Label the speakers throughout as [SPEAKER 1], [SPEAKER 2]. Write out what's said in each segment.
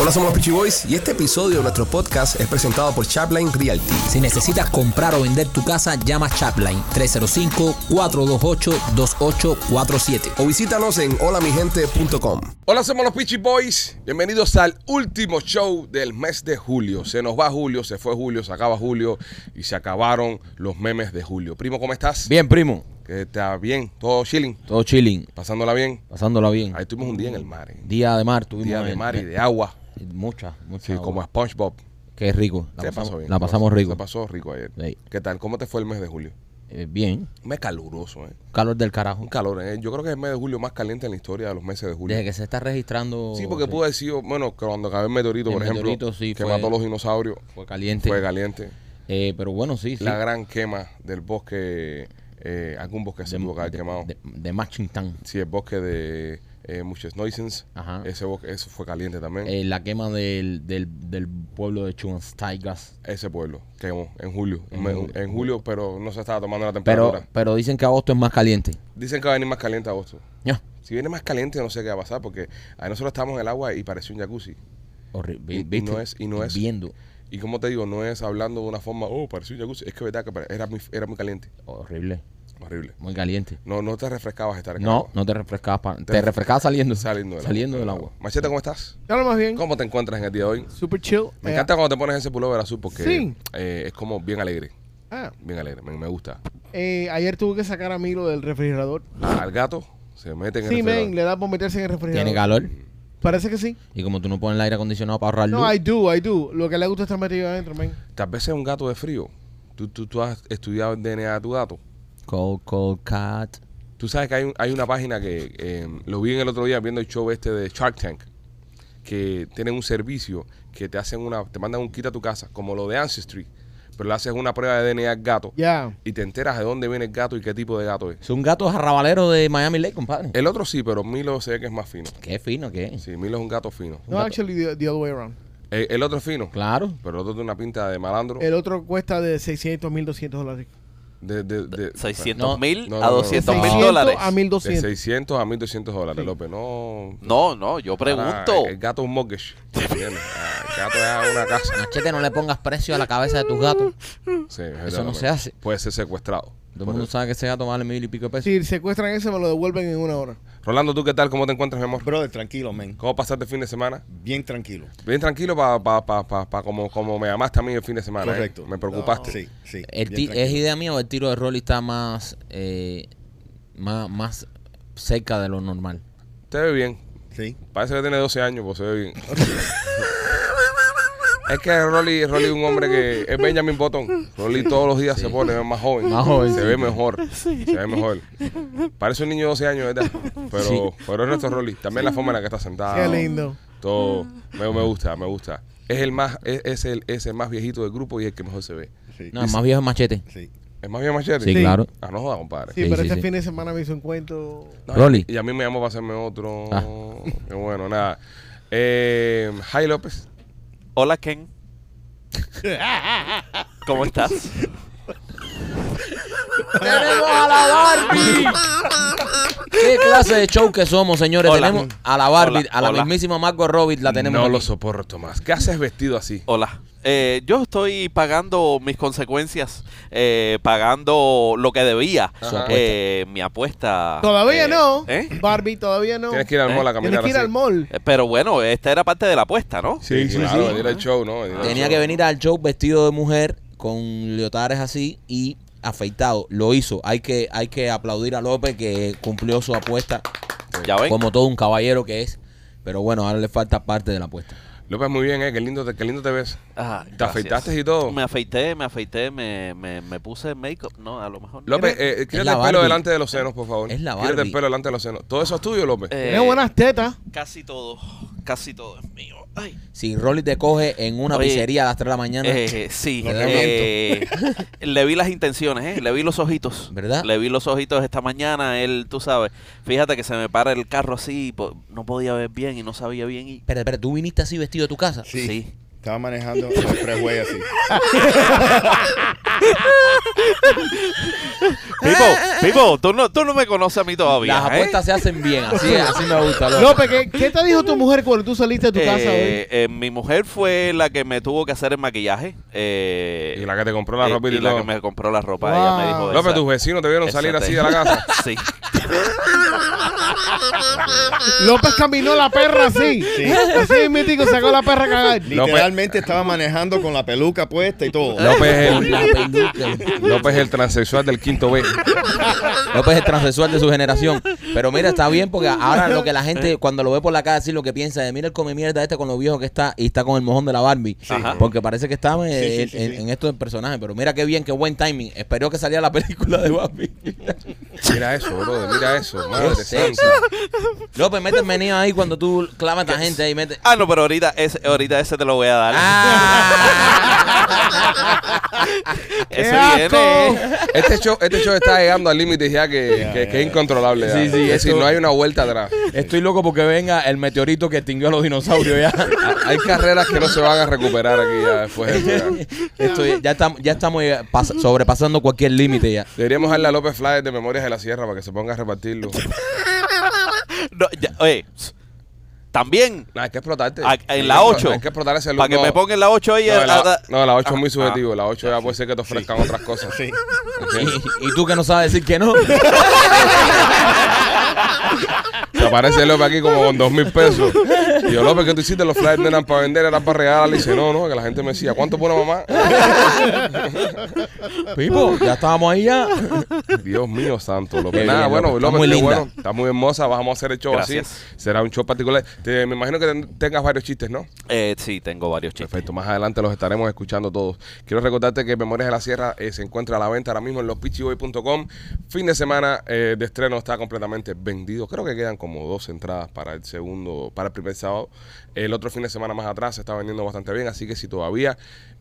[SPEAKER 1] Hola, somos los Peachy Boys y este episodio de nuestro podcast es presentado por Chapline Realty.
[SPEAKER 2] Si necesitas comprar o vender tu casa, llama Chapline 305-428-2847.
[SPEAKER 1] O visítanos en holamigente.com. Hola, somos los Peachy Boys. Bienvenidos al último show del mes de julio. Se nos va julio, se fue julio, se acaba julio y se acabaron los memes de julio. Primo, ¿cómo estás?
[SPEAKER 3] Bien, primo.
[SPEAKER 1] Que está bien, todo chilling,
[SPEAKER 3] Todo chilling.
[SPEAKER 1] pasándola bien.
[SPEAKER 3] Pasándola bien.
[SPEAKER 1] Ahí estuvimos un día en el mar, eh.
[SPEAKER 3] Día de mar tuvimos.
[SPEAKER 1] día de
[SPEAKER 3] en-
[SPEAKER 1] mar y de agua,
[SPEAKER 3] Mucha, mucha.
[SPEAKER 1] sí,
[SPEAKER 3] agua.
[SPEAKER 1] como a SpongeBob.
[SPEAKER 3] Qué rico. La
[SPEAKER 1] Se
[SPEAKER 3] pasamos,
[SPEAKER 1] pasó bien.
[SPEAKER 3] la pasamos
[SPEAKER 1] Se-
[SPEAKER 3] rico.
[SPEAKER 1] Se pasó rico ayer.
[SPEAKER 3] Sí.
[SPEAKER 1] ¿Qué tal? ¿Cómo te fue el mes de julio?
[SPEAKER 3] Eh, bien.
[SPEAKER 1] Un mes caluroso, ¿eh?
[SPEAKER 3] Calor del
[SPEAKER 1] Un
[SPEAKER 3] carajo.
[SPEAKER 1] calor, ¿eh? Yo creo que es el mes de julio más caliente en la historia de los meses de julio.
[SPEAKER 3] Desde que se está registrando.
[SPEAKER 1] Sí, porque pudo haber sido, bueno, cuando acabó el meteorito,
[SPEAKER 3] El
[SPEAKER 1] por ejemplo,
[SPEAKER 3] meteorito, sí,
[SPEAKER 1] que
[SPEAKER 3] fue-
[SPEAKER 1] mató a los dinosaurios,
[SPEAKER 3] Fue caliente.
[SPEAKER 1] fue caliente.
[SPEAKER 3] Eh, pero bueno, sí. sí.
[SPEAKER 1] La gran quema del bosque, eh, algún bosque se tuvo que haber quemado.
[SPEAKER 3] de, de Washington.
[SPEAKER 1] sí, el bosque de eh, muchas nuisance,
[SPEAKER 3] Ajá.
[SPEAKER 1] ese bosque, eso fue caliente también.
[SPEAKER 3] Eh, la quema del, del, del pueblo de Chuanstaigas.
[SPEAKER 1] ese pueblo quemó en julio,
[SPEAKER 3] En
[SPEAKER 1] Me- en,
[SPEAKER 3] julio.
[SPEAKER 1] julio, pero no se estaba tomando la temperatura.
[SPEAKER 3] Mm. Pero, pero dicen que agosto es más caliente.
[SPEAKER 1] Dicen que va a venir más caliente agosto.
[SPEAKER 3] Ya.
[SPEAKER 1] Si viene más caliente, no sé qué va a pasar, porque ahí nosotros estábamos en el agua y pareció un jacuzzi.
[SPEAKER 3] Horri-
[SPEAKER 1] Y- y
[SPEAKER 3] ¿viste?
[SPEAKER 1] no es- y no es-
[SPEAKER 3] Viendo.
[SPEAKER 1] Y como te digo, no es hablando de una forma, oh, pareció un jacuzzi. Es que verdad que pare- era muy, era muy caliente.
[SPEAKER 3] Horrible.
[SPEAKER 1] Horrible.
[SPEAKER 3] Muy caliente.
[SPEAKER 1] No, no te refrescabas estar en el
[SPEAKER 3] No,
[SPEAKER 1] agua.
[SPEAKER 3] no te refrescabas. pa-
[SPEAKER 1] Te-
[SPEAKER 3] te refrescabas saliendo.
[SPEAKER 1] Saliendo del
[SPEAKER 3] saliendo del
[SPEAKER 1] agua.
[SPEAKER 3] agua.
[SPEAKER 1] Machete, ¿cómo estás?
[SPEAKER 4] Ya lo más bien.
[SPEAKER 1] ¿Cómo te encuentras en el día de hoy?
[SPEAKER 4] Super chill.
[SPEAKER 1] Me
[SPEAKER 4] Eh,
[SPEAKER 1] encanta cuando te pones ese pullover azul porque
[SPEAKER 4] Sí.
[SPEAKER 1] eh, es como bien alegre.
[SPEAKER 4] ah,
[SPEAKER 1] Bien alegre, me, me gusta.
[SPEAKER 4] eh, ayer tuve que sacar a Milo del refrigerador.
[SPEAKER 1] Al gato se mete en el
[SPEAKER 4] Sí, men,
[SPEAKER 1] refrigerador.
[SPEAKER 4] le da por meterse en el refrigerador.
[SPEAKER 3] Tiene calor.
[SPEAKER 4] Parece que sí.
[SPEAKER 3] Y como tú no pones el aire acondicionado para ahorrar luz.
[SPEAKER 4] No, I do, I do. Lo que le gusta es estar metido adentro, men.
[SPEAKER 1] Tal vez es un gato de frío. Tú, tú, tú has estudiado el DNA de tu gato.
[SPEAKER 3] Cold, cold cat.
[SPEAKER 1] Tú sabes que hay, un- hay una página que eh, lo vi en el otro día viendo el show este de Shark Tank, que tienen un servicio que te hacen una, te mandan un kit a tu casa, como lo de Ancestry, pero le haces una prueba de DNA al gato
[SPEAKER 4] Ya.
[SPEAKER 1] y te enteras de dónde viene el gato y qué tipo de gato es.
[SPEAKER 3] Es un gato jarrabalero de Miami Lake, compadre.
[SPEAKER 1] El otro sí, pero Milo sé que es más fino.
[SPEAKER 3] Qué fino que es.
[SPEAKER 1] Sí, Milo es un gato fino. Eh,
[SPEAKER 4] No, actually, the, the other way around.
[SPEAKER 1] El, el otro es fino,
[SPEAKER 3] Claro.
[SPEAKER 1] pero el otro tiene una pinta de malandro.
[SPEAKER 4] El otro cuesta de 600, 1200 dólares.
[SPEAKER 1] De, de- de-
[SPEAKER 5] 600
[SPEAKER 3] No,
[SPEAKER 5] mil
[SPEAKER 1] no, no,
[SPEAKER 5] a
[SPEAKER 1] no.
[SPEAKER 5] 200 mil
[SPEAKER 4] 600
[SPEAKER 5] dólares.
[SPEAKER 4] a
[SPEAKER 1] de
[SPEAKER 4] 1200.
[SPEAKER 1] 600 a 1200 dólares, López. No.
[SPEAKER 5] No, no, yo pregunto.
[SPEAKER 1] Ahora, El gato es un mortgage. ¿entiendes? Ah, El gato es una casa.
[SPEAKER 3] Machete, no le pongas precio a la cabeza de tus gatos.
[SPEAKER 1] Sí, es verdad,
[SPEAKER 3] no
[SPEAKER 1] López.
[SPEAKER 3] se hace.
[SPEAKER 1] Puede ser secuestrado.
[SPEAKER 3] Todo el
[SPEAKER 1] Por
[SPEAKER 3] mundo
[SPEAKER 1] eso.
[SPEAKER 3] sabe que ese gato vale mil y pico de pesos.
[SPEAKER 4] Si secuestran ese, me lo devuelven en una hora.
[SPEAKER 1] Rolando, ¿tú qué tal? ¿Cómo te encuentras, mi amor?
[SPEAKER 6] Brother, tranquilo, men.
[SPEAKER 1] ¿Cómo pasaste el fin de semana?
[SPEAKER 6] Bien tranquilo.
[SPEAKER 1] Bien tranquilo para pa, pa, pa, pa- como, como me llamaste a mí el fin de semana. ¿eh?
[SPEAKER 6] Correcto.
[SPEAKER 1] Me preocupaste.
[SPEAKER 6] Sí, sí.
[SPEAKER 3] El
[SPEAKER 6] bien
[SPEAKER 3] ti- eh,
[SPEAKER 6] tranquilo.
[SPEAKER 3] ¿Es idea mía o el tiro de Rolly está más, eh, más, más cerca de lo normal?
[SPEAKER 1] Te ve bien.
[SPEAKER 6] Sí.
[SPEAKER 1] Parece que tiene 12 años, pues se ve bien. es que Rolly, Rolly es un hombre que es Benjamin Botón. Rolly todos los días se pone más joven.
[SPEAKER 3] Más joven,
[SPEAKER 1] Se
[SPEAKER 3] sí.
[SPEAKER 1] ve mejor. Se ve mejor. Parece un niño de 12 años, ¿verdad? Pero,
[SPEAKER 3] Sí.
[SPEAKER 1] pero es nuestro Rolly. También la forma en la que está sentado.
[SPEAKER 4] Qué lindo. Ah.
[SPEAKER 1] Todo. Me, me gusta, me gusta. Es el más, es, es el, es el más viejito del grupo y el que mejor se ve.
[SPEAKER 6] Sí.
[SPEAKER 3] No, más viejo es machete.
[SPEAKER 6] sí.
[SPEAKER 1] ¿Es más bien Machete?
[SPEAKER 3] Sí, claro.
[SPEAKER 1] Ah, no joda, compadre.
[SPEAKER 4] Sí,
[SPEAKER 3] Sí,
[SPEAKER 4] pero
[SPEAKER 3] sí,
[SPEAKER 4] este
[SPEAKER 3] sí.
[SPEAKER 4] fin de semana me hizo un cuento.
[SPEAKER 1] No,
[SPEAKER 3] Rolly.
[SPEAKER 1] Y a mí me llamó para hacerme otro.
[SPEAKER 3] Ah.
[SPEAKER 1] Qué bueno, nada. Eh, Jai López.
[SPEAKER 5] Hola, Ken. ¿Cómo estás?
[SPEAKER 3] ¡Tenemos a la Barbie! ¿Qué clase de show que somos, señores?
[SPEAKER 5] Hola.
[SPEAKER 3] Tenemos a la Barbie,
[SPEAKER 5] Hola,
[SPEAKER 3] a la
[SPEAKER 5] hola.
[SPEAKER 3] mismísima Margot Robbie, la tenemos. Oh.
[SPEAKER 1] No
[SPEAKER 3] aquí.
[SPEAKER 1] lo soporto más. ¿Qué haces vestido así?
[SPEAKER 5] Hola. Eh, yo estoy pagando mis consecuencias, eh, pagando lo que debía,
[SPEAKER 1] Su apuesta.
[SPEAKER 5] eh, mi apuesta.
[SPEAKER 4] Todavía
[SPEAKER 5] eh,
[SPEAKER 4] no.
[SPEAKER 5] ¿eh?
[SPEAKER 4] Barbie, todavía no.
[SPEAKER 1] Ah, Tienes que ir al
[SPEAKER 5] ¿Eh?
[SPEAKER 1] mall a
[SPEAKER 4] Tienes
[SPEAKER 1] caminar
[SPEAKER 4] que ir
[SPEAKER 1] así.
[SPEAKER 4] al mall.
[SPEAKER 5] Eh, Pero bueno, esta era parte de la apuesta, ¿no?
[SPEAKER 1] Sí, sí, claro,
[SPEAKER 3] sí.
[SPEAKER 1] venir al show, ¿no? Venir al
[SPEAKER 3] Tenía
[SPEAKER 1] show.
[SPEAKER 3] que venir al show vestido de mujer con leotares así y afeitado. Lo hizo. Hay que, hay que aplaudir a López que cumplió su apuesta
[SPEAKER 1] pues,
[SPEAKER 5] Ya ven.
[SPEAKER 3] como todo un caballero que es. Pero bueno, ahora le falta parte de la apuesta.
[SPEAKER 1] López, muy bien, ¿eh? Qué lindo te, qué lindo te ves.
[SPEAKER 5] Ah,
[SPEAKER 1] ¿Te
[SPEAKER 5] gracias.
[SPEAKER 1] afeitaste y todo?
[SPEAKER 5] Me afeité, me afeité, me, me, me puse make-up. No, a lo mejor. no.
[SPEAKER 1] López, eh, quírate
[SPEAKER 3] la
[SPEAKER 1] el pelo
[SPEAKER 3] Barbie.
[SPEAKER 1] delante de los senos, por favor.
[SPEAKER 3] Es la
[SPEAKER 1] Quírate el
[SPEAKER 3] Barbie.
[SPEAKER 1] pelo delante de los senos. Todo eso es tuyo, López.
[SPEAKER 5] Eh,
[SPEAKER 4] Tiene buenas tetas.
[SPEAKER 5] Casi todo, casi todo es mío. Ay.
[SPEAKER 3] Si Rolly te coge en una
[SPEAKER 5] Oye,
[SPEAKER 3] pizzería a las 3 de la mañana,
[SPEAKER 5] Eh, sí,
[SPEAKER 3] Lo
[SPEAKER 5] eh, le vi las intenciones, eh, le vi los ojitos.
[SPEAKER 3] ¿Verdad?
[SPEAKER 5] Le vi los ojitos esta mañana, él, tú sabes, fíjate que se me para el carro así, po- no podía ver bien y no sabía bien y...
[SPEAKER 3] pero, pero tú viniste así vestido de tu casa.
[SPEAKER 5] Sí.
[SPEAKER 6] Sí. Estaba manejando los tres güeyes así.
[SPEAKER 3] pues-
[SPEAKER 5] Pipo, Pipo, tú no, tú no me conoces a mí todavía.
[SPEAKER 3] Las
[SPEAKER 5] ¿eh?
[SPEAKER 3] apuestas se hacen bien, así, así me gusta. loco.
[SPEAKER 4] López, ¿qué, qué te dijo tu mujer cuando tú saliste de tu casa hoy?
[SPEAKER 5] Eh, eh, mi mujer fue la que me tuvo que hacer el maquillaje. eh,
[SPEAKER 1] Y la que te compró la
[SPEAKER 5] y-
[SPEAKER 1] ropa y,
[SPEAKER 5] y la
[SPEAKER 1] todo.
[SPEAKER 5] que me compró la ropa.
[SPEAKER 4] Wow.
[SPEAKER 5] Ella me dijo
[SPEAKER 1] López,
[SPEAKER 5] esa-
[SPEAKER 1] tus vecinos te vieron
[SPEAKER 5] esa
[SPEAKER 1] salir así de
[SPEAKER 5] técnica.
[SPEAKER 1] la casa.
[SPEAKER 5] Sí.
[SPEAKER 4] López caminó la perra así.
[SPEAKER 6] Sí.
[SPEAKER 4] Así mítico sacó la perra a cagar.
[SPEAKER 6] Literalmente estaba manejando con la peluca puesta y todo.
[SPEAKER 1] López es
[SPEAKER 3] Con la
[SPEAKER 1] el,
[SPEAKER 3] peluca.
[SPEAKER 1] López es el transexual del quinto B.
[SPEAKER 3] López es transexual de su generación. Pero mira, está bien porque ahora lo que la gente cuando lo ve por la calle sí lo que piensa de mira el come mierda este con lo viejo que está y está con el mojón de la Barbie.
[SPEAKER 5] Ajá.
[SPEAKER 3] Porque parece que está eh,
[SPEAKER 6] Sí, sí,
[SPEAKER 3] en,
[SPEAKER 6] sí,
[SPEAKER 3] en-
[SPEAKER 6] sí.
[SPEAKER 3] en esto del personaje. Pero mira qué bien, qué buen timing. Esperó que saliera la película de Barbie.
[SPEAKER 1] Mira eso, brother, mira eso. Madre
[SPEAKER 3] Qué sexy.
[SPEAKER 1] santa.
[SPEAKER 3] López, mete el meneo ahí cuando tú clavas a esta gente ahí. Mete.
[SPEAKER 5] Ah, no, pero ahorita ese, ahorita ese te lo voy a dar.
[SPEAKER 4] Ah.
[SPEAKER 6] Ah.
[SPEAKER 4] ¡Qué
[SPEAKER 5] ese
[SPEAKER 4] asco!
[SPEAKER 5] viene.
[SPEAKER 1] Este show, este show está llegando al límite ya que,
[SPEAKER 6] Ya,
[SPEAKER 1] que-
[SPEAKER 6] ya,
[SPEAKER 1] que es
[SPEAKER 6] ya.
[SPEAKER 1] incontrolable. ya.
[SPEAKER 3] Sí, sí,
[SPEAKER 1] es decir,
[SPEAKER 3] esto-
[SPEAKER 1] no hay una vuelta atrás.
[SPEAKER 3] Estoy loco porque venga el meteorito que extinguió a los dinosaurios ya.
[SPEAKER 1] Ah, Hay carreras que no se van a recuperar aquí ya después. de esto, ya.
[SPEAKER 3] Esto ya, ya estamos, ya estamos eh, pas- sobrepasando cualquier límite ya.
[SPEAKER 1] Deberíamos darle a López Flyers de Memorias de la Sierra para que se ponga a repartirlo.
[SPEAKER 5] No, ya, oye, también
[SPEAKER 1] Nah, Ah, hay que explotarte.
[SPEAKER 5] a-
[SPEAKER 1] Hay
[SPEAKER 5] Ah, en la
[SPEAKER 1] que-
[SPEAKER 5] 8.
[SPEAKER 1] Hay que explotar ese
[SPEAKER 5] Para que
[SPEAKER 1] no.
[SPEAKER 5] me ponga en la 8 ahí.
[SPEAKER 1] No,
[SPEAKER 5] a-
[SPEAKER 1] de la,
[SPEAKER 5] a-
[SPEAKER 1] no, de la 8 es muy
[SPEAKER 5] Ah,
[SPEAKER 1] subjetivo. La 8 ya puede ser que te ofrezcan otras cosas.
[SPEAKER 6] Sí.
[SPEAKER 1] ¿Entiendes?
[SPEAKER 3] Y, y tú que no sabes decir que no.
[SPEAKER 1] Te aparece López aquí como con dos mil pesos. Y yo, López, ¿qué tú hiciste? Los flyers no eran para vender, eran para regalar. Le dice, no, no, que la gente me decía, ¿cuánto pone mamá?
[SPEAKER 3] Pipo, ya estábamos ahí ya.
[SPEAKER 1] Dios mío santo, López.
[SPEAKER 3] Qué
[SPEAKER 1] Nada,
[SPEAKER 3] bien,
[SPEAKER 1] bueno,
[SPEAKER 5] pues,
[SPEAKER 3] López.
[SPEAKER 1] López,
[SPEAKER 3] Está muy
[SPEAKER 1] qué
[SPEAKER 3] linda.
[SPEAKER 1] bueno. Está muy hermosa, vamos a hacer el show
[SPEAKER 5] Gracias.
[SPEAKER 1] así. Será un show particular. Te- me imagino que ten- tengas varios chistes, ¿no?
[SPEAKER 5] eh, sí, tengo varios chistes.
[SPEAKER 1] Perfecto, más adelante los estaremos escuchando todos. Quiero recordarte que Memorias de la Sierra eh, se encuentra a la venta ahora mismo en lospichiboy.com. Fin de semana eh, de estreno está completamente vendido. Creo que quedan como dos entradas para el segundo, para el primer sábado. El otro fin de semana más atrás se está vendiendo bastante bien, así que si todavía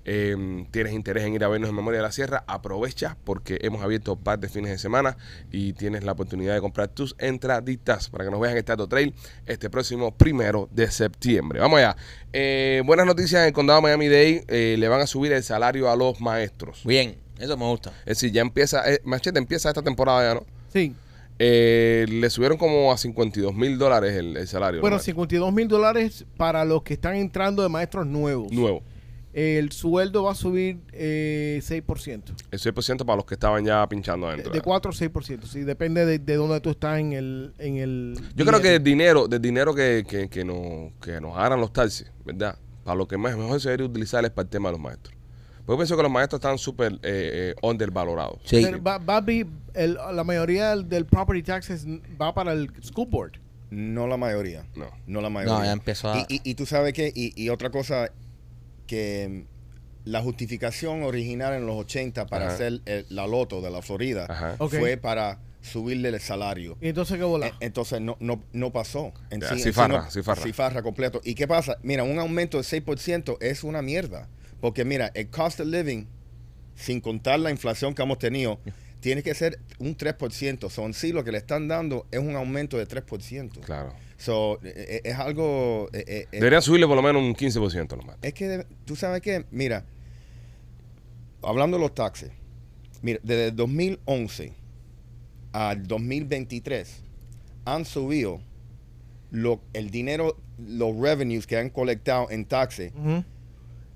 [SPEAKER 1] eh, tienes interés en ir a vernos en Memoria de la Sierra, aprovecha porque hemos abierto par de fines de semana y tienes la oportunidad de comprar tus entraditas para que nos veas en el Tato Trail este próximo primero de septiembre. Vamos allá. Eh, buenas noticias en el condado Miami-Dade. eh, le van a subir el salario a los maestros.
[SPEAKER 3] Bien, eso me gusta.
[SPEAKER 1] Es decir, ya empieza, eh, Machete empieza esta temporada ya, ¿no?
[SPEAKER 4] Sí.
[SPEAKER 1] Eh, le subieron como a 52 mil dólares el, el salario.
[SPEAKER 4] Bueno,
[SPEAKER 1] ¿no?
[SPEAKER 4] 52 mil dólares para los que están entrando de maestros nuevos.
[SPEAKER 1] Nuevo.
[SPEAKER 4] El sueldo va a subir eh, 6%.
[SPEAKER 1] El 6% para los que estaban ya pinchando adentro.
[SPEAKER 4] De 4 a 6%. Sí, depende de, de dónde tú estás en el. En el
[SPEAKER 1] Yo creo que del
[SPEAKER 4] billete.
[SPEAKER 1] dinero, del dinero que, que, que nos, que nos agarran los taxis, ¿verdad? Para lo que más mejor se debería utilizar es para el tema de los maestros. Porque yo pienso que los maestros están súper eh, eh, undervalorados.
[SPEAKER 3] Sí.
[SPEAKER 4] Pero va- va a be- el- la mayoría del, del property taxes va para el school board.
[SPEAKER 6] No la mayoría.
[SPEAKER 1] No.
[SPEAKER 6] No la mayoría.
[SPEAKER 3] ya empezó a-
[SPEAKER 6] Y, y- y tú sabes que, y, y otra cosa, que mm, la justificación original en los 80 para
[SPEAKER 1] Ajá.
[SPEAKER 6] hacer el- la loto de la Florida
[SPEAKER 1] Ajá.
[SPEAKER 4] Ok.
[SPEAKER 6] fue para subirle el salario.
[SPEAKER 4] Y entonces, ¿qué bola?
[SPEAKER 6] E- Entonces no, no, no pasó. En
[SPEAKER 1] Ya,
[SPEAKER 6] sí- en sí
[SPEAKER 1] cifarra,
[SPEAKER 6] no-
[SPEAKER 1] cifarra.
[SPEAKER 6] completo. ¿Y qué pasa? Mira, un aumento de 6% es una mierda. Porque mira, el cost of living, sin contar la inflación que hemos tenido, tiene que ser un 3%. Son sí, lo que le están dando es un aumento de 3%.
[SPEAKER 1] Claro.
[SPEAKER 6] So, e- e- es algo... e- e- e-
[SPEAKER 1] Deberían subirle por lo menos un 15% a los maestros.
[SPEAKER 6] es que de- tú sabes que, mira, hablando de los taxes, mira, desde el 2011 al 2023 han subido lo, el dinero, los revenues que han colectado en taxes,
[SPEAKER 4] Ujú.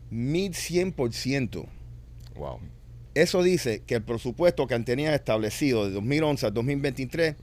[SPEAKER 6] 1100%.
[SPEAKER 1] Wow.
[SPEAKER 6] Eso dice que el presupuesto que han tenido establecido de 2011 al 2023,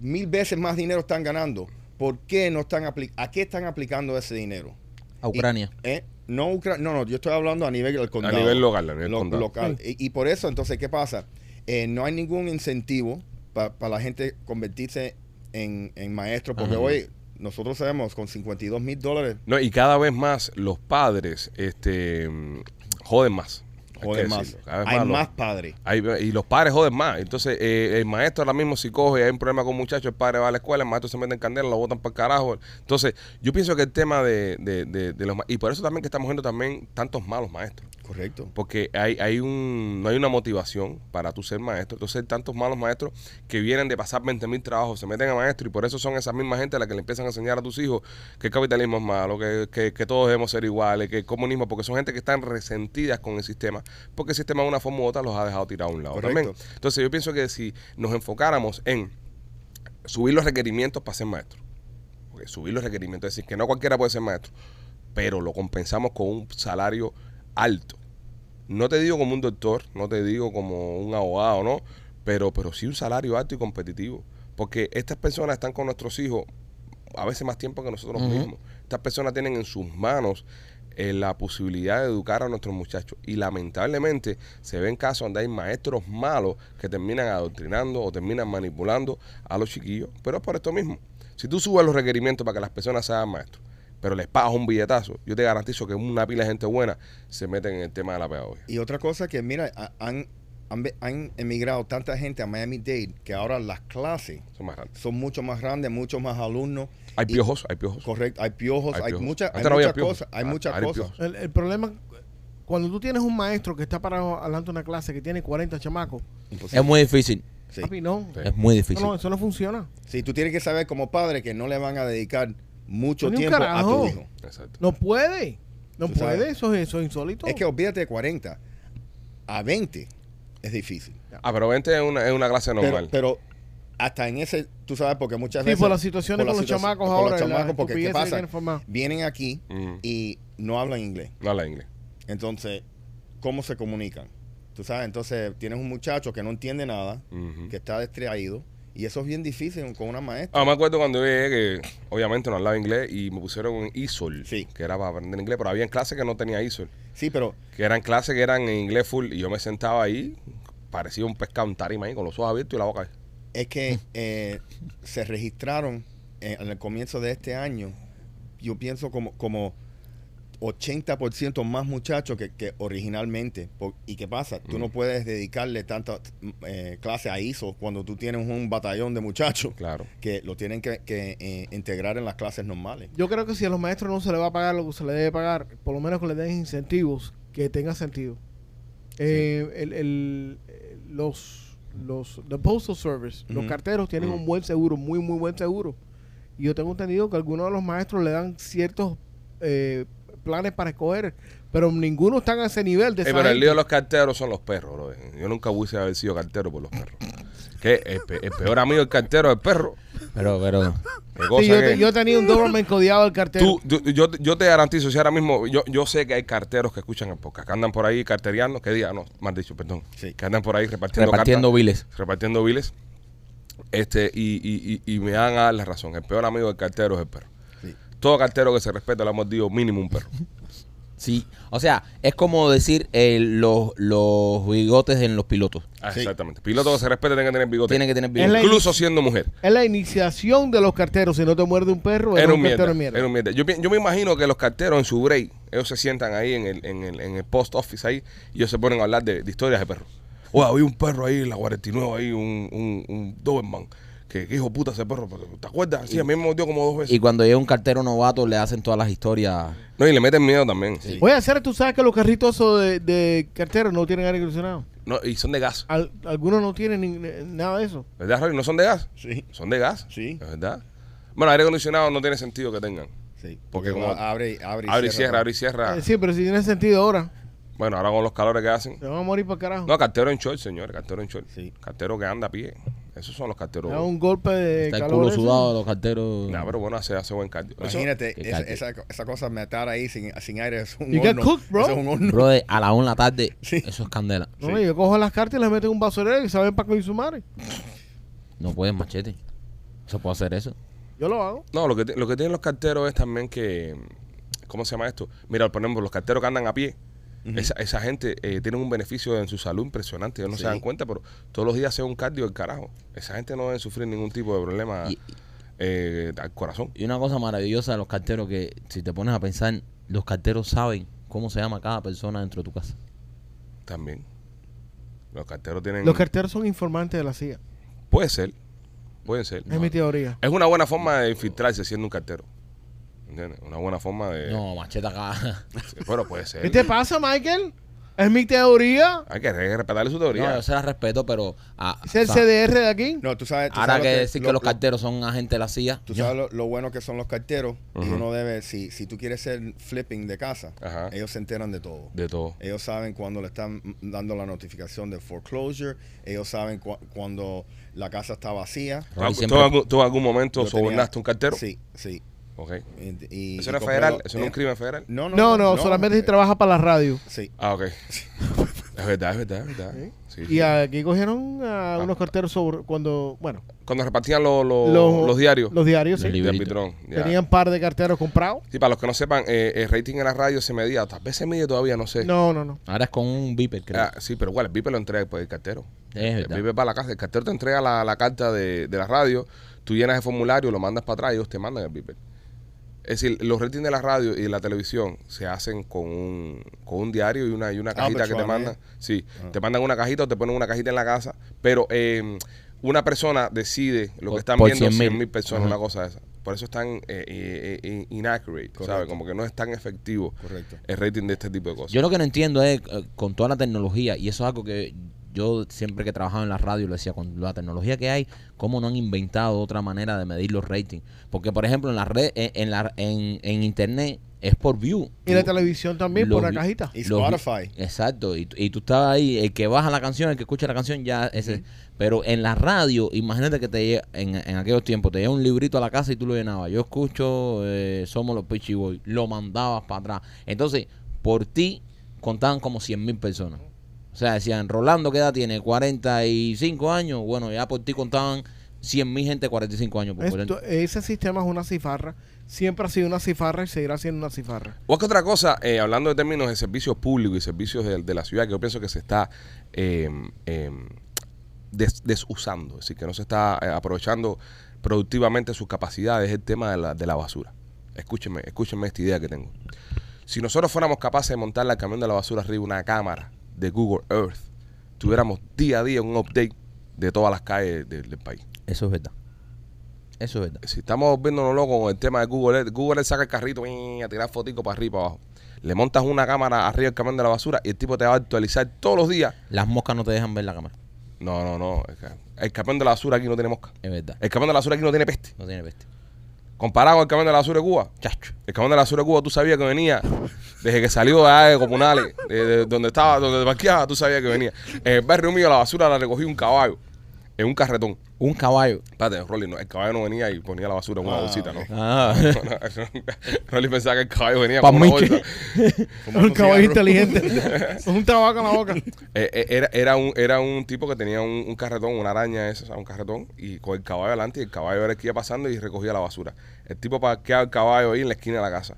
[SPEAKER 6] mil veces más dinero están ganando. ¿Por qué no están apli- ¿A qué están aplicando ese dinero?
[SPEAKER 3] A Ucrania.
[SPEAKER 6] Y- eh, no, Ucra- no, no, yo estoy hablando a nivel del condado.
[SPEAKER 1] nivel local, a nivel
[SPEAKER 6] Lo-
[SPEAKER 1] condado.
[SPEAKER 6] local. Y, y por eso, entonces, ¿qué pasa? Eh, no hay ningún incentivo para la gente convertirse en, en maestro, porque
[SPEAKER 3] Ajá.
[SPEAKER 6] hoy nosotros sabemos con 52 mil dólares
[SPEAKER 1] No, y cada vez más los padres este, mm, joden más. Hay que
[SPEAKER 6] joder, más.
[SPEAKER 1] decirlo. Cada vez
[SPEAKER 6] Hay
[SPEAKER 1] los-
[SPEAKER 6] más padres.
[SPEAKER 1] Hay- y los padres joden más. Entonces, eh, el maestro ahora mismo, si coge, hay un problema con un muchacho, el padre va a la escuela, el maestro se mete en candela, lo botan para el carajo. Entonces, yo pienso que el tema de, de- de- de los ma- Y por eso también que estamos viendo también tantos malos maestros.
[SPEAKER 6] Correcto.
[SPEAKER 1] Porque hay, hay un, no hay una motivación para tú ser maestro. Entonces hay tantos malos maestros que vienen de pasar 20 mil trabajos, se meten a maestro y por eso son esas mismas gente a las que le empiezan a enseñar a tus hijos que el capitalismo es malo, que, que- que todos debemos ser iguales, que el comunismo, porque son gente que están resentidas con el sistema, porque el sistema de una forma u otra los ha dejado tirados a un lado.
[SPEAKER 6] Correcto.
[SPEAKER 1] también. Entonces yo pienso que si nos enfocáramos en subir los requerimientos para ser maestro, porque subir los requerimientos, es decir, que no cualquiera puede ser maestro, pero lo compensamos con un salario alto. No te digo como un doctor, no te digo como un abogado, ¿no? Pero, pero sí un salario alto y competitivo. Porque estas personas están con nuestros hijos a veces más tiempo que nosotros mismos. Estas personas tienen en sus manos eh, la posibilidad de educar a nuestros muchachos. Y lamentablemente se ven casos donde hay maestros malos que terminan adoctrinando o terminan manipulando a los chiquillos. Pero es por esto mismo. Si tú subes los requerimientos para que las personas sean maestros, pero les pagas un billetazo, yo te garantizo que una pila de gente buena se meten en el tema de la pedagogía.
[SPEAKER 6] Y otra cosa que, mira, ha- han, han, ve- han emigrado tanta gente a Miami-Dade que ahora las clases
[SPEAKER 1] Son más grandes.
[SPEAKER 6] son mucho más grandes, muchos más alumnos.
[SPEAKER 1] Hay
[SPEAKER 6] Y-
[SPEAKER 1] piojos, hay piojos.
[SPEAKER 6] Correcto, hay piojos,
[SPEAKER 1] Hay
[SPEAKER 6] hay,
[SPEAKER 1] piojos.
[SPEAKER 6] muchas hay
[SPEAKER 1] Antes no había
[SPEAKER 6] muchas
[SPEAKER 1] piojos.
[SPEAKER 6] cosas, hay
[SPEAKER 1] Ah,
[SPEAKER 6] muchas
[SPEAKER 1] ahora hay
[SPEAKER 6] cosas.
[SPEAKER 1] piojos.
[SPEAKER 4] El, el problema, cuando tú tienes un maestro que está parado delante de una clase que tiene 40 chamacos,
[SPEAKER 6] Imposible.
[SPEAKER 3] Es muy difícil.
[SPEAKER 6] Sí.
[SPEAKER 4] papi, no.
[SPEAKER 1] Sí.
[SPEAKER 3] Es muy
[SPEAKER 4] Eso
[SPEAKER 3] difícil.
[SPEAKER 4] no, eso no funciona.
[SPEAKER 6] Sí, tú tienes que saber como padre que no le van a dedicar mucho
[SPEAKER 4] Ni un
[SPEAKER 6] tiempo a tu
[SPEAKER 4] carajo.
[SPEAKER 6] hijo.
[SPEAKER 1] Exacto.
[SPEAKER 4] No puede. No
[SPEAKER 6] Tú
[SPEAKER 4] puede.
[SPEAKER 6] sabes.
[SPEAKER 4] Eso es, eso es insólito.
[SPEAKER 6] Es que olvídate de 40 a 20 es difícil.
[SPEAKER 1] Ah, pero 20 es una, es una clase normal.
[SPEAKER 6] Pero, pero hasta en ese, tú sabes, porque muchas
[SPEAKER 4] Sí,
[SPEAKER 6] veces.
[SPEAKER 4] por las situaciones con los chamacos
[SPEAKER 6] con
[SPEAKER 4] ahora,
[SPEAKER 6] los
[SPEAKER 4] las
[SPEAKER 6] chamacos, porque ¿qué
[SPEAKER 4] estupideces que
[SPEAKER 6] pasa?
[SPEAKER 4] tienen formadas.
[SPEAKER 6] Vienen aquí
[SPEAKER 1] Ujú.
[SPEAKER 6] y no hablan inglés.
[SPEAKER 1] no habla inglés.
[SPEAKER 6] Entonces, ¿cómo se comunican? Tú sabes, entonces tienes un muchacho que no entiende nada,
[SPEAKER 1] Ujú.
[SPEAKER 6] que está distraído, y eso es bien difícil con una maestra.
[SPEAKER 1] Ah, me acuerdo cuando yo llegué que obviamente no hablaba inglés y me pusieron un ISOL,
[SPEAKER 6] Sí.
[SPEAKER 1] que era para aprender inglés, pero había clases que no tenía ISOL,
[SPEAKER 6] Sí, pero
[SPEAKER 1] que eran clases que eran en inglés full y yo me sentaba ahí, parecía un pescado en tarima ahí, con los ojos abiertos y la boca ahí.
[SPEAKER 6] es
[SPEAKER 1] Mm.
[SPEAKER 6] que eh, se registraron eh, en, el comienzo de este año, yo pienso como, como 80% más muchachos que, que originalmente. Por- ¿Y qué pasa?
[SPEAKER 1] Mm.
[SPEAKER 6] Tú no puedes dedicarle tanta eh, clase a ISO cuando tú tienes un batallón de muchachos
[SPEAKER 1] Claro.
[SPEAKER 6] que lo tienen que, que, eh, integrar en las clases normales.
[SPEAKER 4] Yo creo que si a los maestros no se les va a pagar lo que se les debe pagar, por lo menos que les den incentivos que tenga sentido. Eh, el, el- eh, los, los the Postal Service, los
[SPEAKER 6] Ujú.
[SPEAKER 4] carteros tienen
[SPEAKER 1] Ujú.
[SPEAKER 4] un buen seguro, muy, muy buen seguro. Y yo tengo entendido que algunos de los maestros le dan ciertos eh, planes para escoger, pero ninguno están a ese nivel de
[SPEAKER 1] Eh,
[SPEAKER 4] esa
[SPEAKER 1] pero el
[SPEAKER 4] gente.
[SPEAKER 1] lío de los carteros son los perros, bro. Yo nunca hubiese haber sido cartero por los perros. Que el, pe- el peor amigo del cartero es el perro.
[SPEAKER 3] Pero, pero.
[SPEAKER 1] Qué cosa
[SPEAKER 4] Sí, yo,
[SPEAKER 1] que-
[SPEAKER 4] te- yo tenía un Doberman que odiaba el cartero.
[SPEAKER 1] Tú- tú- yo, yo te garantizo, si ahora mismo, yo, yo sé que hay carteros que escuchan el podcast, que andan por ahí carteriando, que digan, no, mal dicho, perdón,
[SPEAKER 6] Sí.
[SPEAKER 1] que andan por ahí repartiendo
[SPEAKER 3] Repartiendo biles.
[SPEAKER 1] cartas, repartiendo biles, este, y, y- y- y me van a dar la razón, el peor amigo del cartero es el perro.
[SPEAKER 6] Sí.
[SPEAKER 1] Todo cartero que se respeta le hemos mordido mínimo un perro.
[SPEAKER 3] Sí. O sea, es como decir eh, los, los bigotes en los pilotos.
[SPEAKER 1] Ah,
[SPEAKER 6] Sí.
[SPEAKER 1] Exactamente. Piloto que se respete tiene que tener bigote.
[SPEAKER 3] Tiene que tener
[SPEAKER 4] Es
[SPEAKER 3] bigotes.
[SPEAKER 4] la-
[SPEAKER 1] Incluso siendo mujer.
[SPEAKER 4] Es la iniciación de los carteros. Si no te muerde Pues un perro, eres
[SPEAKER 1] Era un mierda.
[SPEAKER 4] cartero de mierda.
[SPEAKER 1] era un mierda. Yo, pi- yo me imagino que los carteros en su break, ellos se sientan ahí en el, en el, en el post office ahí y ellos se ponen a hablar de, de historias de perros. O había un perro ahí, en la 49, ahí, un, un, un Doberman. Que, que hijo de puta ese perro, pero, ¿te acuerdas? Sí, a mí me mordió como dos
[SPEAKER 3] Y
[SPEAKER 1] veces.
[SPEAKER 3] cuando llega un cartero novato, le hacen todas las historias.
[SPEAKER 1] no, y le meten miedo también.
[SPEAKER 4] Oye, hacer tú sabes que los carritos esos de, de carteros no tienen aire acondicionado.
[SPEAKER 1] No, y son de gas.
[SPEAKER 4] Al- algunos no tienen ni- ni- nada de eso.
[SPEAKER 1] ¿Verdad, Roy? No son de gas.
[SPEAKER 6] Sí,
[SPEAKER 1] Son de gas.
[SPEAKER 6] Sí.
[SPEAKER 1] Es verdad. Bueno, aire acondicionado no tiene sentido que tengan.
[SPEAKER 6] sí.
[SPEAKER 1] Porque
[SPEAKER 6] Porque
[SPEAKER 1] como-
[SPEAKER 6] abre, abre y
[SPEAKER 1] Abre y cierra,
[SPEAKER 6] cierra.
[SPEAKER 1] abre y cierra.
[SPEAKER 4] Eh, sí, pero si tiene sentido ahora,
[SPEAKER 1] Bueno, ahora con los calores que hacen.
[SPEAKER 4] se van a morir para carajo.
[SPEAKER 1] No, cartero en short, señor. Cartero en short.
[SPEAKER 6] Sí.
[SPEAKER 1] Cartero que anda a pie. Esos son los carteros.
[SPEAKER 4] Le da un golpe de
[SPEAKER 3] Está el
[SPEAKER 4] calor.
[SPEAKER 3] culo
[SPEAKER 4] ese.
[SPEAKER 3] sudado de los carteros.
[SPEAKER 1] Nah, pero bueno, hace, hace buen cardio. Eso-
[SPEAKER 6] Imagínate,
[SPEAKER 3] Qué
[SPEAKER 6] esa,
[SPEAKER 3] calle.
[SPEAKER 6] esa, esa cosa matar ahí sin, sin aire es un
[SPEAKER 4] You get
[SPEAKER 6] horno.
[SPEAKER 4] cooked, bro.
[SPEAKER 6] Eso es un horno.
[SPEAKER 3] Brother, a la 1 de la tarde,
[SPEAKER 6] Sí.
[SPEAKER 3] eso es candela.
[SPEAKER 4] No, yo cojo las cartas y las meto en un basurero y saben para qué su madre.
[SPEAKER 3] No puedes machete. Se puede hacer eso.
[SPEAKER 4] Yo lo hago.
[SPEAKER 1] no, lo que, ti- lo que tienen los carteros es también que. ¿Cómo se llama esto? Mira, por ejemplo, los carteros que andan a pie. Esa, esa gente eh, tiene un beneficio en su salud impresionante. Ellos no
[SPEAKER 6] Sí.
[SPEAKER 1] se dan cuenta, pero todos los días hacen un cardio del carajo. Esa gente no debe sufrir ningún tipo de problema
[SPEAKER 3] Y-
[SPEAKER 1] eh, al corazón.
[SPEAKER 3] Y una cosa maravillosa de los carteros que, si te pones a pensar, los carteros saben cómo se llama cada persona dentro de tu casa.
[SPEAKER 1] También. Los carteros tienen.
[SPEAKER 4] Los carteros son informantes de la CIA.
[SPEAKER 1] puede ser. Pueden ser.
[SPEAKER 4] Es mi teoría.
[SPEAKER 1] Es una buena forma de infiltrarse siendo un cartero. ¿Entiendes? Una buena forma de.
[SPEAKER 6] Eh.
[SPEAKER 3] No, machete acá.
[SPEAKER 1] Sí, Pero puede ser.
[SPEAKER 4] Este ¿Qué te pasa, Michael? Es mi teoría.
[SPEAKER 1] Hay que re- respetarle su
[SPEAKER 3] No,
[SPEAKER 1] teoría.
[SPEAKER 3] yo se la respeto, pero. ah,
[SPEAKER 4] Es el
[SPEAKER 3] o sea,
[SPEAKER 4] CDR de aquí.
[SPEAKER 6] No, tú sabes. tú
[SPEAKER 3] Ahora
[SPEAKER 6] sabes
[SPEAKER 3] que
[SPEAKER 6] lo
[SPEAKER 3] decir que
[SPEAKER 6] lo-
[SPEAKER 3] los
[SPEAKER 6] lo-
[SPEAKER 3] carteros son agentes de la CIA.
[SPEAKER 6] Tú sabes lo, lo bueno que son los carteros. Y
[SPEAKER 1] Ujú.
[SPEAKER 6] uno debe, si, si tú quieres ser flipping de casa,
[SPEAKER 1] Ajá.
[SPEAKER 6] ellos se enteran de todo.
[SPEAKER 1] De todo.
[SPEAKER 6] ellos saben cuando le están dando la notificación de foreclosure. Ellos saben cua- cuando la casa está vacía.
[SPEAKER 1] ¿Tú, algu-
[SPEAKER 3] siempre-
[SPEAKER 1] tú en algún- tú en algún momento
[SPEAKER 6] Yo tenía-
[SPEAKER 1] sobornaste a un cartero?
[SPEAKER 6] Sí, sí.
[SPEAKER 1] Ok.
[SPEAKER 6] Y- y-
[SPEAKER 1] ¿Eso
[SPEAKER 6] y
[SPEAKER 1] no es
[SPEAKER 6] compré
[SPEAKER 1] federal?
[SPEAKER 6] lo-
[SPEAKER 1] ¿Eso no es
[SPEAKER 6] eh,
[SPEAKER 1] un crimen federal?
[SPEAKER 6] No, no,
[SPEAKER 4] No, no, solamente
[SPEAKER 6] eh,
[SPEAKER 4] si trabaja para la radio.
[SPEAKER 6] Sí.
[SPEAKER 1] Ah, ok. Es verdad, es verdad, es verdad. Sí, sí.
[SPEAKER 4] Y aquí cogieron a unos carteros sobre cuando, bueno,
[SPEAKER 1] Cuando repartían lo- lo-
[SPEAKER 4] los,
[SPEAKER 1] los diarios.
[SPEAKER 4] Los diarios,
[SPEAKER 3] Los
[SPEAKER 4] sí.
[SPEAKER 3] libros.
[SPEAKER 1] de
[SPEAKER 3] libritos.
[SPEAKER 1] Arbitrón, ya.
[SPEAKER 4] Tenían par de carteros comprados.
[SPEAKER 1] Sí, para los que no sepan, eh, el rating en la radio se medía, tal vez se mide todavía, no sé.
[SPEAKER 4] No, no, no.
[SPEAKER 3] Ahora es con un beeper, creo.
[SPEAKER 1] Ah, sí, pero igual, el pipe lo entrega pues, el cartero.
[SPEAKER 3] es
[SPEAKER 1] El
[SPEAKER 3] verdad.
[SPEAKER 1] pipe para la casa, el cartero te entrega la, la carta de, de la radio, tú llenas el formulario, lo mandas para atrás, ellos te mandan el pipe. Es decir, los ratings de la radio y de la televisión se hacen con un, con un diario y una, y una
[SPEAKER 6] Ah,
[SPEAKER 1] cajita que te
[SPEAKER 6] personal,
[SPEAKER 1] mandan.
[SPEAKER 6] ¿eh?
[SPEAKER 1] Sí, te mandan una cajita o te ponen una cajita en la casa, pero eh, una persona decide lo que
[SPEAKER 3] Por-
[SPEAKER 1] están
[SPEAKER 3] por
[SPEAKER 1] viendo
[SPEAKER 3] 100.000.
[SPEAKER 1] 100 mil personas,
[SPEAKER 3] Ajá.
[SPEAKER 1] una cosa de esa. Por eso están eh, eh, eh, inaccurate, ¿sabes?
[SPEAKER 6] Correcto.
[SPEAKER 1] Como que no es tan efectivo
[SPEAKER 6] Correcto.
[SPEAKER 1] el rating de este tipo de cosas.
[SPEAKER 3] Yo lo que no entiendo es eh, con toda la tecnología, y eso es algo que yo siempre que trabajaba en la radio lo decía, con la tecnología que hay, ¿cómo no han inventado otra manera de medir los ratings? Porque, por ejemplo, en la red, en, en la, en, en internet es por view.
[SPEAKER 4] Y la
[SPEAKER 3] Tú-
[SPEAKER 4] televisión también,
[SPEAKER 3] lo
[SPEAKER 4] por la
[SPEAKER 3] vi-
[SPEAKER 4] cajita.
[SPEAKER 6] Y
[SPEAKER 3] Los-
[SPEAKER 6] Spotify.
[SPEAKER 3] Exacto, y, y tú estabas ahí, el que baja la canción, el que escucha la canción, ya ese. Pero en la radio, imagínate que te lle- en, en aquellos tiempos, te llega un librito a la casa y tú lo llenabas. Yo escucho eh, Somos los Pitchy Boys, lo mandabas para atrás. Entonces, por ti contaban como 100 mil personas. O sea, decían, Rolando, ¿qué edad tiene? 45 años. Bueno, ya por ti contaban 100 mil gente de 45 años. Por
[SPEAKER 4] Esto- ese sistema es una cifarra. Siempre ha sido una cifarra y seguirá siendo una cifarra.
[SPEAKER 1] O es que otra cosa, eh, hablando de términos de servicios públicos y servicios de, de la ciudad, que yo pienso que se está eh, eh, des- desusando, es decir, que no se está eh, aprovechando productivamente sus capacidades, es el tema de la, de la basura. Escúchenme, escúchenme esta idea que tengo. Si nosotros fuéramos capaces de montarle al camión de la basura arriba una cámara de Google Earth, tuviéramos día a día un update de todas las calles del- del país
[SPEAKER 3] Eso es verdad. Eso es verdad.
[SPEAKER 1] si estamos viéndonos locos con el tema de Google, Earth, Google Earth saca el carrito ¡uin! a tirar fotico para arriba y para abajo. Le montas una cámara arriba del camión de la basura y el tipo te va a actualizar todos los días.
[SPEAKER 3] Las moscas no te dejan ver la cámara.
[SPEAKER 1] No, no, no. El ca- El camión de la basura aquí no tiene mosca.
[SPEAKER 3] Es verdad.
[SPEAKER 1] El camión de la basura aquí no tiene peste.
[SPEAKER 3] No tiene peste.
[SPEAKER 1] Comparado con el camión de la basura de Cuba.
[SPEAKER 3] Chacho.
[SPEAKER 1] El camión de la basura de Cuba, tú sabías que venía desde que salió de, allá de comunales, de, de donde estaba, donde te parqueaba, tú sabías que venía. En el barrio mío la basura la recogí un caballo en un carretón.
[SPEAKER 3] Un caballo.
[SPEAKER 1] Espérate, Rolly, no, el caballo no venía y ponía la basura en una
[SPEAKER 6] Ah,
[SPEAKER 1] bolsita, ¿no?
[SPEAKER 3] Ah.
[SPEAKER 1] Rolly pensaba que el caballo venía
[SPEAKER 3] Pa'
[SPEAKER 1] con una
[SPEAKER 3] Mickey.
[SPEAKER 1] bolsa.
[SPEAKER 6] Fumando
[SPEAKER 4] Un caballo
[SPEAKER 6] cigarro.
[SPEAKER 4] inteligente. Es un tabaco en la boca.
[SPEAKER 1] Eh, eh, era, era, un, era un tipo que tenía un, un carretón, una araña esa, o sea, un carretón, y con el caballo adelante, y el caballo era el que iba pasando y recogía la basura. El tipo parqueaba el caballo ahí en la esquina de la casa.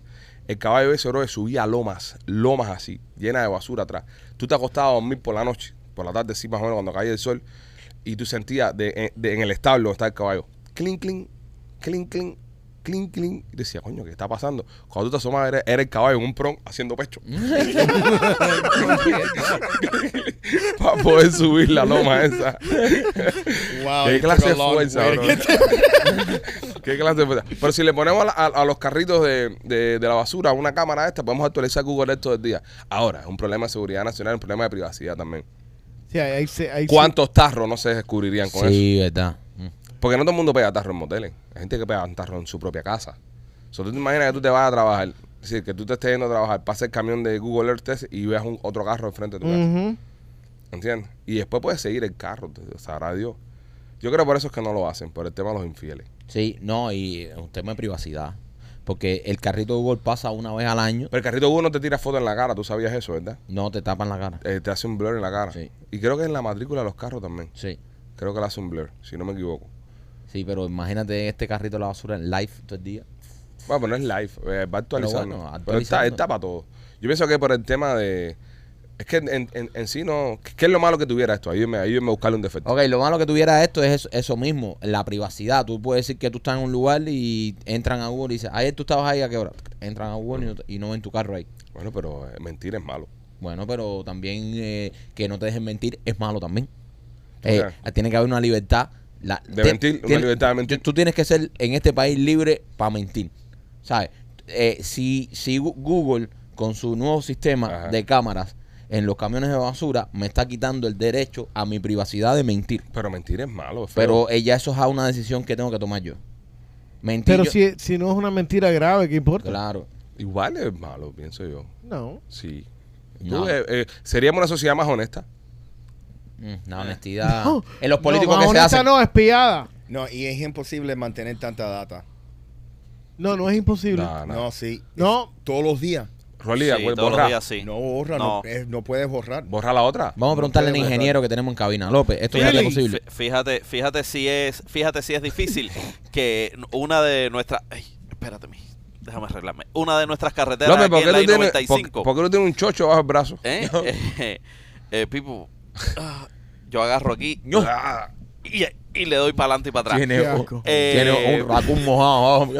[SPEAKER 1] El caballo ese bro, subía lomas, lomas así, llenas de basura atrás. Tú te acostabas a dormir por la noche, por la tarde, sí, más o menos, cuando caía el sol, y tú sentías de, en- de- en el establo donde está el caballo, clink, clink, clink, clink, clink, clink. Y decía, coño, ¿qué está pasando? Cuando tú te asomas, era, era el caballo en un prom haciendo pecho. para poder subir la loma esa.
[SPEAKER 6] Wow,
[SPEAKER 1] ¿Qué
[SPEAKER 6] you
[SPEAKER 1] clase
[SPEAKER 6] took
[SPEAKER 1] de
[SPEAKER 6] a long
[SPEAKER 1] fuerza,
[SPEAKER 6] way.
[SPEAKER 1] bro? ¿Qué clase de fuerza? Pero si le ponemos a, la- a- a los carritos de, de- de la basura una cámara esta, podemos actualizar Google Earth todo el día. Ahora, es un problema de seguridad nacional, un problema de privacidad también.
[SPEAKER 4] Sí, ahí- ahí se- ahí se-
[SPEAKER 1] ¿Cuántos tarros no se descubrirían con
[SPEAKER 3] Sí, verdad. Mm.
[SPEAKER 1] eso? Porque no todo el mundo pega tarros en moteles. Hay gente que pega un tarro en su propia casa. O sea, tú te imaginas que tú te vas a trabajar, es decir, que tú te estés yendo a trabajar, pase el camión de Google Earth ese y veas un, otro carro enfrente de tu casa.
[SPEAKER 4] Ujú.
[SPEAKER 1] ¿Entiendes? Y después puedes seguir el carro, te- sabrá Dios. Yo creo por eso es que no lo hacen, por el tema de los infieles.
[SPEAKER 3] Sí, no, y es un tema de privacidad. Porque el carrito de Google pasa una vez al año,
[SPEAKER 1] Pero el carrito Google no te tira foto en la cara, tú sabías eso, ¿verdad?
[SPEAKER 3] no te tapan la cara.
[SPEAKER 1] Eh, te hace un blur en la cara.
[SPEAKER 3] Sí.
[SPEAKER 1] Y creo que en la matrícula de los carros también.
[SPEAKER 3] Sí,
[SPEAKER 1] Creo que le hace un blur, si no me equivoco.
[SPEAKER 3] sí, pero imagínate este carrito de la basura en live todo el día.
[SPEAKER 1] Bueno, pero no es live, eh, va actualizando.
[SPEAKER 3] bueno,
[SPEAKER 1] Pero está,
[SPEAKER 3] actualizando.
[SPEAKER 1] está para todo. Yo pienso que por el tema de. Es que en, en- en sí no. ¿Qué es lo malo que tuviera esto? Ayúdame, ayúdame a buscarle un defecto.
[SPEAKER 3] Ok, lo malo que tuviera esto es eso, eso mismo, la privacidad. Tú puedes decir que tú estás en un lugar y entran a Google y dicen, ayer tú estabas ahí, ¿a qué hora? Entran a Google y no, te- y no ven tu carro ahí.
[SPEAKER 1] Bueno, pero eh, mentir es malo.
[SPEAKER 3] Bueno, pero también eh, que no te dejen mentir es malo también. Eh,
[SPEAKER 1] Ok.
[SPEAKER 3] Tiene que haber una libertad. la-
[SPEAKER 1] De
[SPEAKER 3] ti-
[SPEAKER 1] mentir, una
[SPEAKER 3] tiene-
[SPEAKER 1] libertad de mentir.
[SPEAKER 3] Tú, tú tienes que ser en este país libre para mentir. ¿Sabes? Eh, si, si Gu- Google, con su nuevo sistema
[SPEAKER 1] Ajá.
[SPEAKER 3] de cámaras, en los camiones de basura me está quitando el derecho a mi privacidad de mentir.
[SPEAKER 1] Pero mentir es malo. es feo.
[SPEAKER 3] Pero eh, ya eso es a una decisión que tengo que tomar yo. Mentir.
[SPEAKER 4] Pero
[SPEAKER 3] yo-
[SPEAKER 4] si, si no es una mentira grave, ¿qué importa?
[SPEAKER 3] Claro.
[SPEAKER 1] Igual es malo, pienso yo.
[SPEAKER 4] No.
[SPEAKER 1] Sí.
[SPEAKER 3] No.
[SPEAKER 1] Tú, eh, eh, seríamos una sociedad más honesta.
[SPEAKER 3] Mm,
[SPEAKER 1] Eh.
[SPEAKER 3] La honestidad.
[SPEAKER 4] No.
[SPEAKER 3] En los políticos
[SPEAKER 4] no,
[SPEAKER 3] que se
[SPEAKER 4] honesta
[SPEAKER 3] hacen.
[SPEAKER 4] no, es pillada.
[SPEAKER 6] No, y es imposible mantener tanta data.
[SPEAKER 4] No, no es imposible.
[SPEAKER 1] Nah, nah.
[SPEAKER 6] No, sí.
[SPEAKER 4] No.
[SPEAKER 6] Es Todos los días.
[SPEAKER 1] Rolly,
[SPEAKER 5] Sí,
[SPEAKER 1] pues, borra,
[SPEAKER 5] todos los días sí.
[SPEAKER 6] No borra,
[SPEAKER 5] No.
[SPEAKER 6] no, eh, no puedes borrar.
[SPEAKER 1] borra la otra.
[SPEAKER 3] Vamos a preguntarle al
[SPEAKER 6] puede
[SPEAKER 3] ingeniero que tenemos en cabina. López, ¿esto es
[SPEAKER 5] Fíjate,
[SPEAKER 3] posible?
[SPEAKER 5] fí- Fíjate, fíjate si es, fíjate si es difícil que una de nuestras, ay, espérate mi, déjame arreglarme. Una de nuestras carreteras
[SPEAKER 1] López, ¿por
[SPEAKER 5] aquí
[SPEAKER 1] qué,
[SPEAKER 5] en la
[SPEAKER 1] tú tienes, por,
[SPEAKER 5] 95.
[SPEAKER 1] por qué tú tienes un chocho bajo el brazo?
[SPEAKER 5] ¿Eh? Eh, eh, Pipo, ah, yo agarro aquí
[SPEAKER 1] No.
[SPEAKER 5] y, y le doy para adelante y para atrás.
[SPEAKER 3] Tiene,
[SPEAKER 4] Ah,
[SPEAKER 1] Eh,
[SPEAKER 4] Qué
[SPEAKER 3] un-
[SPEAKER 4] asco.
[SPEAKER 3] tiene
[SPEAKER 5] Eh,
[SPEAKER 3] un racún mojado. abajo.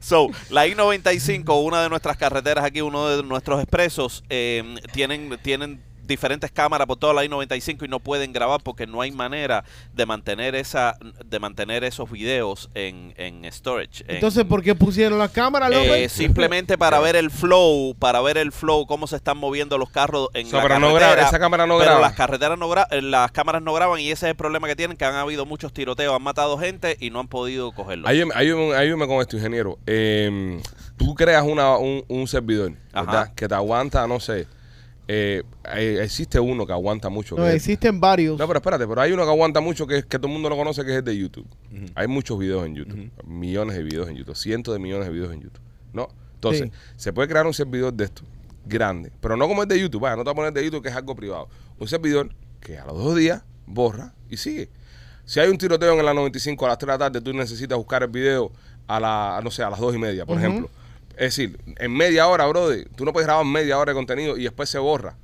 [SPEAKER 5] So, la I-95, una de nuestras carreteras aquí, uno de nuestros expresos, eh, tienen, tienen diferentes cámaras por toda la I-95 y no pueden grabar porque no hay manera de mantener esa de mantener esos videos en, en storage. en-
[SPEAKER 4] Entonces, ¿por qué pusieron las cámaras,
[SPEAKER 5] eh,
[SPEAKER 4] López?
[SPEAKER 5] simplemente para ver el flow, para ver el flow, cómo se están moviendo los carros en
[SPEAKER 1] O
[SPEAKER 5] la
[SPEAKER 1] sea, pero no
[SPEAKER 5] carretera.
[SPEAKER 1] graba, esa cámara no
[SPEAKER 5] pero
[SPEAKER 1] graba.
[SPEAKER 5] las carreteras no gra- eh, las cámaras no graban y ese es el problema que tienen, que han habido muchos tiroteos, han matado gente y no han podido cogerlo.
[SPEAKER 1] Ayúdame, ayúdame, ayúdame con esto, ingeniero. Eh, tú creas una, un, un servidor
[SPEAKER 5] Ajá.
[SPEAKER 1] ¿verdad? que te aguanta, no sé. Eh, eh, existe uno que aguanta mucho.
[SPEAKER 4] No,
[SPEAKER 1] que-
[SPEAKER 4] existen varios.
[SPEAKER 1] No, pero espérate, pero hay uno que aguanta mucho que, que todo el mundo lo conoce, que es el de YouTube. Hay muchos videos en YouTube, millones de videos en YouTube, cientos de millones de videos en YouTube. ¿No? Entonces,
[SPEAKER 4] Sí.
[SPEAKER 1] se puede crear un servidor de esto, grande, pero no como el de YouTube, vaya, no te voy a poner el de YouTube que es algo privado. Un servidor que a los dos días borra y sigue. Si hay un tiroteo en la 95 a las 3 de la tarde, tú necesitas buscar el video a la, no sé, a las 2 y media, por
[SPEAKER 4] Ujú.
[SPEAKER 1] ejemplo. Es decir, en media hora, brother, tú no puedes grabar media hora de contenido y después se borra.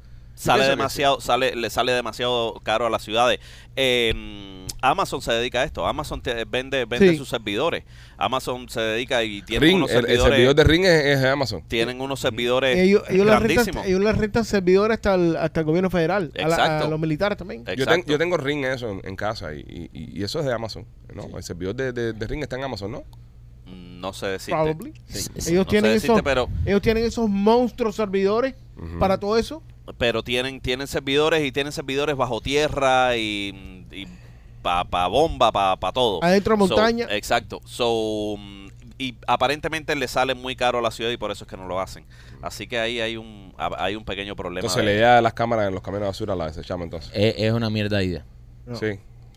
[SPEAKER 1] Pienso
[SPEAKER 5] sale
[SPEAKER 1] que sí.
[SPEAKER 5] demasiado sale le sale demasiado caro a las ciudades Eh, Amazon se dedica a esto Amazon te- vende vende
[SPEAKER 4] Sí.
[SPEAKER 5] sus servidores Amazon se dedica y tiene
[SPEAKER 1] Ring,
[SPEAKER 5] unos
[SPEAKER 1] el, el
[SPEAKER 5] servidores
[SPEAKER 1] servidor de Ring es, es de Amazon.
[SPEAKER 5] tienen unos servidores
[SPEAKER 4] Ellos, ellos les rentan,
[SPEAKER 5] grandísimos
[SPEAKER 4] ellos les rentan servidores hasta el, hasta el gobierno federal, a, la- a
[SPEAKER 5] Exacto.
[SPEAKER 4] los militares también.
[SPEAKER 1] Yo,
[SPEAKER 5] Exacto.
[SPEAKER 1] ten- yo tengo Ring eso en, en casa y, y- y- y eso es de Amazon, ¿no? El servidor de, de- de Ring está en Amazon, ¿no?
[SPEAKER 5] no sé decirte
[SPEAKER 4] Probably.
[SPEAKER 3] Sí.
[SPEAKER 5] No
[SPEAKER 4] Ellos,
[SPEAKER 5] sé
[SPEAKER 4] tienen
[SPEAKER 5] decirte,
[SPEAKER 4] esos,
[SPEAKER 5] pero-
[SPEAKER 4] ellos tienen esos monstruos servidores para todo eso.
[SPEAKER 5] pero tienen tienen servidores y tienen servidores bajo tierra y, para bomba para todo
[SPEAKER 4] Adentro
[SPEAKER 5] So,
[SPEAKER 4] montaña.
[SPEAKER 5] exacto so mm, y aparentemente le sale muy caro a la ciudad y por eso es que no lo hacen así que ahí hay un hay un pequeño problema
[SPEAKER 1] Entonces
[SPEAKER 5] de-
[SPEAKER 1] la idea de las cámaras en los camiones de basura la desechamos entonces.
[SPEAKER 3] Es, es una mierda de idea.
[SPEAKER 4] No.
[SPEAKER 1] Sí.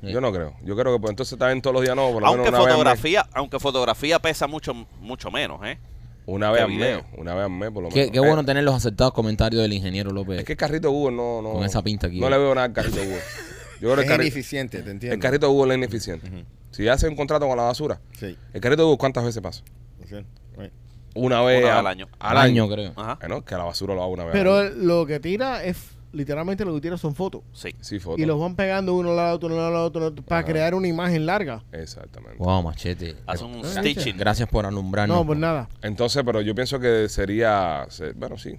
[SPEAKER 3] Sí.
[SPEAKER 1] Yo no creo. Yo creo que pues, entonces está bien todos los días, no, por lo
[SPEAKER 5] Aunque
[SPEAKER 1] menos una vez, al mes.
[SPEAKER 5] fotografía, aunque fotografía pesa mucho, mucho menos, ¿eh?
[SPEAKER 1] una vez
[SPEAKER 5] que
[SPEAKER 1] al mes.
[SPEAKER 5] video.
[SPEAKER 1] Una vez al mes, por lo menos.
[SPEAKER 3] Qué, qué
[SPEAKER 1] Eh,
[SPEAKER 3] bueno tener los aceptados comentarios del ingeniero López.
[SPEAKER 1] Es que el carrito Google no, no.
[SPEAKER 3] Con esa pinta aquí,
[SPEAKER 1] No
[SPEAKER 3] eh.
[SPEAKER 1] le veo nada al carrito Google. Yo creo que
[SPEAKER 6] Es
[SPEAKER 1] el, carri-
[SPEAKER 6] ineficiente, te entiendo.
[SPEAKER 1] el carrito Google es ineficiente. Si hace un contrato con la basura,
[SPEAKER 6] Sí.
[SPEAKER 1] el carrito Google, ¿cuántas veces pasa?
[SPEAKER 6] ok, right.
[SPEAKER 1] Una vez
[SPEAKER 5] Una vez
[SPEAKER 1] a-
[SPEAKER 5] al año.
[SPEAKER 1] Al año,
[SPEAKER 3] creo.
[SPEAKER 5] Ajá.
[SPEAKER 1] Eh, no, que la basura lo haga una vez. al
[SPEAKER 4] Pero
[SPEAKER 1] año.
[SPEAKER 4] lo que tira es, literalmente lo que tira son fotos.
[SPEAKER 5] Sí.
[SPEAKER 1] Sí, foto.
[SPEAKER 4] Y los van pegando uno al lado, otro, uno al lado, otro, para
[SPEAKER 1] Ajá.
[SPEAKER 4] crear una imagen larga.
[SPEAKER 1] Exactamente.
[SPEAKER 3] Wow, machete.
[SPEAKER 5] Hacen un
[SPEAKER 4] Gracias.
[SPEAKER 5] stitching.
[SPEAKER 3] Gracias por alumbrarnos.
[SPEAKER 4] No, pues nada.
[SPEAKER 1] Entonces, pero yo pienso que sería, se- bueno, sí.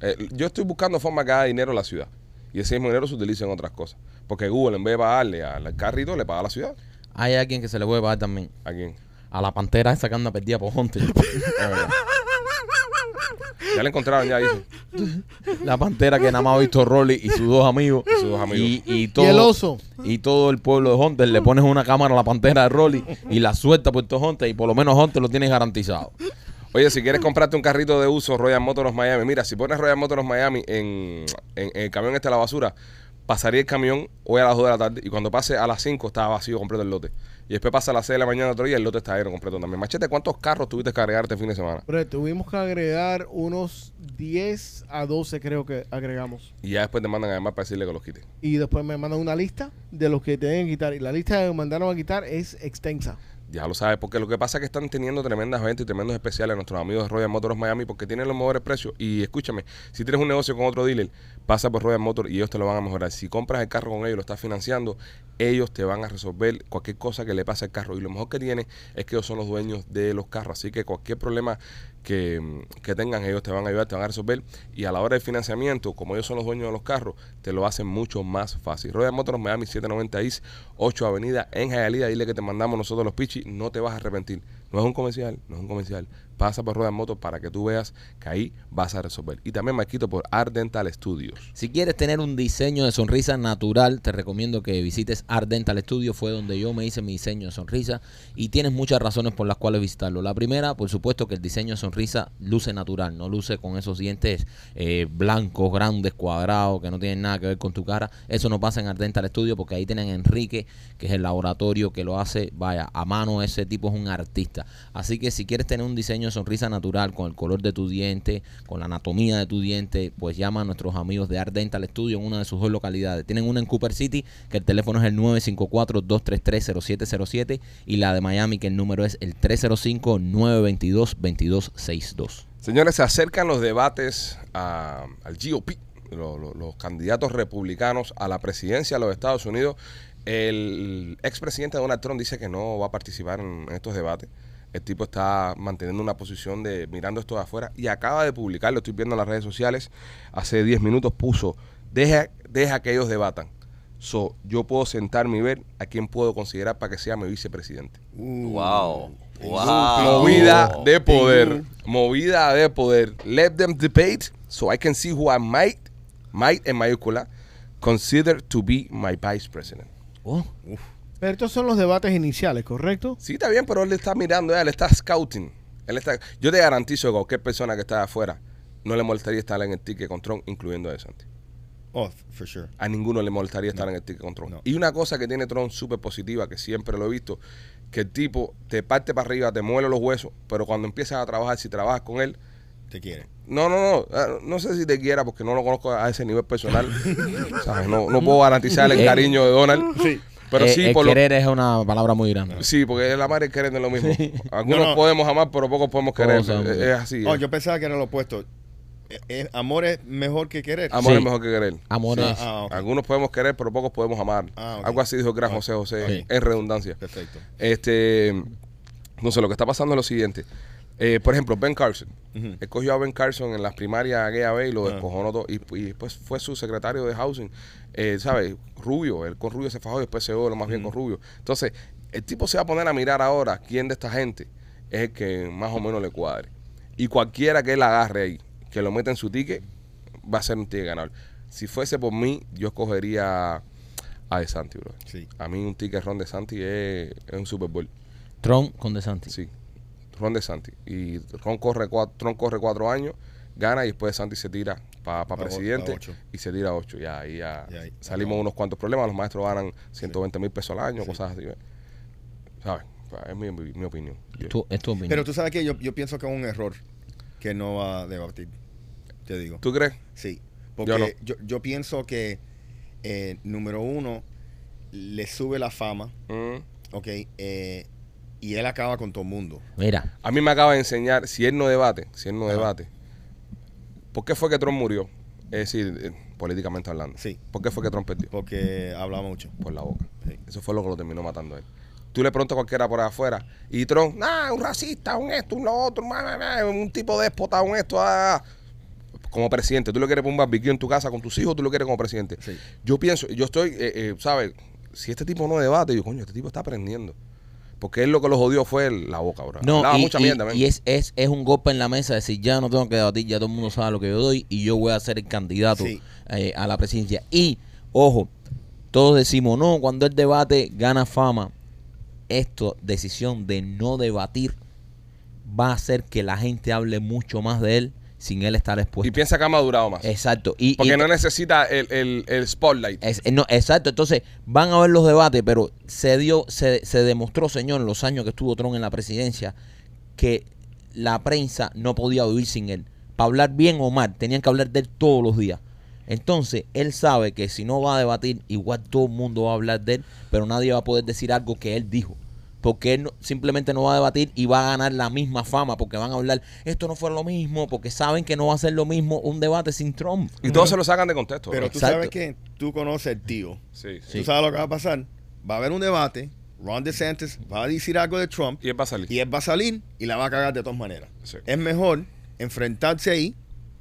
[SPEAKER 1] Eh, yo estoy buscando forma que haga dinero a la ciudad. Y ese mismo dinero se utiliza en otras cosas. Porque Google, en vez de pagarle al carrito, le paga a la ciudad.
[SPEAKER 3] Hay alguien que se le puede pagar también.
[SPEAKER 1] ¿A quién?
[SPEAKER 3] A la pantera esa que anda perdida por Hunter.
[SPEAKER 1] Es verdad. ya le encontraron, ya dice.
[SPEAKER 3] la pantera que nada más ha visto Rolly y sus dos amigos.
[SPEAKER 1] sus dos amigos.
[SPEAKER 3] Y, y todo,
[SPEAKER 4] Y el oso.
[SPEAKER 3] Y todo el pueblo de Hunter le pones una cámara a la pantera de Rolly y la suelta por todo Hunter y por lo menos Hunter lo tienes garantizado.
[SPEAKER 1] Oye, si quieres comprarte un carrito de uso, Royal Motors Miami. Mira, si pones Royal Motors Miami en, en- en el camión este de la basura, pasaría el camión hoy a las 2 de la tarde. Y cuando pase a las 5 está vacío completo el lote. Y después pasa a las 6 de la mañana otro día el lote está lleno completo también. Machete, ¿cuántos carros tuviste que cargarte el fin de semana?
[SPEAKER 4] Pero tuvimos que agregar unos 10 a 12 creo que agregamos.
[SPEAKER 1] Y ya después te mandan además para decirle que los quiten.
[SPEAKER 4] Y después me mandan una lista de los que tienen que quitar. Y la lista que me mandaron a quitar es extensa.
[SPEAKER 1] Ya lo sabes, porque lo que pasa es que están teniendo tremendas ventas y tremendos especiales nuestros amigos de Royal Motors Miami porque tienen los mejores precios. Y escúchame, si tienes un negocio con otro dealer, pasa por Royal Motors y ellos te lo van a mejorar. Si compras el carro con ellos, lo estás financiando, ellos te van a resolver cualquier cosa que le pase al carro. Y lo mejor que tienen es que ellos son los dueños de los carros. Así que cualquier problema que, mm, que tengan, ellos te van a ayudar, te van a resolver. Y a la hora del financiamiento, como ellos son los dueños de los carros, te lo hacen mucho más fácil. Royal Motors Miami 790 East, 8 Avenida en Hialeah. Dile que te mandamos nosotros los pichis. No te vas a arrepentir. No es un comercial, no es un comercial. Pasa por Rueda en Moto para que tú veas que ahí vas a resolver. Y también, Marquito, por Art Dental Studios.
[SPEAKER 3] Si quieres tener un diseño de sonrisa natural, te recomiendo que visites Art Dental Studio. Fue donde yo me hice mi diseño de sonrisa y tienes muchas razones por las cuales visitarlo. La primera, por supuesto, que el diseño de sonrisa luce natural, no luce con esos dientes eh, blancos, grandes, cuadrados, que no tienen nada que ver con tu cara. Eso no pasa en Art Dental Studio porque ahí tienen a Enrique, que es el laboratorio que lo hace, vaya, a mano ese tipo es un artista. Así que si quieres tener un diseño de sonrisa natural con el color de tu diente, con la anatomía de tu diente, pues llama a nuestros amigos de Art Dental Studio en una de sus dos localidades. Tienen una en Cooper City, que el teléfono es el 954-233-0707, y la de Miami, que el número es el 305-922-2262.
[SPEAKER 1] Señores, se acercan los debates a- al GOP, lo- lo- los candidatos republicanos a la presidencia de los Estados Unidos. El expresidente Donald Trump dice que no va a participar en estos debates. El tipo está manteniendo una posición de mirando esto de afuera y acaba de publicar, lo estoy viendo en las redes sociales, hace 10 minutos puso, deja, deja que ellos debatan. So, yo puedo sentarme y ver a quién puedo considerar para que sea mi vicepresidente.
[SPEAKER 6] Uh,
[SPEAKER 5] Wow.
[SPEAKER 6] uh,
[SPEAKER 5] Wow.
[SPEAKER 1] Movida
[SPEAKER 5] Oh.
[SPEAKER 1] de poder.
[SPEAKER 6] Ujú.
[SPEAKER 1] Movida de poder. Let them debate so I can see who I might, might en mayúscula, consider to be my vice president.
[SPEAKER 3] Oh,
[SPEAKER 4] Pero estos son los debates iniciales, ¿correcto?
[SPEAKER 1] Sí, está bien, pero él está mirando, eh, él está scouting. Él está, yo te garantizo que cualquier persona que está afuera no le molestaría estar en el ticket con Trump, incluyendo a Santi.
[SPEAKER 6] Oh, for sure.
[SPEAKER 1] A ninguno le molestaría estar en el ticket con Trump.
[SPEAKER 6] No.
[SPEAKER 1] Y una cosa que tiene Trump súper positiva, que siempre lo he visto, que el tipo te parte para arriba, te muele los huesos, pero cuando empiezas a trabajar, si trabajas con él,
[SPEAKER 6] Te quiere.
[SPEAKER 1] No, no, no. eh, No sé si te quiera porque no lo conozco a ese nivel personal. ¿Sabes? No, no puedo garantizar el
[SPEAKER 3] Eh.
[SPEAKER 1] cariño de Donald. Pero
[SPEAKER 3] eh,
[SPEAKER 1] sí,
[SPEAKER 3] el
[SPEAKER 1] por lo,
[SPEAKER 3] querer es una palabra muy grande.
[SPEAKER 1] sí, porque el amar y el querer no es lo mismo. Algunos
[SPEAKER 6] No, no.
[SPEAKER 1] podemos amar, pero pocos podemos
[SPEAKER 3] Todos
[SPEAKER 1] querer.
[SPEAKER 3] amamos.
[SPEAKER 1] Es, es así.
[SPEAKER 6] Oh,
[SPEAKER 1] es.
[SPEAKER 6] yo pensaba que era lo opuesto. Eh, eh, amor es mejor que querer.
[SPEAKER 1] Amor
[SPEAKER 3] Sí.
[SPEAKER 1] es mejor que querer.
[SPEAKER 3] Amores.
[SPEAKER 6] Sí, ah, ok.
[SPEAKER 1] Algunos podemos querer, pero pocos podemos amar.
[SPEAKER 6] Ah, ok.
[SPEAKER 1] Algo así dijo el gran José José, en redundancia.
[SPEAKER 6] Perfecto.
[SPEAKER 1] Este, no sé, lo que está pasando es lo siguiente. Eh, por ejemplo, Ben Carson.
[SPEAKER 6] Ujú.
[SPEAKER 1] Escogió a Ben Carson en las primarias aquella vez y lo descojonó todo. Y, y después fue su secretario de housing. Eh, ¿Sabes? Rubio. Él con Rubio se fajó y después se dio lo más bien con Rubio. Entonces, el tipo se va a poner a mirar ahora quién de esta gente es el que más o menos le cuadre. Y cualquiera que él agarre ahí, que lo meta en su ticket, va a ser un ticket ganador. Si fuese por mí, yo escogería a De Santi, bro.
[SPEAKER 6] Sí.
[SPEAKER 1] A mí un ticket Ron De Santi es, es un Super Bowl.
[SPEAKER 3] Trump con DeSantis.
[SPEAKER 1] ah. Sí. Ron de Santi. Y Ron corre cuatro, Trump corre cuatro años, gana y después Santi se tira para
[SPEAKER 6] Pa o-
[SPEAKER 1] presidente
[SPEAKER 6] pa ocho.
[SPEAKER 1] y se tira a ocho. Y ahí ya
[SPEAKER 6] Y ahí
[SPEAKER 1] salimos
[SPEAKER 6] acabó.
[SPEAKER 1] unos cuantos problemas. Los maestros ganan 120 mil pesos al año, cosas así. ¿ves? ¿Sabes? Pues, Es mi, mi- mi opinión. Yo-
[SPEAKER 3] Esto- esto es opinión.
[SPEAKER 6] Pero tú sabes que yo, yo pienso que es un error que no va a debatir. Te digo.
[SPEAKER 1] ¿Tú crees?
[SPEAKER 6] Sí, porque
[SPEAKER 1] Yo
[SPEAKER 6] yo,
[SPEAKER 1] no.
[SPEAKER 6] yo, pienso que, eh, número uno, le sube la fama,
[SPEAKER 1] Mm.
[SPEAKER 6] ¿ok? Eh, y él acaba con todo el mundo.
[SPEAKER 3] Mira,
[SPEAKER 1] A mí me acaba de enseñar, si él no debate, si él no
[SPEAKER 6] Ajá.
[SPEAKER 1] debate, ¿por qué fue que Trump murió? Es decir, eh, políticamente hablando.
[SPEAKER 6] Sí.
[SPEAKER 1] ¿Por qué fue que Trump perdió?
[SPEAKER 6] Porque habla mucho.
[SPEAKER 1] por la boca.
[SPEAKER 6] Sí.
[SPEAKER 1] Eso fue lo que lo terminó matando a él. Tú le preguntas a cualquiera por afuera y Trump, nah, un racista, un esto, un lo otro, ma, ma, ma, un tipo déspota, un esto, ah, ah". como presidente. Tú lo quieres para un barbecue en tu casa con tus hijos, tú lo quieres como presidente.
[SPEAKER 6] Sí.
[SPEAKER 1] Yo pienso, yo estoy, eh, eh, ¿sabes? Si este tipo no debate, yo, coño, este tipo está aprendiendo. Porque él lo que lo jodió fue la boca, bro. Hablaba
[SPEAKER 3] y,
[SPEAKER 1] mucha
[SPEAKER 3] y-
[SPEAKER 1] mierda, man.
[SPEAKER 3] y es, es, es un golpe en la mesa decir ya no tengo que debatir, ya todo el mundo sabe lo que yo doy y yo voy a ser el candidato
[SPEAKER 6] Sí.
[SPEAKER 3] eh, a la presidencia. Y, ojo, todos decimos, no, cuando el debate gana fama, esto, decisión de no debatir, va a hacer que la gente hable mucho más de él sin él estar
[SPEAKER 1] Y
[SPEAKER 3] expuesto.
[SPEAKER 1] piensa que ha madurado más.
[SPEAKER 3] Exacto. Y,
[SPEAKER 1] porque
[SPEAKER 3] y-
[SPEAKER 1] no necesita el, el- el spotlight.
[SPEAKER 3] es- eh, no, exacto, entonces van a ver los debates, pero se dio, se, se demostró, señor, en los años que estuvo Trump en la presidencia, que la prensa no podía vivir sin él. Para hablar bien o mal, tenían que hablar de él todos los días. Entonces, él sabe que si no va a debatir, igual todo el mundo va a hablar de él, pero nadie va a poder decir algo que él dijo. Porque él no- simplemente no va a debatir y va a ganar la misma fama, porque van a hablar, esto no fue lo mismo, porque saben que no va a ser lo mismo un debate sin Trump.
[SPEAKER 1] y todos se lo sacan de contexto.
[SPEAKER 6] Pero
[SPEAKER 1] bro.
[SPEAKER 6] tú
[SPEAKER 3] Exacto.
[SPEAKER 6] sabes que tú conoces al tío.
[SPEAKER 1] Sí,
[SPEAKER 3] Sí.
[SPEAKER 6] Tú sabes lo que va a pasar. Va a haber un debate. Ron DeSantis va a decir algo de Trump
[SPEAKER 1] Y él va a salir.
[SPEAKER 6] y él va a salir y la va a cagar de todas maneras.
[SPEAKER 1] Sí.
[SPEAKER 6] Es mejor enfrentarse ahí,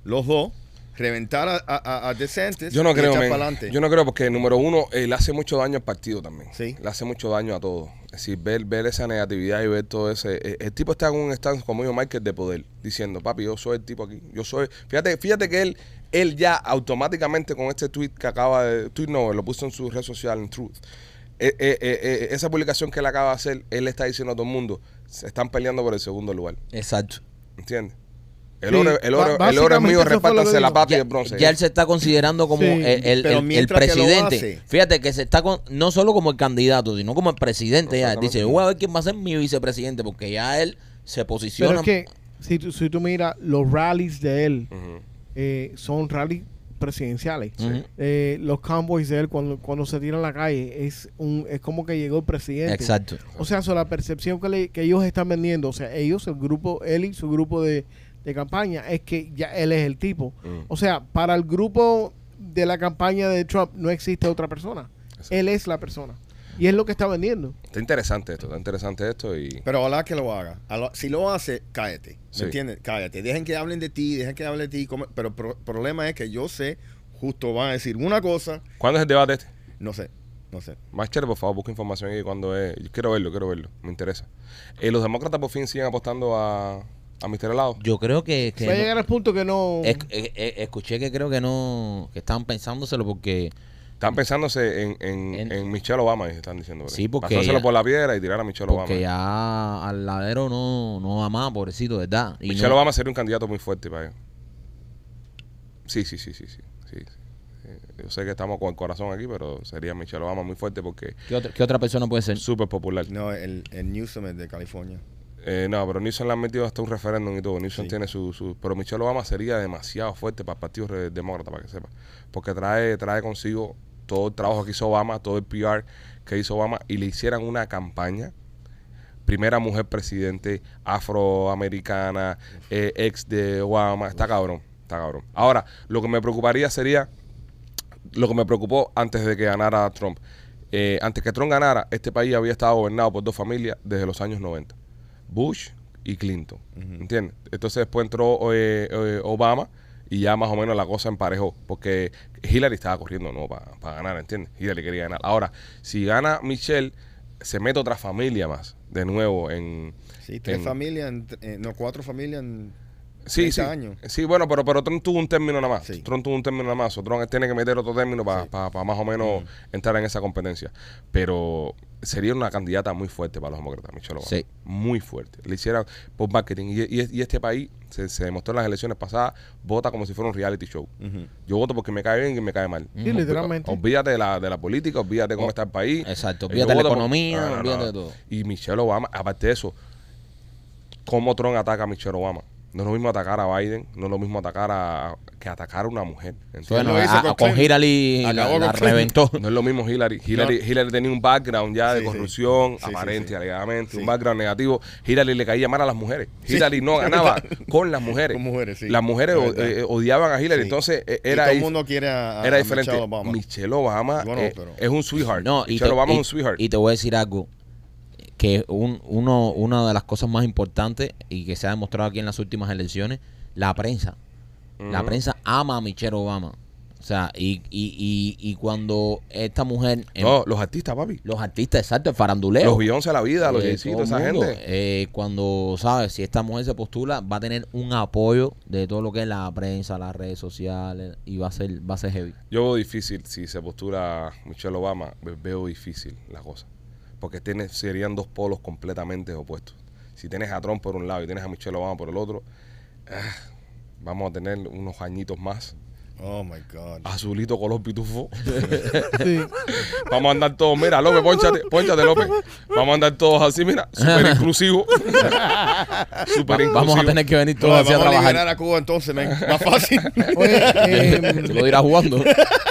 [SPEAKER 6] los dos, reventar a, a, a- a DeSantis
[SPEAKER 1] Yo no
[SPEAKER 6] y
[SPEAKER 1] creo,
[SPEAKER 6] echar
[SPEAKER 1] men.
[SPEAKER 6] pa'lante.
[SPEAKER 1] Yo no creo porque, número uno, eh, le hace mucho daño al partido también.
[SPEAKER 6] Sí.
[SPEAKER 1] Le hace mucho daño a todos. Es decir, ver, ver esa negatividad y ver todo ese. e- El, tipo está en un stand, como dijo Michael, de poder, diciendo, papi, yo soy el tipo aquí. Yo soy. Fíjate, fíjate que él, él ya automáticamente con este tweet que acaba de. Tweet no, lo puso en su red social, en Truth. Eh, eh, eh, eh, esa publicación que él acaba de hacer, él le está diciendo a todo el mundo, se están peleando por el segundo lugar.
[SPEAKER 3] Exacto.
[SPEAKER 1] ¿Entiendes? El
[SPEAKER 4] Sí,
[SPEAKER 1] oro, el oro,
[SPEAKER 4] ba-
[SPEAKER 1] el oro es
[SPEAKER 4] básicamente
[SPEAKER 1] mío,
[SPEAKER 4] eso fue lo que
[SPEAKER 1] repártanse la
[SPEAKER 4] dijo.
[SPEAKER 1] patria
[SPEAKER 3] Ya,
[SPEAKER 1] el bronce.
[SPEAKER 3] ya él se está considerando como
[SPEAKER 4] Sí,
[SPEAKER 3] el, el-
[SPEAKER 6] pero
[SPEAKER 3] el- el
[SPEAKER 6] mientras que lo hace.
[SPEAKER 3] presidente. Fíjate que se está con, no solo como el candidato, sino como el presidente. Ya.
[SPEAKER 1] Exactamente.
[SPEAKER 3] Dice, voy a ver quién va a ser mi vicepresidente, porque ya él se posiciona.
[SPEAKER 4] Pero es que, si tú, si tú miras los rallies de él,
[SPEAKER 1] Ujú.
[SPEAKER 4] eh, son rallies presidenciales.
[SPEAKER 3] Ujú.
[SPEAKER 4] Eh, los convoys de él cuando, cuando se tira a la calle es un es como que llegó el presidente.
[SPEAKER 3] Exacto.
[SPEAKER 4] O sea, so, la percepción que, le- que ellos están vendiendo, o sea, ellos, el grupo, él y su grupo de, de campaña, es que ya él es el tipo.
[SPEAKER 1] Mm.
[SPEAKER 4] O sea, para el grupo de la campaña de Trump no existe otra persona.
[SPEAKER 1] Exacto.
[SPEAKER 4] Él es la persona. Y es lo que está vendiendo.
[SPEAKER 1] Está interesante esto, está interesante esto y.
[SPEAKER 6] Pero ojalá que lo haga. Ala- Si lo hace, cállate. ¿Me
[SPEAKER 1] Sí.
[SPEAKER 6] entiendes? Cállate. Dejen que hablen de ti, dejen que hablen de ti. como- Pero el pro- problema es que yo sé, justo van a decir una cosa,
[SPEAKER 1] ¿Cuándo es el debate este?
[SPEAKER 6] no sé, no sé.
[SPEAKER 1] Master, por favor, busca información y cuando es. Yo quiero verlo, quiero verlo. Me interesa. Eh, los demócratas por fin siguen apostando a, a Mr. Helado.
[SPEAKER 3] Yo creo que. que
[SPEAKER 4] Va a
[SPEAKER 3] no-
[SPEAKER 4] llegar al punto que no...
[SPEAKER 3] es- eh, eh, escuché que creo que no. Que estaban pensándoselo porque.
[SPEAKER 1] Están pensándose en, en,
[SPEAKER 3] En-
[SPEAKER 1] en Michelle Obama, están diciendo. por ahí.
[SPEAKER 3] Sí, porque
[SPEAKER 1] Pasárselo
[SPEAKER 3] ya-
[SPEAKER 1] por la piedra y tirar a Michelle Obama.
[SPEAKER 3] Porque ya al ladero no, no va más, pobrecito, ¿verdad? Y
[SPEAKER 1] Michelle
[SPEAKER 3] no-
[SPEAKER 1] Obama sería un candidato muy fuerte para ellos. Sí, sí, sí, sí, sí. sí, sí. Eh, Yo sé que estamos con el corazón aquí, pero sería Michelle Obama muy fuerte porque
[SPEAKER 3] ¿Qué, otra, qué otra persona puede ser?
[SPEAKER 1] es súper popular.
[SPEAKER 6] No, el, el Newsom es de California.
[SPEAKER 1] Eh, no, pero Nixon le han metido hasta un referéndum y todo. Nixon
[SPEAKER 6] Sí.
[SPEAKER 1] tiene su, su- Pero Michelle Obama sería demasiado fuerte para el Partido Re- Demócrata, para que sepa. Porque trae, trae consigo todo el trabajo que hizo Obama, todo el PR que hizo Obama, y le hicieran una campaña. Primera mujer presidente afroamericana, eh, ex de Obama. Está cabrón, está cabrón. Ahora, lo que me preocuparía sería lo que me preocupó antes de que ganara Trump. Eh, antes que Trump ganara, este país había estado gobernado por dos familias desde los años 90. Bush y Clinton. ¿Entiendes? Entonces después entró eh, eh, Obama y ya más o menos la cosa emparejó. Porque Hillary estaba corriendo no para ganar, ¿entiendes? Hillary quería ganar. Ahora, si gana Michelle, se mete otra familia más de nuevo en...
[SPEAKER 6] Sí, tres
[SPEAKER 1] en-
[SPEAKER 6] familias, en- eh, no, cuatro familias. en-
[SPEAKER 1] Sí,
[SPEAKER 6] 30
[SPEAKER 1] sí.
[SPEAKER 6] años.
[SPEAKER 1] Sí, bueno, pero, pero Trump tuvo un término nada más.
[SPEAKER 6] Sí.
[SPEAKER 1] Trump tuvo un término nada más. O Trump tiene que meter otro término para más o menos entrar en esa competencia. Pero sería una candidata muy fuerte para los demócratas, Michelle Obama.
[SPEAKER 3] Sí.
[SPEAKER 1] Muy fuerte. Le hicieron por marketing. Y, y- y este país, se, se demostró en las elecciones pasadas, vota como si fuera un reality show. Yo voto porque me cae bien y me cae mal.
[SPEAKER 4] Sí, literalmente.
[SPEAKER 1] Olvídate de la, de la política, olvídate cómo
[SPEAKER 3] Oh,
[SPEAKER 1] está el país. Eh,
[SPEAKER 3] exacto,
[SPEAKER 1] Yo
[SPEAKER 3] olvídate de la
[SPEAKER 1] voto por-
[SPEAKER 3] economía, olvídate de todo.
[SPEAKER 1] Y Michelle Obama, aparte de eso, cómo Trump ataca a Michelle Obama. No es lo mismo atacar a Biden, no es lo mismo atacar a que atacar a una mujer. ¿entiendes?
[SPEAKER 3] Bueno,
[SPEAKER 6] Lo hizo
[SPEAKER 3] a-
[SPEAKER 6] con
[SPEAKER 3] a- con
[SPEAKER 6] Clinton.
[SPEAKER 3] Hillary la,
[SPEAKER 6] Acabó
[SPEAKER 3] la
[SPEAKER 6] con Clinton.
[SPEAKER 3] reventó.
[SPEAKER 1] No es lo mismo Hillary. Hillary,
[SPEAKER 6] No.
[SPEAKER 1] Hillary tenía un background ya de
[SPEAKER 6] Sí, sí.
[SPEAKER 1] corrupción,
[SPEAKER 6] Sí, sí,
[SPEAKER 1] aparente,
[SPEAKER 6] sí.
[SPEAKER 1] alegadamente, un
[SPEAKER 6] Sí.
[SPEAKER 1] background negativo. Hillary le caía mal a las mujeres.
[SPEAKER 6] Sí.
[SPEAKER 1] Hillary no ganaba con las mujeres.
[SPEAKER 6] Con mujeres, sí.
[SPEAKER 1] Las mujeres
[SPEAKER 6] Es
[SPEAKER 1] o-
[SPEAKER 6] verdad.
[SPEAKER 1] eh, odiaban a Hillary,
[SPEAKER 6] Sí.
[SPEAKER 1] entonces eh,
[SPEAKER 6] Y
[SPEAKER 1] era
[SPEAKER 6] todo el
[SPEAKER 1] ahí-
[SPEAKER 6] mundo quiere a, a-
[SPEAKER 1] era
[SPEAKER 6] a
[SPEAKER 1] diferente.
[SPEAKER 6] Michelle Obama.
[SPEAKER 1] Michelle Obama
[SPEAKER 6] Bueno,
[SPEAKER 1] eh,
[SPEAKER 6] pero-
[SPEAKER 1] es un sweetheart.
[SPEAKER 3] No, y
[SPEAKER 1] Michelle
[SPEAKER 3] te,
[SPEAKER 1] Obama
[SPEAKER 3] y-
[SPEAKER 1] es un sweetheart.
[SPEAKER 3] y te voy a decir algo. Que un, uno, una de las cosas más importantes y que se ha demostrado aquí en las últimas elecciones, la prensa. La
[SPEAKER 1] Ujú.
[SPEAKER 3] prensa ama a Michelle Obama. O sea, y, y, y, y cuando esta mujer... em-
[SPEAKER 1] no, los artistas, papi.
[SPEAKER 3] Los artistas, exacto, el faranduleo.
[SPEAKER 1] Los Beyoncé a la vida, los
[SPEAKER 3] Eh,
[SPEAKER 1] Jay-Z,
[SPEAKER 3] todo
[SPEAKER 1] toda
[SPEAKER 3] el
[SPEAKER 1] esa
[SPEAKER 3] mundo,
[SPEAKER 1] gente.
[SPEAKER 3] eh, cuando, ¿sabes? Si esta mujer se postula, va a tener un apoyo de todo lo que es la prensa, las redes sociales, y va a ser, va a ser heavy.
[SPEAKER 1] Yo veo difícil, si se postura Michelle Obama, ve- veo difícil la cosa. Porque tiene, serían dos polos completamente opuestos. Si tienes a Trump por un lado y tienes a Michelle Obama por el otro, ah, vamos a tener unos añitos más.
[SPEAKER 6] Oh my God.
[SPEAKER 1] Azulito color pitufo.
[SPEAKER 4] Sí.
[SPEAKER 1] Vamos a andar todos, mira, López, ponchate, ponchate, López. Vamos a andar todos así, mira, súper inclusivo. Súper inclusivo.
[SPEAKER 3] Vamos a tener que venir todos
[SPEAKER 6] Brother,
[SPEAKER 3] así a
[SPEAKER 6] vamos a liberar
[SPEAKER 3] trabajar.
[SPEAKER 6] a Cuba entonces, men. Más fácil.
[SPEAKER 4] Oye,
[SPEAKER 3] Tú
[SPEAKER 4] em,
[SPEAKER 3] lo dirás jugando.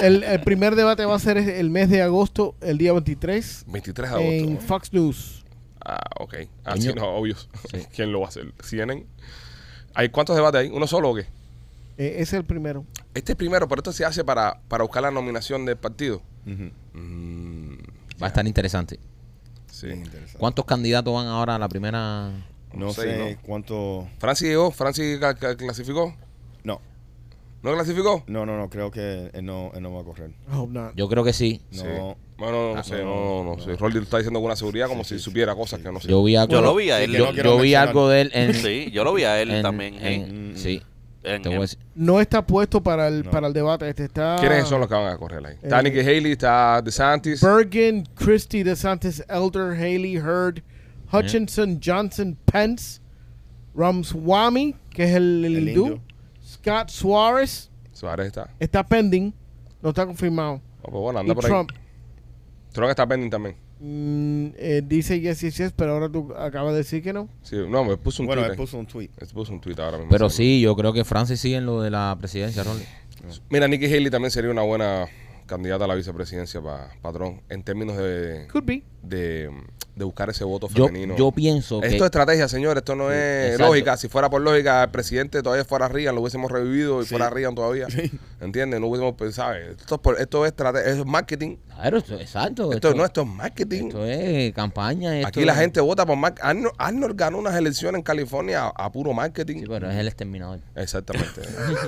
[SPEAKER 4] el, el primer debate va a ser el mes de agosto, el día 23,
[SPEAKER 1] 23 de
[SPEAKER 4] en
[SPEAKER 1] agosto.
[SPEAKER 4] Fox News.
[SPEAKER 1] Ah, ok. Así
[SPEAKER 3] Coño.
[SPEAKER 1] no, obvio. ¿Quién lo va a hacer? ¿CNN? ¿Hay cuántos debates hay? ¿Uno solo o qué?
[SPEAKER 4] Eh, ese es el primero.
[SPEAKER 1] Este es primero, pero esto se hace para, para buscar la nominación del partido. Mm,
[SPEAKER 3] Va a estar interesante.
[SPEAKER 1] sí.
[SPEAKER 6] Interesante.
[SPEAKER 3] ¿Cuántos candidatos van ahora a la primera?
[SPEAKER 6] No
[SPEAKER 1] Seis,
[SPEAKER 6] sé cuánto.
[SPEAKER 1] Francis llegó, Francis ca- ca- clasificó.
[SPEAKER 6] No.
[SPEAKER 1] ¿No clasificó?
[SPEAKER 6] No, no, no, creo que él no, él no va a correr.
[SPEAKER 4] I hope not.
[SPEAKER 3] Yo creo que sí.
[SPEAKER 6] No.
[SPEAKER 1] Sí. Bueno, no, no sé, no, no, no sé. Rolly lo está diciendo con una seguridad como si supiera cosas que no sé.
[SPEAKER 3] Yo vi algo,
[SPEAKER 5] Yo lo vi a
[SPEAKER 6] Sí,
[SPEAKER 5] él.
[SPEAKER 6] que
[SPEAKER 3] yo-
[SPEAKER 6] no quiero
[SPEAKER 3] yo vi
[SPEAKER 6] mencionar.
[SPEAKER 3] algo de él en.
[SPEAKER 5] Sí, yo lo vi a él
[SPEAKER 3] en-
[SPEAKER 5] también. en-
[SPEAKER 3] en- sí.
[SPEAKER 5] en-
[SPEAKER 3] Te voy a
[SPEAKER 5] en-
[SPEAKER 3] decir.
[SPEAKER 4] No está puesto para el,
[SPEAKER 6] No.
[SPEAKER 4] para el debate. Este está.
[SPEAKER 1] ¿Quiénes son los que van a correr ahí? Está
[SPEAKER 4] Eh,
[SPEAKER 1] Nikki Haley, está DeSantis.
[SPEAKER 4] Bergen, Christie, DeSantis, Elder, Haley, Heard, Hutchinson, Johnson, Pence, Ramswamy, que es el, el
[SPEAKER 6] El
[SPEAKER 4] hindú,
[SPEAKER 6] indio.
[SPEAKER 4] Scott Suárez,
[SPEAKER 1] Suárez está.
[SPEAKER 4] está pending, no está confirmado.
[SPEAKER 1] Ah, pues bueno,
[SPEAKER 4] Y
[SPEAKER 1] anda por ahí.
[SPEAKER 4] Trump,
[SPEAKER 1] Trump. está pending también.
[SPEAKER 4] mm, eh, dice yes, yes, yes, pero ahora tú acabas de decir que no.
[SPEAKER 1] Sí, no, me puso un eh.
[SPEAKER 6] Bueno,
[SPEAKER 1] tweet.
[SPEAKER 6] él puso un tweet.
[SPEAKER 1] puso un tweet ahora mismo.
[SPEAKER 3] Pero sí, yo creo que Francis sigue en lo de la presidencia, Rolly.
[SPEAKER 1] Mira, Nikki Haley también sería una buena candidata a la vicepresidencia para patrón en términos de,
[SPEAKER 4] Could be.
[SPEAKER 1] de, de buscar ese voto
[SPEAKER 3] Yo,
[SPEAKER 1] femenino.
[SPEAKER 3] yo pienso que.
[SPEAKER 1] Esto es estrategia, señor. Esto no es
[SPEAKER 3] exacto.
[SPEAKER 1] lógica. Si fuera por lógica, el presidente todavía fuera Reagan, lo hubiésemos revivido y
[SPEAKER 6] Sí.
[SPEAKER 1] fuera Reagan todavía. ¿Entiendes? No hubiésemos pensado. Esto, es por- esto es, estrate- es marketing.
[SPEAKER 3] Claro, esto- exacto.
[SPEAKER 1] Esto, no, esto es marketing.
[SPEAKER 3] esto es campaña. esto
[SPEAKER 1] Aquí la
[SPEAKER 3] es-
[SPEAKER 1] gente vota por marketing. Arnold, Arnold ganó unas elecciones en California a, a puro marketing.
[SPEAKER 3] Sí, pero es el exterminador.
[SPEAKER 1] Exactamente.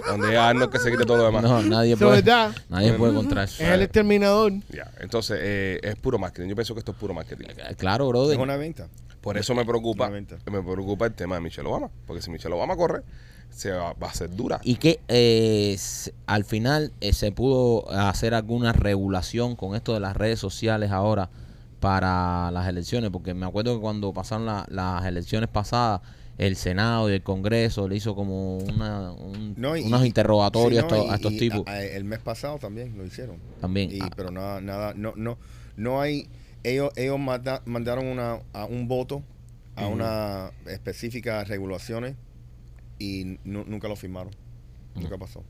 [SPEAKER 1] Donde es Arnold que se quite todo lo demás.
[SPEAKER 3] No, nadie
[SPEAKER 4] Eso
[SPEAKER 3] puede.
[SPEAKER 4] es verdad.
[SPEAKER 3] Nadie puede contra eso.
[SPEAKER 4] Es el exterminador.
[SPEAKER 1] Ya, Entonces, eh, es puro marketing. Yo pienso que esto es puro marketing.
[SPEAKER 3] Claro,
[SPEAKER 6] Es
[SPEAKER 3] brother.
[SPEAKER 6] una venta.
[SPEAKER 1] Por eso me preocupa, me
[SPEAKER 6] Nuevamente.
[SPEAKER 1] preocupa el tema de Michelle Obama. Porque si Michelle Obama corre, se va, va a ser dura.
[SPEAKER 3] Y que eh, s- al final eh, se pudo hacer alguna regulación con esto de las redes sociales ahora para las elecciones, porque me acuerdo que cuando pasaron la- las elecciones pasadas, el Senado y el Congreso le hizo como una, un-
[SPEAKER 6] No, y-
[SPEAKER 3] unos interrogatorios
[SPEAKER 6] sí,
[SPEAKER 3] a,
[SPEAKER 6] no,
[SPEAKER 3] estos,
[SPEAKER 6] y-
[SPEAKER 3] a estos
[SPEAKER 6] y
[SPEAKER 3] tipos.
[SPEAKER 6] a- el mes pasado también lo hicieron.
[SPEAKER 3] También.
[SPEAKER 6] Y-
[SPEAKER 3] Ah.
[SPEAKER 6] pero nada, nada, no, no, no hay. Ellos, ellos manda- mandaron una, a un voto a unas específicas regulaciones y nu- nunca lo firmaron.
[SPEAKER 3] Mm.
[SPEAKER 6] Nunca pasó.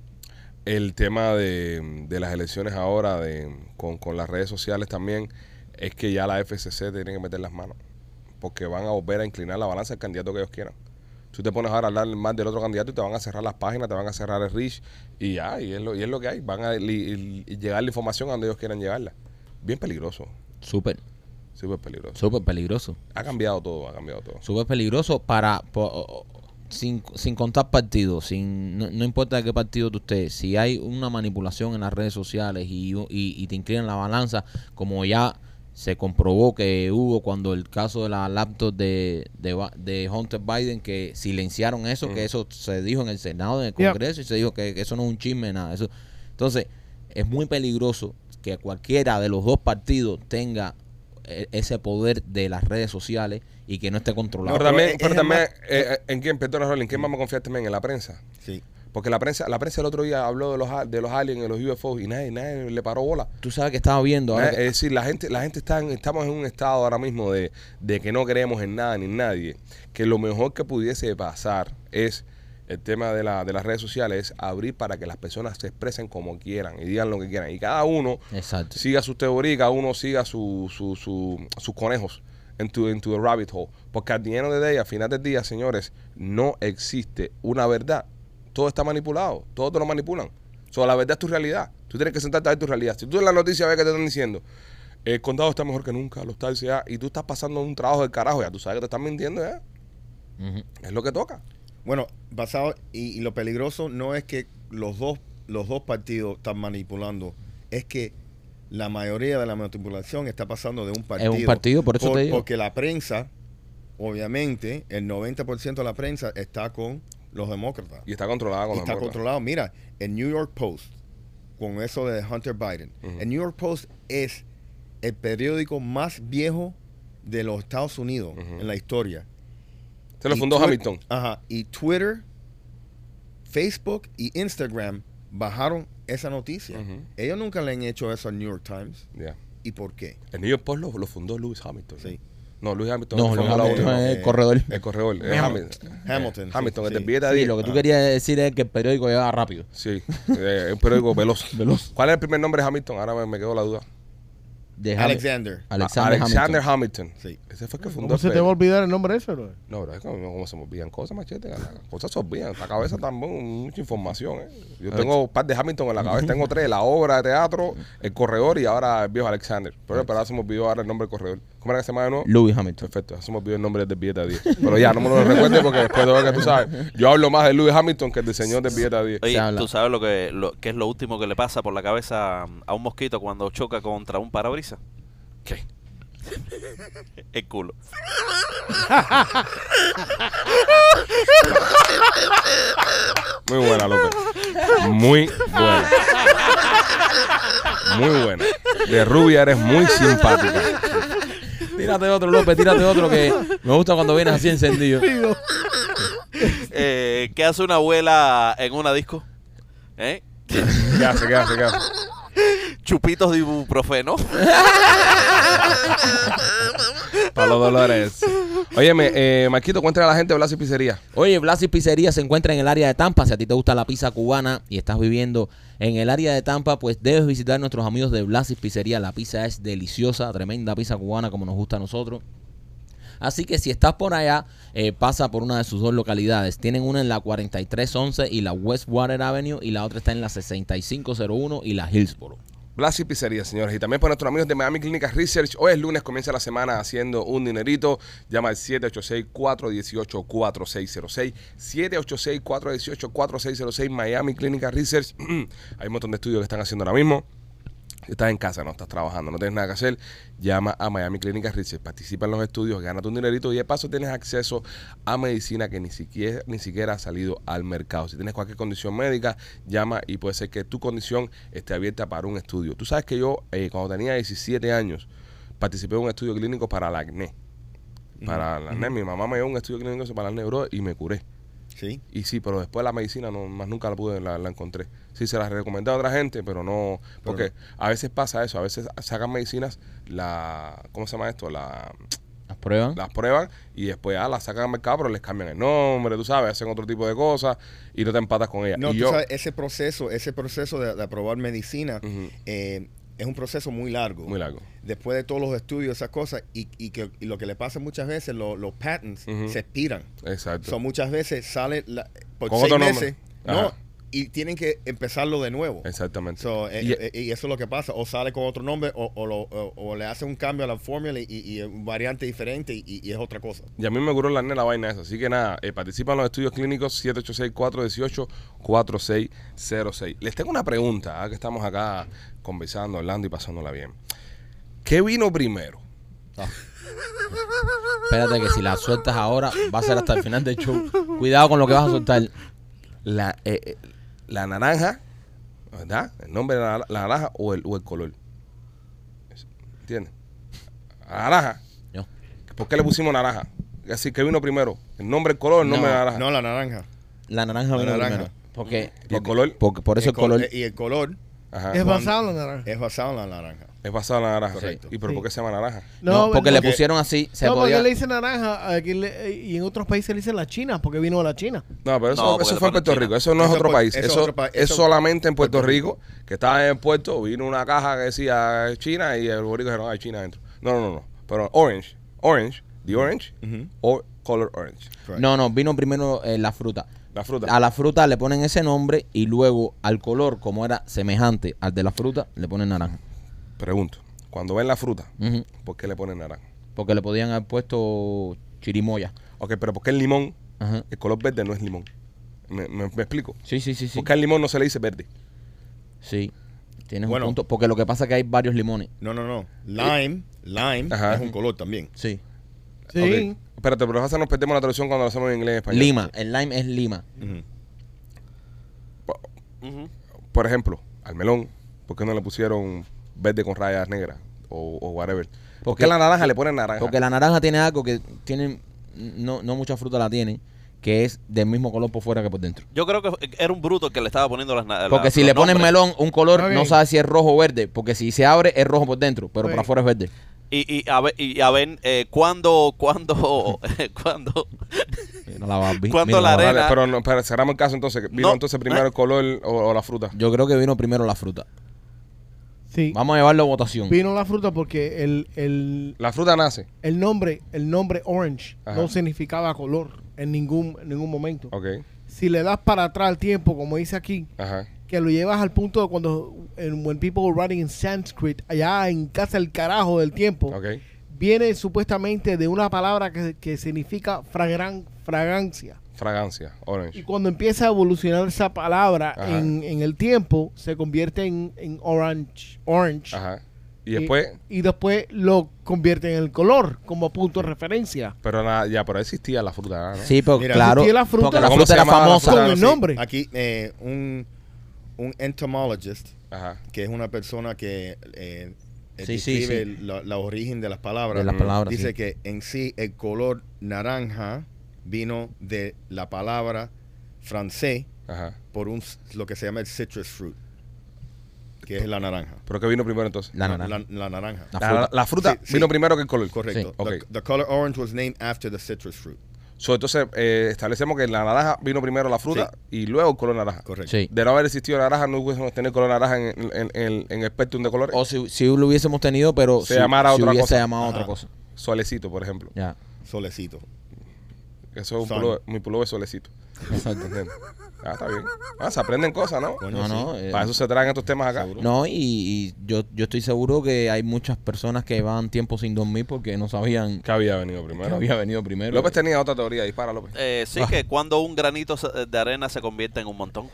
[SPEAKER 1] El tema de, de las elecciones ahora de, con, con las redes sociales también es que ya la FCC tiene que meter las manos. Porque van a volver a inclinar la balanza al candidato que ellos quieran. Tú te pones ahora a hablar más del otro candidato y te van a cerrar las páginas, te van a cerrar el reach y ya, y es lo, y es lo que hay. Van a li- y- y llegar la información a donde ellos quieran llegarla. Bien peligroso,
[SPEAKER 3] Súper,
[SPEAKER 1] súper peligroso.
[SPEAKER 3] súper peligroso.
[SPEAKER 1] Ha cambiado todo, ha cambiado todo.
[SPEAKER 3] Súper peligroso para... po- sin, sin contar partidos, sin, no, no importa de qué partido tú estés, si hay una manipulación en las redes sociales y, y, y te inclinan la balanza, como ya se comprobó que hubo cuando el caso de la laptop de, de, Ba- de Hunter Biden, que silenciaron eso, que eso se dijo en el Senado, en el
[SPEAKER 4] Yeah.
[SPEAKER 3] Congreso, y se dijo que, que eso no es un chisme, nada. Eso. Entonces, es muy peligroso que cualquiera de los dos partidos tenga eh, ese poder de las redes sociales y que no esté controlado.
[SPEAKER 1] Pero
[SPEAKER 6] pero
[SPEAKER 1] también,
[SPEAKER 6] es-
[SPEAKER 1] pero
[SPEAKER 6] es
[SPEAKER 1] también,
[SPEAKER 6] más-
[SPEAKER 1] eh, eh, ¿en quién, perdona, Rolly, ¿en quién vamos a confiar también? ¿En la prensa?
[SPEAKER 6] Sí.
[SPEAKER 1] Porque la prensa, la prensa el otro día habló de los, a- de los aliens, de los UFOs y nadie, nadie le paró bola.
[SPEAKER 3] Tú sabes que estaba viendo ahora
[SPEAKER 1] Nadie-
[SPEAKER 3] que-
[SPEAKER 1] es decir, la gente, la gente está en- estamos en un estado ahora mismo de, de que no creemos en nada ni en nadie. Que lo mejor que pudiese pasar es el tema de, la, de las redes sociales, es abrir para que las personas se expresen como quieran y digan lo que quieran. Y cada uno
[SPEAKER 3] Exacto.
[SPEAKER 1] siga sus teorías, cada uno siga su, su- su- sus conejos en tu the rabbit hole. Porque al dinero de ella, al final del día, señores, no existe una verdad. Todo está manipulado, todo te lo manipulan. So, la verdad es tu realidad. Tú tienes que sentarte a ver tu realidad. Si tú en la noticia ves que te están diciendo, el condado está mejor que nunca, los tal sea, y tú estás pasando un trabajo del carajo, ya tú sabes que te están mintiendo, ya.
[SPEAKER 3] Ujú.
[SPEAKER 1] Es lo que toca.
[SPEAKER 6] Bueno, basado y, y lo peligroso no es que los dos los dos partidos están manipulando, es que la mayoría de la manipulación está pasando de un partido.
[SPEAKER 3] partido, por eso te digo.
[SPEAKER 6] Porque la prensa, obviamente, el 90% de la prensa está con los demócratas.
[SPEAKER 1] Y está controlada con
[SPEAKER 6] Y
[SPEAKER 1] los
[SPEAKER 6] está
[SPEAKER 1] demócratas.
[SPEAKER 6] controlado. Mira, el New York Post, con eso de Hunter Biden, el New York Post es el periódico más viejo de los Estados Unidos en la historia.
[SPEAKER 1] Se lo
[SPEAKER 6] Y
[SPEAKER 1] fundó
[SPEAKER 6] Twi-
[SPEAKER 1] Hamilton.
[SPEAKER 6] Ajá. Y Twitter, Facebook y Instagram bajaron esa noticia.
[SPEAKER 1] Ujú.
[SPEAKER 6] Ellos nunca le han hecho eso al New York Times.
[SPEAKER 1] Ya.
[SPEAKER 6] ¿Y por qué?
[SPEAKER 1] El New York Post lo, lo fundó Lewis Hamilton.
[SPEAKER 6] Sí.
[SPEAKER 1] No, Lewis Hamilton
[SPEAKER 3] No,
[SPEAKER 1] fue
[SPEAKER 3] lo
[SPEAKER 1] la
[SPEAKER 3] Hamilton
[SPEAKER 1] última.
[SPEAKER 3] es
[SPEAKER 6] eh,
[SPEAKER 3] el corredor.
[SPEAKER 1] El corredor. eh,
[SPEAKER 6] Ham-
[SPEAKER 1] Hamilton.
[SPEAKER 6] Hamilton, sí,
[SPEAKER 1] Hamilton, el
[SPEAKER 6] sí.
[SPEAKER 1] del billete de
[SPEAKER 3] Sí,
[SPEAKER 1] 10.
[SPEAKER 3] lo que tú
[SPEAKER 6] Ah.
[SPEAKER 3] querías decir es que el periódico llega rápido.
[SPEAKER 1] Sí, eh, un periódico veloz.
[SPEAKER 3] Veloz.
[SPEAKER 1] ¿Cuál es el primer nombre de Hamilton? Ahora me, me quedó la duda. Ah,
[SPEAKER 3] De Hamil-
[SPEAKER 6] Alexander.
[SPEAKER 3] Alexander,
[SPEAKER 1] Alexander
[SPEAKER 3] Hamilton.
[SPEAKER 1] Hamilton.
[SPEAKER 6] Sí.
[SPEAKER 1] Ese fue el que fundó.
[SPEAKER 4] ¿Cómo
[SPEAKER 1] el
[SPEAKER 4] se te va a
[SPEAKER 1] periódico.
[SPEAKER 4] olvidar el nombre de eso, bro?
[SPEAKER 1] No, pero es como, como se me olvidan cosas, machete. Las cosas se olvidan. Esta cabeza también, mucha información. ¿eh? Yo tengo un par de Hamilton en la cabeza. Tengo tres: la obra de teatro, el corredor y ahora el viejo Alexander. Pero, pero ahora se me olvidó ahora el nombre del corredor. ¿Cómo era que se llama de nuevo?
[SPEAKER 3] Louis Hamilton.
[SPEAKER 1] Perfecto, se me olvidó el nombre del billete a 10. Pero ya, no me lo recuerde porque después de ver que tú sabes, yo hablo más de Lewis Hamilton que del señor del billete a 10.
[SPEAKER 5] Oye,
[SPEAKER 3] Se habla.
[SPEAKER 5] tú sabes lo que, lo que es lo último que le pasa por la cabeza a un mosquito cuando choca contra un parabrisas.
[SPEAKER 1] ¿Qué?
[SPEAKER 5] El culo.
[SPEAKER 1] Muy buena, López. Muy buena. Muy buena. De rubia eres muy simpática.
[SPEAKER 3] Tírate otro, López, tírate otro que me gusta cuando vienes así encendido.
[SPEAKER 5] Eh, ¿Qué hace una abuela en una disco? ¿Eh?
[SPEAKER 1] ¿Qué hace, qué hace, qué hace?
[SPEAKER 5] Chupitos de ibuprofeno.
[SPEAKER 1] Para los dolores. Óyeme, eh, Marquito, cuéntale a la gente de Blas y Pizzería.
[SPEAKER 3] Oye, Blas y Pizzería se encuentra en el área de Tampa. Si a ti te gusta la pizza cubana y estás viviendo en el área de Tampa, pues debes visitar a nuestros amigos de Blas y Pizzería. La pizza es deliciosa, tremenda pizza cubana como nos gusta a nosotros. Así que si estás por allá, eh, pasa por una de sus dos localidades. Tienen una en la 4311 y la Westwater Avenue y la otra está en la 6501 y la Hillsboro.
[SPEAKER 1] Blas y Pizzería, señores. Y también para nuestros amigos de Miami Clinic Research. Hoy es lunes, comienza la semana haciendo un dinerito. Llama al 786-418-4606. 786-418-4606 Miami Clinic Research. Hay un montón de estudios que están haciendo ahora mismo. Si estás en casa, no estás trabajando, no tienes nada que hacer, llama a Miami Clinic Research, participa en los estudios, gana tu dinerito y de paso tienes acceso a medicina que ni siquiera, ni siquiera ha salido al mercado. Si tienes cualquier condición médica, llama y puede ser que tu condición esté abierta para un estudio. Tú sabes que yo, eh, cuando tenía 17 años, participé en un estudio clínico para la acné. Para la acné, mi mamá me dio un estudio clínico para la acné, bro, y me curé.
[SPEAKER 6] Sí.
[SPEAKER 1] Y sí, pero después la medicina no, más nunca la pude, la, la encontré. Sí, se la recomendé a otra gente, pero no, porque a veces pasa eso, a veces sacan medicinas, la, ¿cómo se llama esto? La,
[SPEAKER 6] ¿Ah?
[SPEAKER 3] ¿Las pruebas?
[SPEAKER 1] las prueban y después ah, las sacan al mercado, pero les cambian el nombre, tú sabes, hacen otro tipo de cosas y no te empatas con ella.
[SPEAKER 6] No,
[SPEAKER 1] Eh, y
[SPEAKER 6] tú
[SPEAKER 1] yo,
[SPEAKER 6] sabes, ese proceso, ese proceso de, de aprobar medicina
[SPEAKER 1] Ujú.
[SPEAKER 6] eh, es un proceso muy largo.
[SPEAKER 1] muy largo.
[SPEAKER 6] Después de todos los estudios, esas cosas, y, y que, y lo que le pasa muchas veces, lo- los patents
[SPEAKER 1] Ujú.
[SPEAKER 6] se expiran.
[SPEAKER 1] Exacto.
[SPEAKER 6] So, muchas veces sale la- por
[SPEAKER 1] Con
[SPEAKER 6] seis
[SPEAKER 1] otro nombre.
[SPEAKER 6] meses.
[SPEAKER 1] Ajá.
[SPEAKER 6] No, y tienen que empezarlo de nuevo.
[SPEAKER 1] Exactamente.
[SPEAKER 6] So, eh, eh,
[SPEAKER 1] Y- e
[SPEAKER 6] y, eso es lo que pasa. O sale con otro nombre o, o lo- o- o le hace un cambio a la fórmula y, y- y un variante diferente y, y es otra cosa.
[SPEAKER 1] Y a mí me curó la nena la vaina esa. Así que nada, eh, participan los estudios clínicos 786-418-4606. Les tengo una pregunta, ah, que estamos acá conversando, hablando y pasándola bien. ¿Qué vino primero?
[SPEAKER 3] Espérate que si la sueltas ahora va a ser hasta el final del show. Cuidado con lo que vas a soltar.
[SPEAKER 1] ¿La, eh, eh, la naranja? ¿Verdad? ¿El nombre de la, la naranja o el, o el color? Es- ¿Entiendes? La naranja.
[SPEAKER 3] No.
[SPEAKER 1] ¿Por qué le pusimos naranja? Así que vino primero. ¿El nombre, el color, el
[SPEAKER 3] No,
[SPEAKER 1] nombre de la naranja?
[SPEAKER 6] No, la naranja.
[SPEAKER 3] La naranja vino
[SPEAKER 6] naranja.
[SPEAKER 3] primero. Porque,
[SPEAKER 1] ¿Y el color?
[SPEAKER 3] porque por eso el
[SPEAKER 6] El col-
[SPEAKER 3] color.
[SPEAKER 6] eh, Y el color
[SPEAKER 3] Ah,
[SPEAKER 1] Ajá.
[SPEAKER 4] Es basado en la
[SPEAKER 3] Eh,
[SPEAKER 4] naranja.
[SPEAKER 6] es basado en la naranja.
[SPEAKER 1] Es basado en la naranja.
[SPEAKER 6] Correcto.
[SPEAKER 1] ¿Y pero por qué se llama naranja?
[SPEAKER 3] No, porque le
[SPEAKER 4] no.
[SPEAKER 3] pusieron así, se
[SPEAKER 4] no,
[SPEAKER 3] podía.
[SPEAKER 4] porque le dicen naranja aquí le- y en otros países le dicen la China, porque vino de la China.
[SPEAKER 1] No, pero eso,
[SPEAKER 5] No, porque
[SPEAKER 1] eso
[SPEAKER 5] le
[SPEAKER 1] fue en
[SPEAKER 5] ponen
[SPEAKER 1] Puerto
[SPEAKER 5] China.
[SPEAKER 1] Rico, eso no es
[SPEAKER 6] Eso
[SPEAKER 1] otro
[SPEAKER 6] por-
[SPEAKER 1] país,
[SPEAKER 6] eso
[SPEAKER 1] eso,
[SPEAKER 6] otro pa-
[SPEAKER 1] es
[SPEAKER 6] eso-
[SPEAKER 1] solamente en Puerto,
[SPEAKER 6] Puerto
[SPEAKER 1] Rico, que estaba en el puerto, vino una caja que decía China y el boricua dijeron, "Ah, hay China adentro. No, no, no, no, pero orange, orange, the orange, or color orange,
[SPEAKER 6] Correct.
[SPEAKER 3] No, no, vino primero eh, la fruta.
[SPEAKER 1] la fruta.
[SPEAKER 3] A la fruta le ponen ese nombre y luego al color, como era semejante al de la fruta, le ponen naranja.
[SPEAKER 1] Pregunto, cuando ven la fruta,
[SPEAKER 3] Ujú.
[SPEAKER 1] ¿por qué le ponen naranja?
[SPEAKER 3] Porque le podían haber puesto chirimoya.
[SPEAKER 1] Ok, pero ¿por qué el limón,
[SPEAKER 3] Ajá.
[SPEAKER 1] el color verde no es limón? ¿Me, me- me explico?
[SPEAKER 3] Sí, sí, sí, sí.
[SPEAKER 1] ¿Por qué al limón no se le dice verde?
[SPEAKER 3] Sí. Tienes
[SPEAKER 6] Bueno.
[SPEAKER 3] un punto. Porque lo que pasa es que hay varios limones.
[SPEAKER 6] No, no, no. Lime, lime
[SPEAKER 1] Ajá.
[SPEAKER 6] es un color también.
[SPEAKER 3] Sí.
[SPEAKER 4] Sí.
[SPEAKER 1] Ok, Espérate, pero pasa nos perdemos la traducción cuando lo hacemos en inglés y español.
[SPEAKER 3] Lima. El lime es lima.
[SPEAKER 6] Ujú.
[SPEAKER 5] Ujú.
[SPEAKER 1] Por ejemplo, al melón, ¿por qué no le pusieron verde con rayas negras o, o whatever? ¿Por
[SPEAKER 3] Porque-
[SPEAKER 1] qué la naranja le ponen naranja?
[SPEAKER 3] Porque la naranja tiene algo que tienen. No, no mucha fruta la tienen. Que es del mismo color por fuera que por dentro.
[SPEAKER 5] Yo creo que era un bruto el que le estaba poniendo las na-
[SPEAKER 3] Porque
[SPEAKER 5] las-
[SPEAKER 3] si
[SPEAKER 5] los
[SPEAKER 3] le ponen
[SPEAKER 5] nombres.
[SPEAKER 3] melón, un color
[SPEAKER 4] Está
[SPEAKER 3] no
[SPEAKER 4] bien.
[SPEAKER 3] sabe si es rojo o verde. Porque si se abre, es rojo por dentro, pero por
[SPEAKER 4] Está bien.
[SPEAKER 3] afuera es verde.
[SPEAKER 5] Y, y a ver, y a ver eh, cuándo, cuándo, eh, cuándo,
[SPEAKER 3] Mira la Barbie,
[SPEAKER 5] ¿Cuándo
[SPEAKER 3] mira
[SPEAKER 5] la
[SPEAKER 3] Barbie.
[SPEAKER 1] Vale,
[SPEAKER 5] arena-
[SPEAKER 1] pero, no, pero cerramos el caso entonces. Vino
[SPEAKER 5] No.
[SPEAKER 1] entonces primero el color o, o la fruta.
[SPEAKER 3] Yo creo que vino primero la fruta.
[SPEAKER 4] Sí.
[SPEAKER 3] Vamos a llevarlo a votación.
[SPEAKER 4] Vino la fruta porque el, el,
[SPEAKER 1] La fruta nace.
[SPEAKER 4] el nombre, el nombre orange
[SPEAKER 1] Ajá.
[SPEAKER 4] no significaba color en ningún, en ningún momento.
[SPEAKER 1] Ok.
[SPEAKER 4] Si le das para atrás al tiempo, como dice aquí,
[SPEAKER 1] Ajá.
[SPEAKER 4] que lo llevas al punto de cuando en when people were writing in Sanskrit, allá en casa el carajo del tiempo,
[SPEAKER 1] Ok.
[SPEAKER 4] viene supuestamente de una palabra que, que significa fragran- fragancia.
[SPEAKER 1] Fragancia,
[SPEAKER 4] Y
[SPEAKER 1] orange.
[SPEAKER 4] cuando empieza a evolucionar esa palabra
[SPEAKER 1] Ajá.
[SPEAKER 4] en, en el tiempo, se convierte en, en orange. orange.
[SPEAKER 1] Ajá. Y después,
[SPEAKER 4] Y, y después lo convierte en el color como punto de referencia.
[SPEAKER 1] pero nada, ya, pero existía la fruta, ¿no?
[SPEAKER 3] Sí, pero
[SPEAKER 6] Mira,
[SPEAKER 3] claro.
[SPEAKER 4] existía la fruta.
[SPEAKER 3] Porque la
[SPEAKER 1] ¿Cómo
[SPEAKER 3] fruta
[SPEAKER 1] se
[SPEAKER 3] era
[SPEAKER 1] llamaba la
[SPEAKER 3] famosa.
[SPEAKER 1] fruta?
[SPEAKER 4] Con el
[SPEAKER 1] sí.
[SPEAKER 4] nombre.
[SPEAKER 6] Aquí eh, un, un entomologist,
[SPEAKER 1] Ajá.
[SPEAKER 6] que es una persona que eh, eh,
[SPEAKER 3] Sí, sí,
[SPEAKER 6] describe
[SPEAKER 3] sí.
[SPEAKER 6] La, la origen de las palabras,
[SPEAKER 3] De las palabras,
[SPEAKER 6] dice
[SPEAKER 3] sí.
[SPEAKER 6] que en sí el color naranja vino de la palabra francés
[SPEAKER 1] Ajá.
[SPEAKER 6] por un, c- lo que se llama el citrus fruit, que es la naranja.
[SPEAKER 1] ¿Pero qué vino primero entonces?
[SPEAKER 3] La naranja. Ah,
[SPEAKER 6] La, la naranja.
[SPEAKER 3] La
[SPEAKER 1] La,
[SPEAKER 3] fruta.
[SPEAKER 1] la- la fruta
[SPEAKER 6] Sí, sí.
[SPEAKER 1] vino primero que el color.
[SPEAKER 6] Correcto.
[SPEAKER 1] Sí, ok.
[SPEAKER 6] The- the color orange was named after the citrus fruit.
[SPEAKER 1] So, entonces, eh, establecemos que la naranja vino primero la fruta y luego el color naranja.
[SPEAKER 6] Correcto.
[SPEAKER 3] Sí.
[SPEAKER 1] De no haber existido la naranja, no hubiésemos tenido color naranja en, en, en- en- en el espectrum de colores.
[SPEAKER 3] O si, si lo hubiésemos tenido, pero
[SPEAKER 1] Se
[SPEAKER 3] si,
[SPEAKER 1] llamara
[SPEAKER 3] si
[SPEAKER 1] otra
[SPEAKER 3] hubiese
[SPEAKER 1] cosa.
[SPEAKER 3] llamado
[SPEAKER 6] Ajá.
[SPEAKER 3] otra cosa.
[SPEAKER 1] Solecito, por ejemplo.
[SPEAKER 3] Ya.
[SPEAKER 6] Solecito.
[SPEAKER 1] Eso es un
[SPEAKER 6] Son.
[SPEAKER 1] pullover, mi pullover solecito.
[SPEAKER 3] Exacto.
[SPEAKER 1] ¿Entiendes? Ah, está bien. Ah, se aprenden cosas, ¿no?
[SPEAKER 6] Coño,
[SPEAKER 3] No,
[SPEAKER 6] sí.
[SPEAKER 3] no. eh,
[SPEAKER 1] Para eso se traen estos temas acá.
[SPEAKER 3] No, y, y yo, yo estoy seguro que hay muchas personas que van tiempo sin dormir porque no sabían
[SPEAKER 1] Que había venido
[SPEAKER 3] que
[SPEAKER 1] primero.
[SPEAKER 3] había venido primero.
[SPEAKER 1] López tenía otra teoría. Dispara, López.
[SPEAKER 5] Eh, sí,
[SPEAKER 3] Ah.
[SPEAKER 5] que cuando un granito se- de arena se convierte en un montón.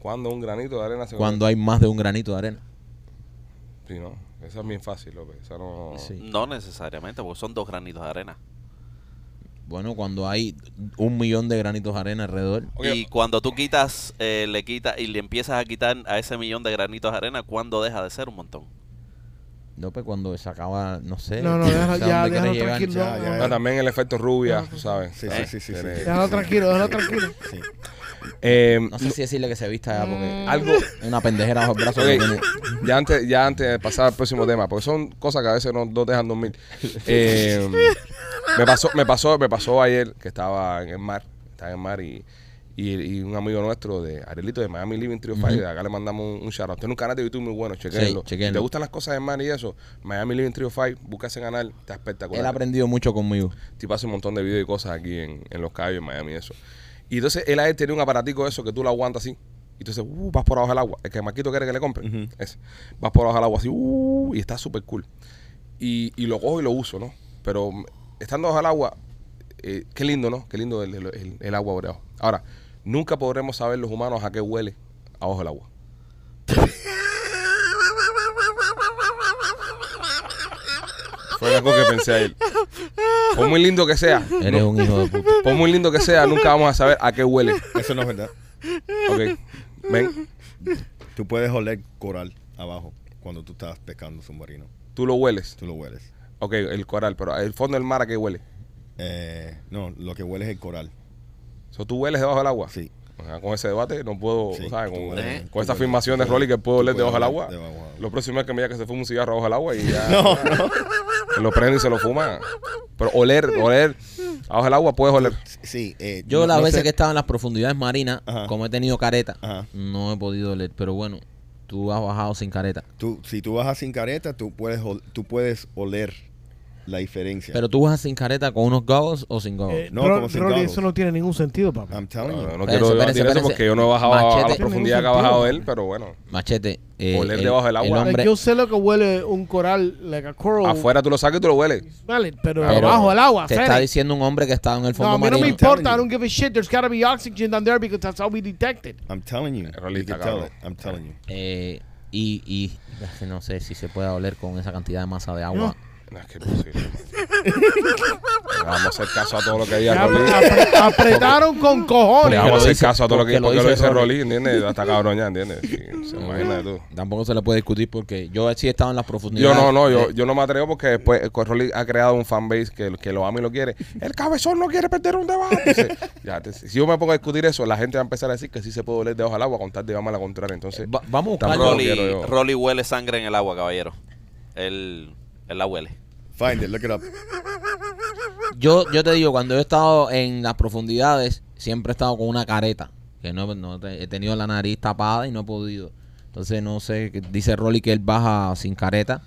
[SPEAKER 1] Cuando un granito de arena se
[SPEAKER 3] cuando hay más de un granito de arena.
[SPEAKER 1] Sí, no. Esa es bien fácil, López. Esa no...
[SPEAKER 3] Sí.
[SPEAKER 5] No necesariamente, porque son dos granitos de arena.
[SPEAKER 3] Bueno, cuando hay un millón de granitos de arena alrededor.
[SPEAKER 1] Ok.
[SPEAKER 5] Y cuando tú quitas, eh, le quitas y le empiezas a quitar a ese millón de granitos de arena, ¿cuándo deja de ser un montón?
[SPEAKER 3] López, pues, cuando se acaba, no sé.
[SPEAKER 4] No, no,
[SPEAKER 3] o sea,
[SPEAKER 4] déjalo, ya,
[SPEAKER 3] ¿dónde
[SPEAKER 4] déjalo
[SPEAKER 3] quieres llegar?
[SPEAKER 4] tranquilo.
[SPEAKER 6] Ya,
[SPEAKER 4] no,
[SPEAKER 6] ya,
[SPEAKER 4] no.
[SPEAKER 1] Ah, también el efecto rubia, tú sabes.
[SPEAKER 6] Sí,
[SPEAKER 5] Eh.
[SPEAKER 6] sí, sí, sí, sí.
[SPEAKER 1] Tiene-
[SPEAKER 4] Déjalo tranquilo, déjalo tranquilo.
[SPEAKER 6] Sí.
[SPEAKER 1] Eh,
[SPEAKER 3] No sé si decirle que se vista ya
[SPEAKER 4] Mm.
[SPEAKER 3] porque
[SPEAKER 1] Algo.
[SPEAKER 3] es una pendejera bajo el brazo. que
[SPEAKER 1] Ok,
[SPEAKER 3] tiene.
[SPEAKER 1] ya antes, ya antes de pasar al próximo tema, porque son cosas que a veces no, no dejan dormir. Eh, me pasó, me pasó, me pasó ayer que estaba en el mar, estaba en el mar y, y- y un amigo nuestro de Arelito de Miami Living Trio Fire, de acá le mandamos un, un shout out. Tiene un canal de YouTube muy bueno, chequenlo.
[SPEAKER 3] chequéenlo.
[SPEAKER 1] Si te gustan las cosas del mar y eso, Miami Living Trio Fire, busca ese canal, está espectacular.
[SPEAKER 3] Él ha aprendido mucho conmigo.
[SPEAKER 1] Tipo hace un montón de videos y cosas aquí en, en Los Cayos, en Miami y eso. Y entonces él a él tenía un aparatico de eso que tú lo aguantas así. Y entonces uh, vas por abajo del agua. El que Marquito quiere que le compre. ese. Vas por abajo del agua así. uh, y está súper cool. Y, y lo cojo y lo uso, ¿no? Pero mm, estando bajo el agua, eh, qué lindo, ¿no? Qué lindo el, el- el- el agua por abajo. Ahora, nunca podremos saber los humanos a qué huele abajo del agua. Fue algo que pensé a él. Por muy lindo que sea,
[SPEAKER 3] Eres un hijo de puta.
[SPEAKER 1] por muy lindo que sea, nunca vamos a saber a qué huele.
[SPEAKER 6] Eso no es verdad.
[SPEAKER 1] Ok. Ven,
[SPEAKER 6] Tú puedes oler coral abajo cuando tú estás pescando submarino.
[SPEAKER 1] tú lo hueles.
[SPEAKER 6] Tú lo hueles.
[SPEAKER 1] Ok, el coral, pero el fondo del mar a qué huele.
[SPEAKER 6] Eh, no, lo que huele es el coral.
[SPEAKER 1] So, ¿Tú hueles debajo del agua?
[SPEAKER 6] Sí.
[SPEAKER 1] Ajá, con ese debate no puedo,
[SPEAKER 6] Sí,
[SPEAKER 1] ¿sabes?
[SPEAKER 6] tú
[SPEAKER 1] Con,
[SPEAKER 6] puedes,
[SPEAKER 1] con
[SPEAKER 6] tú puedes,
[SPEAKER 1] esta afirmación
[SPEAKER 6] tú
[SPEAKER 1] de
[SPEAKER 6] puedes,
[SPEAKER 1] Rolly que puedo
[SPEAKER 6] tú
[SPEAKER 1] oler debajo del
[SPEAKER 6] puedes
[SPEAKER 1] agua.
[SPEAKER 6] oler debajo del agua.
[SPEAKER 1] Lo próximo es que me diga que se fuma un cigarro debajo del agua y ya. Que Lo prende y se lo fuma. Pero oler, oler, abajo del agua puedes oler.
[SPEAKER 6] Sí. eh,
[SPEAKER 3] Yo
[SPEAKER 6] no-
[SPEAKER 3] las
[SPEAKER 6] no
[SPEAKER 3] veces
[SPEAKER 6] sé-
[SPEAKER 3] que estaba en las profundidades marinas,
[SPEAKER 6] Ajá.
[SPEAKER 3] como he tenido careta,
[SPEAKER 6] Ajá.
[SPEAKER 3] no he podido leer. Pero bueno, tú has bajado sin careta.
[SPEAKER 6] Tú, si tú bajas sin careta, tú puedes, ol- tú puedes oler la diferencia.
[SPEAKER 3] Pero tú bajas sin careta con unos goggles o sin
[SPEAKER 4] Eh,
[SPEAKER 3] goggles.
[SPEAKER 6] No,
[SPEAKER 4] Ro-
[SPEAKER 6] como sin
[SPEAKER 4] Rolly,
[SPEAKER 6] goggles.
[SPEAKER 4] eso no tiene ningún sentido, papá.
[SPEAKER 6] I'm telling
[SPEAKER 1] No,
[SPEAKER 6] you.
[SPEAKER 1] no
[SPEAKER 3] Espérense,
[SPEAKER 1] quiero debatir
[SPEAKER 3] espérense,
[SPEAKER 1] eso
[SPEAKER 3] espérense.
[SPEAKER 1] porque yo no he bajado a- a la
[SPEAKER 3] Machete.
[SPEAKER 1] profundidad que ha bajado él, pero bueno.
[SPEAKER 3] Machete. eh,
[SPEAKER 1] Oler debajo del agua.
[SPEAKER 3] El hombre,
[SPEAKER 4] Yo sé lo que huele un coral, like a coral.
[SPEAKER 1] Afuera tú lo sacas y tú lo hueles.
[SPEAKER 4] smell it, pero,
[SPEAKER 1] Pero
[SPEAKER 4] abajo del agua.
[SPEAKER 3] Te
[SPEAKER 4] hacer
[SPEAKER 3] está
[SPEAKER 4] it.
[SPEAKER 3] diciendo un hombre que está en el
[SPEAKER 4] No,
[SPEAKER 3] fondo
[SPEAKER 4] a mí no me
[SPEAKER 3] marino.
[SPEAKER 4] importa. I don't give a shit. There's gotta be oxygen down there because that's how we detect it.
[SPEAKER 6] I'm telling you.
[SPEAKER 1] Rolly
[SPEAKER 6] You can
[SPEAKER 1] está
[SPEAKER 6] tell
[SPEAKER 1] cabrón.
[SPEAKER 6] it. I'm telling you.
[SPEAKER 3] Eh, y, y no sé si se puede oler con esa cantidad de masa de agua.
[SPEAKER 1] No, es que imposible. Vamos a hacer caso a todo lo que diga
[SPEAKER 4] Ya,
[SPEAKER 1] Rolly.
[SPEAKER 4] apre- apretaron con
[SPEAKER 1] Porque
[SPEAKER 4] cojones.
[SPEAKER 3] Porque
[SPEAKER 1] vamos a
[SPEAKER 3] lo
[SPEAKER 1] hacer
[SPEAKER 3] dice-
[SPEAKER 1] caso a todo lo que
[SPEAKER 3] porque lo
[SPEAKER 1] porque lo
[SPEAKER 3] dice
[SPEAKER 1] dice
[SPEAKER 3] Rolly.
[SPEAKER 1] Rolly, ¿entiendes? Hasta cabrón ya, ¿entiendes? Sí, se imagina tú.
[SPEAKER 3] Tampoco se le puede discutir porque yo sí he estado en las
[SPEAKER 1] Yo
[SPEAKER 3] profundidades.
[SPEAKER 1] no, no, yo,
[SPEAKER 3] Eh,
[SPEAKER 1] yo no me atrevo porque después eh, Rolly ha creado un fanbase que, que lo ama y lo quiere. El cabezón no quiere perder un debate. Dice, ya, te- si yo me pongo a discutir eso, la gente va a empezar a decir que sí se puede oler debajo al agua, contar, digamos, la contraria. Entonces,
[SPEAKER 3] Eh, va- vamos a buscar
[SPEAKER 1] Tampoco
[SPEAKER 3] Ah, Rolly.
[SPEAKER 1] quiero
[SPEAKER 5] Rolly,
[SPEAKER 1] yo.
[SPEAKER 5] Rolly huele sangre en el agua, caballero. Él, él la huele.
[SPEAKER 6] Find it. Look it up.
[SPEAKER 3] Yo, yo te digo, cuando yo he estado en las profundidades, siempre he estado con una careta. Que no, no te- he tenido la nariz tapada y no he podido. Entonces no sé, que dice Rolly que él baja sin careta,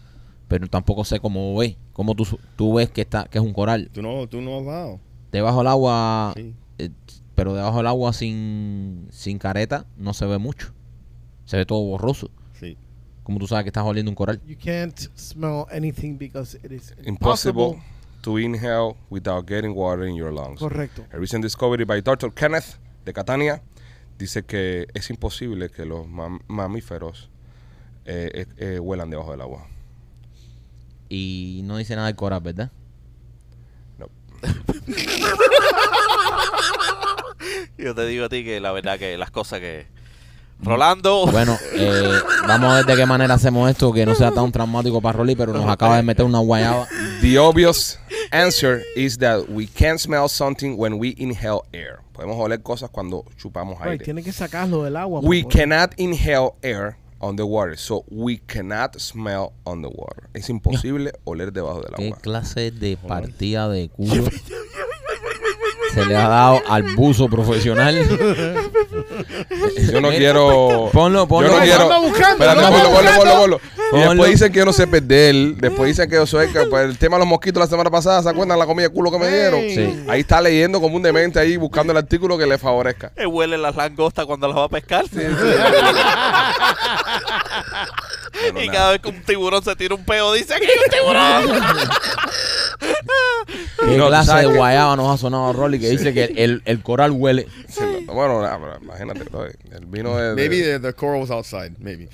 [SPEAKER 3] pero tampoco sé cómo ve. Cómo tú, su- tú ves que está que es un coral.
[SPEAKER 6] Tú no, tú no has bajado.
[SPEAKER 3] Debajo del agua,
[SPEAKER 6] Sí.
[SPEAKER 3] eh, pero debajo del agua sin, sin careta no se ve mucho. Se ve todo borroso.
[SPEAKER 6] Sí.
[SPEAKER 3] Como tú sabes que estás oliendo un coral.
[SPEAKER 4] You can't smell anything because it is
[SPEAKER 1] Impossible
[SPEAKER 4] impossible.
[SPEAKER 1] to inhale without getting water in your lungs.
[SPEAKER 4] Correcto.
[SPEAKER 1] A recent discovery by Dr. Kenneth de Catania dice que es imposible que los mam- mamíferos eh, eh, eh, huelan debajo del agua.
[SPEAKER 3] Y no dice nada del coral, ¿verdad?
[SPEAKER 1] No.
[SPEAKER 5] Yo te digo a ti que la verdad que las cosas que... Rolando.
[SPEAKER 3] Bueno, eh, vamos a ver de qué manera hacemos esto, que no sea tan traumático para Rolly, pero nos acaba de meter una guayaba.
[SPEAKER 1] The obvious answer is that we can smell something when we inhale air. Podemos oler cosas cuando chupamos
[SPEAKER 4] Right,
[SPEAKER 1] aire.
[SPEAKER 4] tiene que sacarlo del agua. pues,
[SPEAKER 1] We
[SPEAKER 4] por favor.
[SPEAKER 1] cannot inhale air on the water, so we cannot smell on the water. Es imposible oler debajo del
[SPEAKER 3] ¿Qué
[SPEAKER 1] agua.
[SPEAKER 3] clase de partida de culo se le ha dado al buzo profesional?
[SPEAKER 1] Yo no quiero.
[SPEAKER 3] Ponlo, ponlo.
[SPEAKER 1] Yo no
[SPEAKER 4] Ay,
[SPEAKER 1] quiero.
[SPEAKER 4] anda buscando,
[SPEAKER 1] Espérate,
[SPEAKER 4] anda
[SPEAKER 1] ponlo, ponlo,
[SPEAKER 4] buscando.
[SPEAKER 1] ponlo, ponlo. Y
[SPEAKER 3] Ponlo.
[SPEAKER 1] después dicen que yo no sé perder. Después dicen que yo soy. que, pues, el tema de los mosquitos la semana pasada, ¿se acuerdan la comida de culo que me dieron?
[SPEAKER 3] Sí.
[SPEAKER 1] Ahí está leyendo como un demente ahí buscando el artículo que le favorezca.
[SPEAKER 5] Eh, huele las langostas cuando las va a pescar. y
[SPEAKER 1] nada.
[SPEAKER 5] cada vez que un tiburón se tira un peo, dice que hay un tiburón.
[SPEAKER 3] ¿Qué
[SPEAKER 1] No, tú
[SPEAKER 3] clase
[SPEAKER 1] sabes
[SPEAKER 3] de
[SPEAKER 1] que-
[SPEAKER 3] guayaba nos ha sonado a Rolly que dice que el, el- el coral huele?
[SPEAKER 1] Sí, no, bueno, nada, pero imagínate, bro, el vino de. de-
[SPEAKER 6] Maybe the, the coral was outside. Maybe.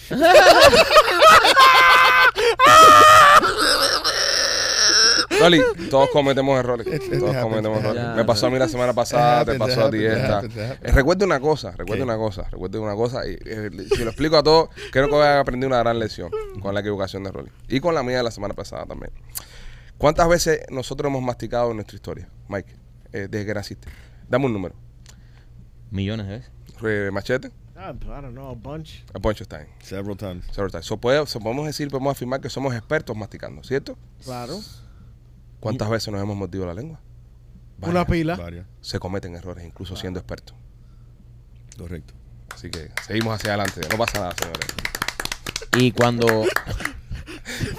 [SPEAKER 1] Rolly, todos cometemos errores.
[SPEAKER 6] it
[SPEAKER 1] Todos
[SPEAKER 6] happens,
[SPEAKER 1] cometemos
[SPEAKER 6] it
[SPEAKER 1] errores.
[SPEAKER 3] happens.
[SPEAKER 1] Me pasó a mí la semana pasada,
[SPEAKER 6] It
[SPEAKER 1] te
[SPEAKER 6] happens,
[SPEAKER 1] pasó
[SPEAKER 6] it
[SPEAKER 1] a ti
[SPEAKER 6] happens, it
[SPEAKER 1] esta.
[SPEAKER 6] happens, it happens.
[SPEAKER 1] Eh, Recuerda una cosa, recuerda una cosa, recuerda una cosa. y, eh, si lo explico a todos, creo que voy a aprender una gran lección con la equivocación de Rolly. Y con la mía de la semana pasada también. ¿Cuántas veces nosotros hemos masticado en nuestra historia, Mike, eh, desde que naciste? Dame un número.
[SPEAKER 3] Millones de veces.
[SPEAKER 1] Eh, Machete,
[SPEAKER 4] Ah, I don't know, a bunch.
[SPEAKER 1] a Poncho Stein.
[SPEAKER 6] Several times.
[SPEAKER 1] Several times. So, puede- so, podemos decir, podemos afirmar que somos expertos masticando, ¿cierto?
[SPEAKER 4] Claro.
[SPEAKER 1] ¿Cuántas veces nos hemos mordido la lengua?
[SPEAKER 4] Una
[SPEAKER 1] Varias.
[SPEAKER 4] pila.
[SPEAKER 6] Varias.
[SPEAKER 1] se cometen errores, incluso siendo expertos.
[SPEAKER 6] Correcto.
[SPEAKER 1] Así que seguimos hacia adelante, no pasa nada, señores.
[SPEAKER 3] Y cuando...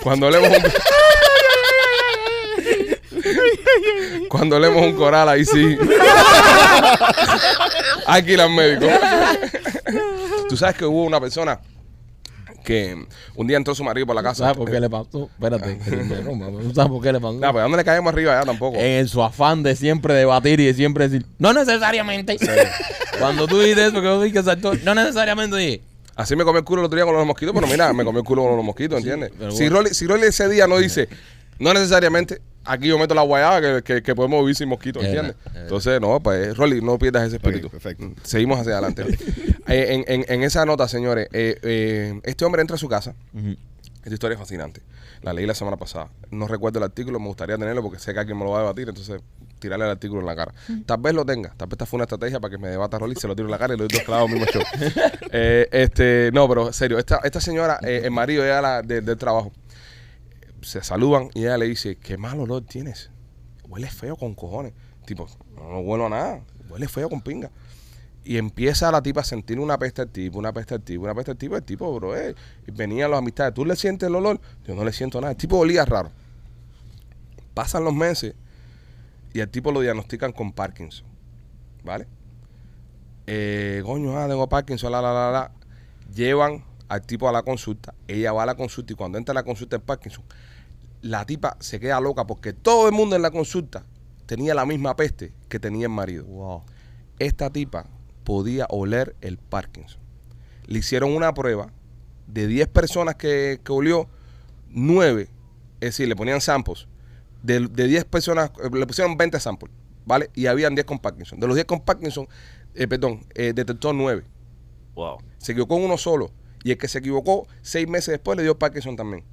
[SPEAKER 1] Cuando olemos un... Cuando olemos un coral, ahí sí. Aquí los médicos. Tú sabes que hubo una persona que un día entró su marido por la
[SPEAKER 3] ¿Tú
[SPEAKER 1] casa.
[SPEAKER 3] sabes por qué Ah, le pasó? Espérate, que se me rompa, pero ¿Tú sabes por qué le pasó?
[SPEAKER 1] Nah, pero no le caemos arriba ya tampoco.
[SPEAKER 3] en su afán de siempre debatir y de siempre decir, no necesariamente. Cuando tú dices eso, que yo dije que saltó, no necesariamente dije.
[SPEAKER 1] Así me comió el culo el otro día con los mosquitos, pero mira, me comió el culo con los mosquitos, ¿entiendes?
[SPEAKER 3] pero
[SPEAKER 1] si, Rolly, si Rolly ese día no dice, no necesariamente, aquí yo meto la guayaba que, que- que podemos vivir sin mosquitos,
[SPEAKER 3] Es
[SPEAKER 1] ¿entiendes?
[SPEAKER 3] verdad, es
[SPEAKER 1] Entonces, no, pues Rolly, no pierdas ese espíritu. Mm,
[SPEAKER 6] Ok, perfecto.
[SPEAKER 1] Seguimos hacia adelante. Eh, en, en- en esa nota, señores, eh, eh, este hombre entra a su casa. Esta historia es fascinante. La leí la semana pasada. No recuerdo el artículo, me gustaría tenerlo porque sé que alguien me lo va a debatir, entonces tirarle el artículo en la cara. Tal vez lo tenga, tal vez esta fue una estrategia para que me debata Rolly, se lo tiro en la cara y le doy dos clavos al mismo show. Eh, este, no, pero serio, esta, esta señora, eh, el marido ella la, de- del trabajo, se saludan y ella le dice, qué mal olor tienes. Huele feo con cojones. Tipo, no, no huelo a nada, huele feo con pinga. Y empieza la tipa a sentir una peste al tipo, una peste al tipo, una peste al tipo. El tipo, bro, eh, venían las amistades. ¿Tú le sientes el olor? Yo no le siento nada. El tipo olía raro. Pasan los meses y al tipo lo diagnostican con Parkinson. ¿Vale? Eh, coño, ah, tengo Parkinson, la, la, la, la. Llevan al tipo a la consulta. Ella va a la consulta y cuando entra a la consulta de Parkinson, la tipa se queda loca porque todo el mundo en la consulta tenía la misma peste que tenía el marido.
[SPEAKER 3] Wow.
[SPEAKER 1] Esta tipa podía oler el Parkinson. Le hicieron una prueba de 10 personas que, que olió, 9, es decir, le ponían samples. De, de 10 personas, eh, le pusieron 20 samples, ¿vale? Y habían 10 con Parkinson. De los 10 con Parkinson, eh, perdón, eh, detectó 9.
[SPEAKER 5] wow.
[SPEAKER 1] Se equivocó en uno solo. Y el que se equivocó, seis meses después le dio Parkinson también.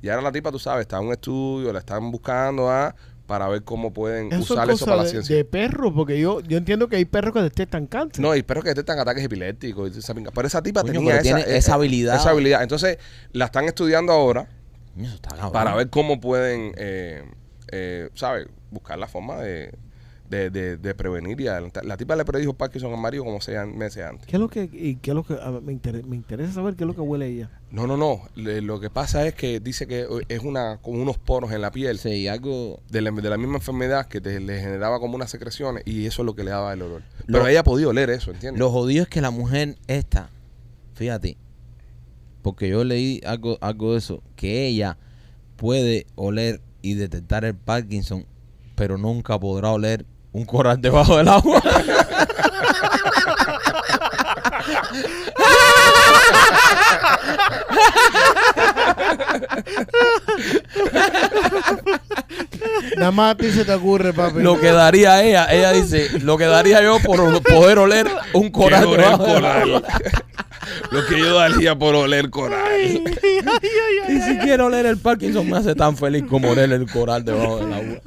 [SPEAKER 1] Y ahora la tipa, tú sabes, está en un estudio, la están buscando ah, para ver cómo pueden
[SPEAKER 4] Eso
[SPEAKER 1] usar
[SPEAKER 4] es
[SPEAKER 1] eso para la
[SPEAKER 4] cosa de,
[SPEAKER 1] ciencia.
[SPEAKER 4] de perros, porque yo, yo entiendo que hay perros que detectan cáncer.
[SPEAKER 1] No, y espero que detectan ataques epilépticos. y esa pinga. Pero esa tipa
[SPEAKER 3] Coño,
[SPEAKER 1] tenía
[SPEAKER 3] pero
[SPEAKER 1] esa,
[SPEAKER 3] tiene
[SPEAKER 1] eh,
[SPEAKER 3] esa
[SPEAKER 1] eh,
[SPEAKER 3] habilidad.
[SPEAKER 1] Esa habilidad. Entonces, la están estudiando ahora
[SPEAKER 3] Eso está cabrón.
[SPEAKER 1] para ver cómo pueden, eh, eh, ¿sabes? Buscar la forma de, de, de- de prevenir. Y adelantar. La tipa le predijo Parkinson a Mario como seis an- meses antes.
[SPEAKER 4] ¿Qué es lo que, y qué es lo que a ver, me, inter- me interesa saber qué es lo que huele ella?
[SPEAKER 1] No, no, no. Le- lo que pasa es que dice que eh, es una con unos poros en la piel.
[SPEAKER 3] Sí, algo...
[SPEAKER 1] De la, de la misma enfermedad que te- le generaba como unas secreciones y eso es lo que le daba el olor.
[SPEAKER 3] Lo-
[SPEAKER 1] Pero ella podía oler eso, ¿entiendes?
[SPEAKER 3] Lo jodido es que la mujer esta, fíjate, porque yo leí algo, algo de eso, que ella puede oler y detectar el Parkinson, pero nunca podrá oler un coral debajo del agua.
[SPEAKER 4] Nada más a ti se te ocurre, papi.
[SPEAKER 3] lo que daría ella, ella dice, lo que daría yo por poder oler un coral
[SPEAKER 1] Quiero oler
[SPEAKER 3] debajo del agua.
[SPEAKER 1] coral. Lo que yo daría por oler coral.
[SPEAKER 3] Ni siquiera oler el Parkinson me hace tan feliz como oler el coral debajo del agua.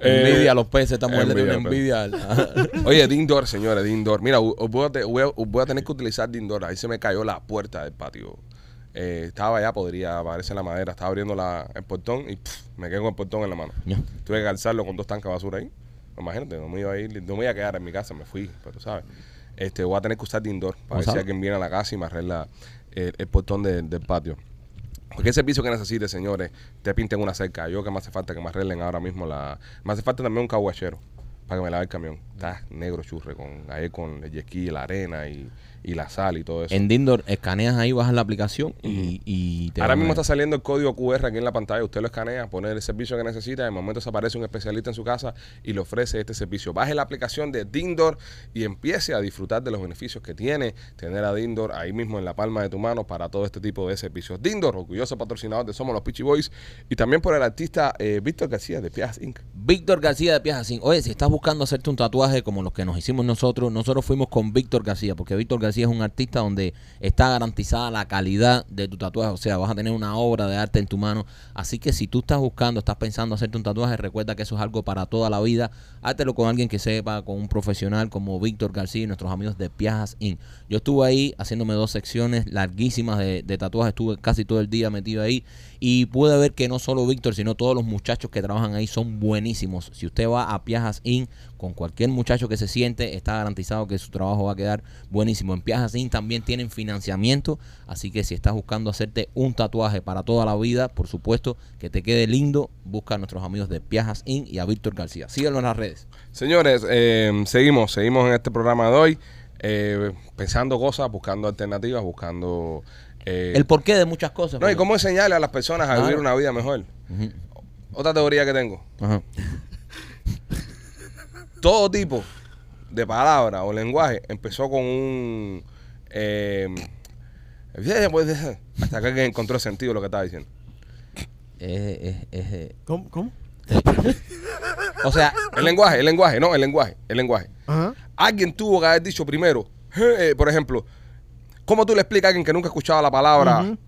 [SPEAKER 1] Eh,
[SPEAKER 3] envidia a los peces, esta mujer le tiene
[SPEAKER 1] envidia,
[SPEAKER 3] envidia. al-
[SPEAKER 1] Oye, Dindor, señora, Dindor. Mira, u- voy a, te- voy a- voy a tener que utilizar Dindor. Ahí se me cayó la puerta del patio. Eh, estaba allá, podría aparecer la madera. Estaba abriendo la- el portón y pff, me quedé con el portón en la mano.
[SPEAKER 3] Ya.
[SPEAKER 1] Tuve que calzarlo con dos tanques de basura ahí. Imagínate, no me iba a ir, no me iba a quedar en mi casa, me fui, pero sabes. Este, voy a tener que usar Dindor para ver si
[SPEAKER 3] sabe?
[SPEAKER 1] alguien viene a la casa y me arregla el, el portón de- del patio. Cualquier servicio que necesite, señores, te pinten una cerca. Yo que me hace falta que me arreglen ahora mismo la. Me hace falta también un caguachero para que me lave el camión. Está negro churre con ahí con el jet ski, la arena y, y la sal y todo eso.
[SPEAKER 3] En Dindor escaneas ahí, bajas la aplicación y, y te
[SPEAKER 1] Ahora
[SPEAKER 3] van a-
[SPEAKER 1] mismo está saliendo el código QR aquí en la pantalla. Usted lo escanea, pone el servicio que necesita. De momento se aparece un especialista en su casa y le ofrece este servicio. Baje la aplicación de Dindor y empiece a disfrutar de los beneficios que tiene tener a Dindor ahí mismo en la palma de tu mano para todo este tipo de servicios. Dindor, orgulloso patrocinador de Somos los Pitchy Boys y también por el artista eh, Víctor García de Piaz Inc.
[SPEAKER 3] Víctor García de Piazza Sin. Oye, si estás buscando hacerte un tatuaje como los que nos hicimos nosotros, nosotros fuimos con Víctor García, porque Víctor García es un artista donde está garantizada la calidad de tu tatuaje. O sea, vas a tener una obra de arte en tu mano. Así que si tú estás buscando, estás pensando hacerte un tatuaje, recuerda que eso es algo para toda la vida. Hátelo con alguien que sepa, con un profesional como Víctor García y nuestros amigos de Piazza Inc. Yo estuve ahí haciéndome dos secciones larguísimas de, de tatuajes, estuve casi todo el día metido ahí y pude ver que no solo Víctor, sino todos los muchachos que trabajan ahí son buenísimos. Si usted va a Piajas Inc. con cualquier muchacho que se siente, está garantizado que su trabajo va a quedar buenísimo. En Piajas Inc. también tienen financiamiento, así que si estás buscando hacerte un tatuaje para toda la vida, por supuesto, que te quede lindo, busca a nuestros amigos de Piajas Inc. y a Víctor García. Síguelo en las redes.
[SPEAKER 1] Señores, eh, seguimos, seguimos en este programa de hoy. eh, pensando cosas, buscando alternativas, buscando. eh,
[SPEAKER 3] El porqué de muchas cosas.
[SPEAKER 1] No, y
[SPEAKER 3] porque-
[SPEAKER 1] cómo enseñarle a las personas a
[SPEAKER 3] Claro.
[SPEAKER 1] vivir una vida mejor.
[SPEAKER 3] Ujú.
[SPEAKER 1] Otra teoría que tengo.
[SPEAKER 3] Ajá.
[SPEAKER 1] Todo tipo de palabra o lenguaje empezó con un... eh, hasta que encontró el sentido de lo que estaba diciendo.
[SPEAKER 3] Eh, eh, eh, eh.
[SPEAKER 4] ¿Cómo? ¿Cómo?
[SPEAKER 3] O sea,
[SPEAKER 1] El lenguaje, el lenguaje, no, el lenguaje, el lenguaje.
[SPEAKER 4] Ajá.
[SPEAKER 1] Alguien tuvo que haber dicho primero, eh, por ejemplo, ¿cómo tú le explicas a alguien que nunca escuchaba la palabra,
[SPEAKER 4] Ujú.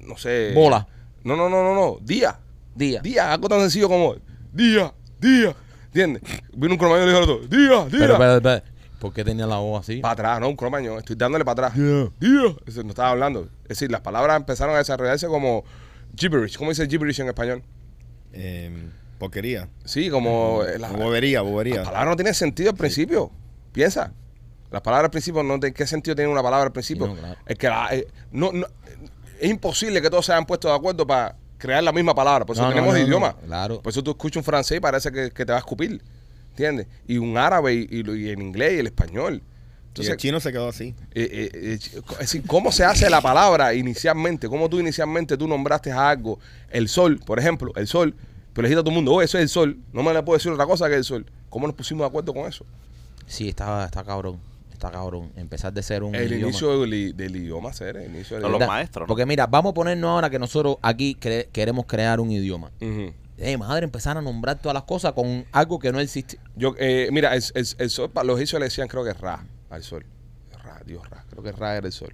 [SPEAKER 1] no sé...
[SPEAKER 3] Bola.
[SPEAKER 1] No, no, no, no, no, día.
[SPEAKER 3] día.
[SPEAKER 1] Día, algo tan sencillo como día, día. ¿Entiendes? Vino un cromañón y le dijo al otro, día, día.
[SPEAKER 3] Pero, pero, pero, ¿por qué tenía la voz así?
[SPEAKER 1] Para atrás, no, un cromañón. Estoy dándole para atrás.
[SPEAKER 3] Yeah.
[SPEAKER 1] Dios. Eso no estaba hablando. Es decir, las palabras empezaron a desarrollarse como gibberish. ¿Cómo dice gibberish en español?
[SPEAKER 6] Eh, porquería.
[SPEAKER 1] Sí, como eh,
[SPEAKER 6] Ah,
[SPEAKER 1] las, las
[SPEAKER 6] Bobería, bobería.
[SPEAKER 1] palabras no tienen sentido al principio. Piensa. Las palabras al principio no tienen- ¿qué sentido tiene una palabra al principio?
[SPEAKER 3] Sí, no, claro.
[SPEAKER 1] Es que la- eh, no, no- es imposible que todos se hayan puesto de acuerdo para crear la misma palabra. Por eso
[SPEAKER 3] No, no,
[SPEAKER 1] tenemos
[SPEAKER 3] no, no.
[SPEAKER 1] idioma.
[SPEAKER 3] Claro.
[SPEAKER 1] Por eso tú escuchas un francés y parece que, que te va a escupir. ¿Entiendes? Y un árabe y, y lo- y el inglés y el español.
[SPEAKER 6] Y el chino se quedó así.
[SPEAKER 1] Eh, eh, eh, es decir, ¿cómo se hace la palabra inicialmente? ¿Cómo tú inicialmente tú nombraste a algo? El sol, por ejemplo, el sol. Pero le dijiste a todo el mundo, oh, eso es el sol. No me le puedo decir otra cosa que el sol. ¿Cómo nos pusimos de acuerdo con eso?
[SPEAKER 3] Sí, está, está cabrón. Está cabrón. Empezar de ser un.
[SPEAKER 1] el
[SPEAKER 3] idioma.
[SPEAKER 1] inicio del, i- del idioma, ser el inicio del
[SPEAKER 5] No
[SPEAKER 1] idioma.
[SPEAKER 5] los
[SPEAKER 3] ¿Verdad?
[SPEAKER 5] maestros, ¿no?
[SPEAKER 3] Porque mira, vamos a ponernos ahora que nosotros aquí cre- queremos crear un idioma.
[SPEAKER 1] Ujú.
[SPEAKER 3] Eh, madre, empezar a nombrar todas las cosas con algo que no existe.
[SPEAKER 1] Yo, eh, mira, el, el- el sol, pa- los egipcios le decían, creo que Ra, al sol. Ra, Dios Ra. Creo que Ra era el sol.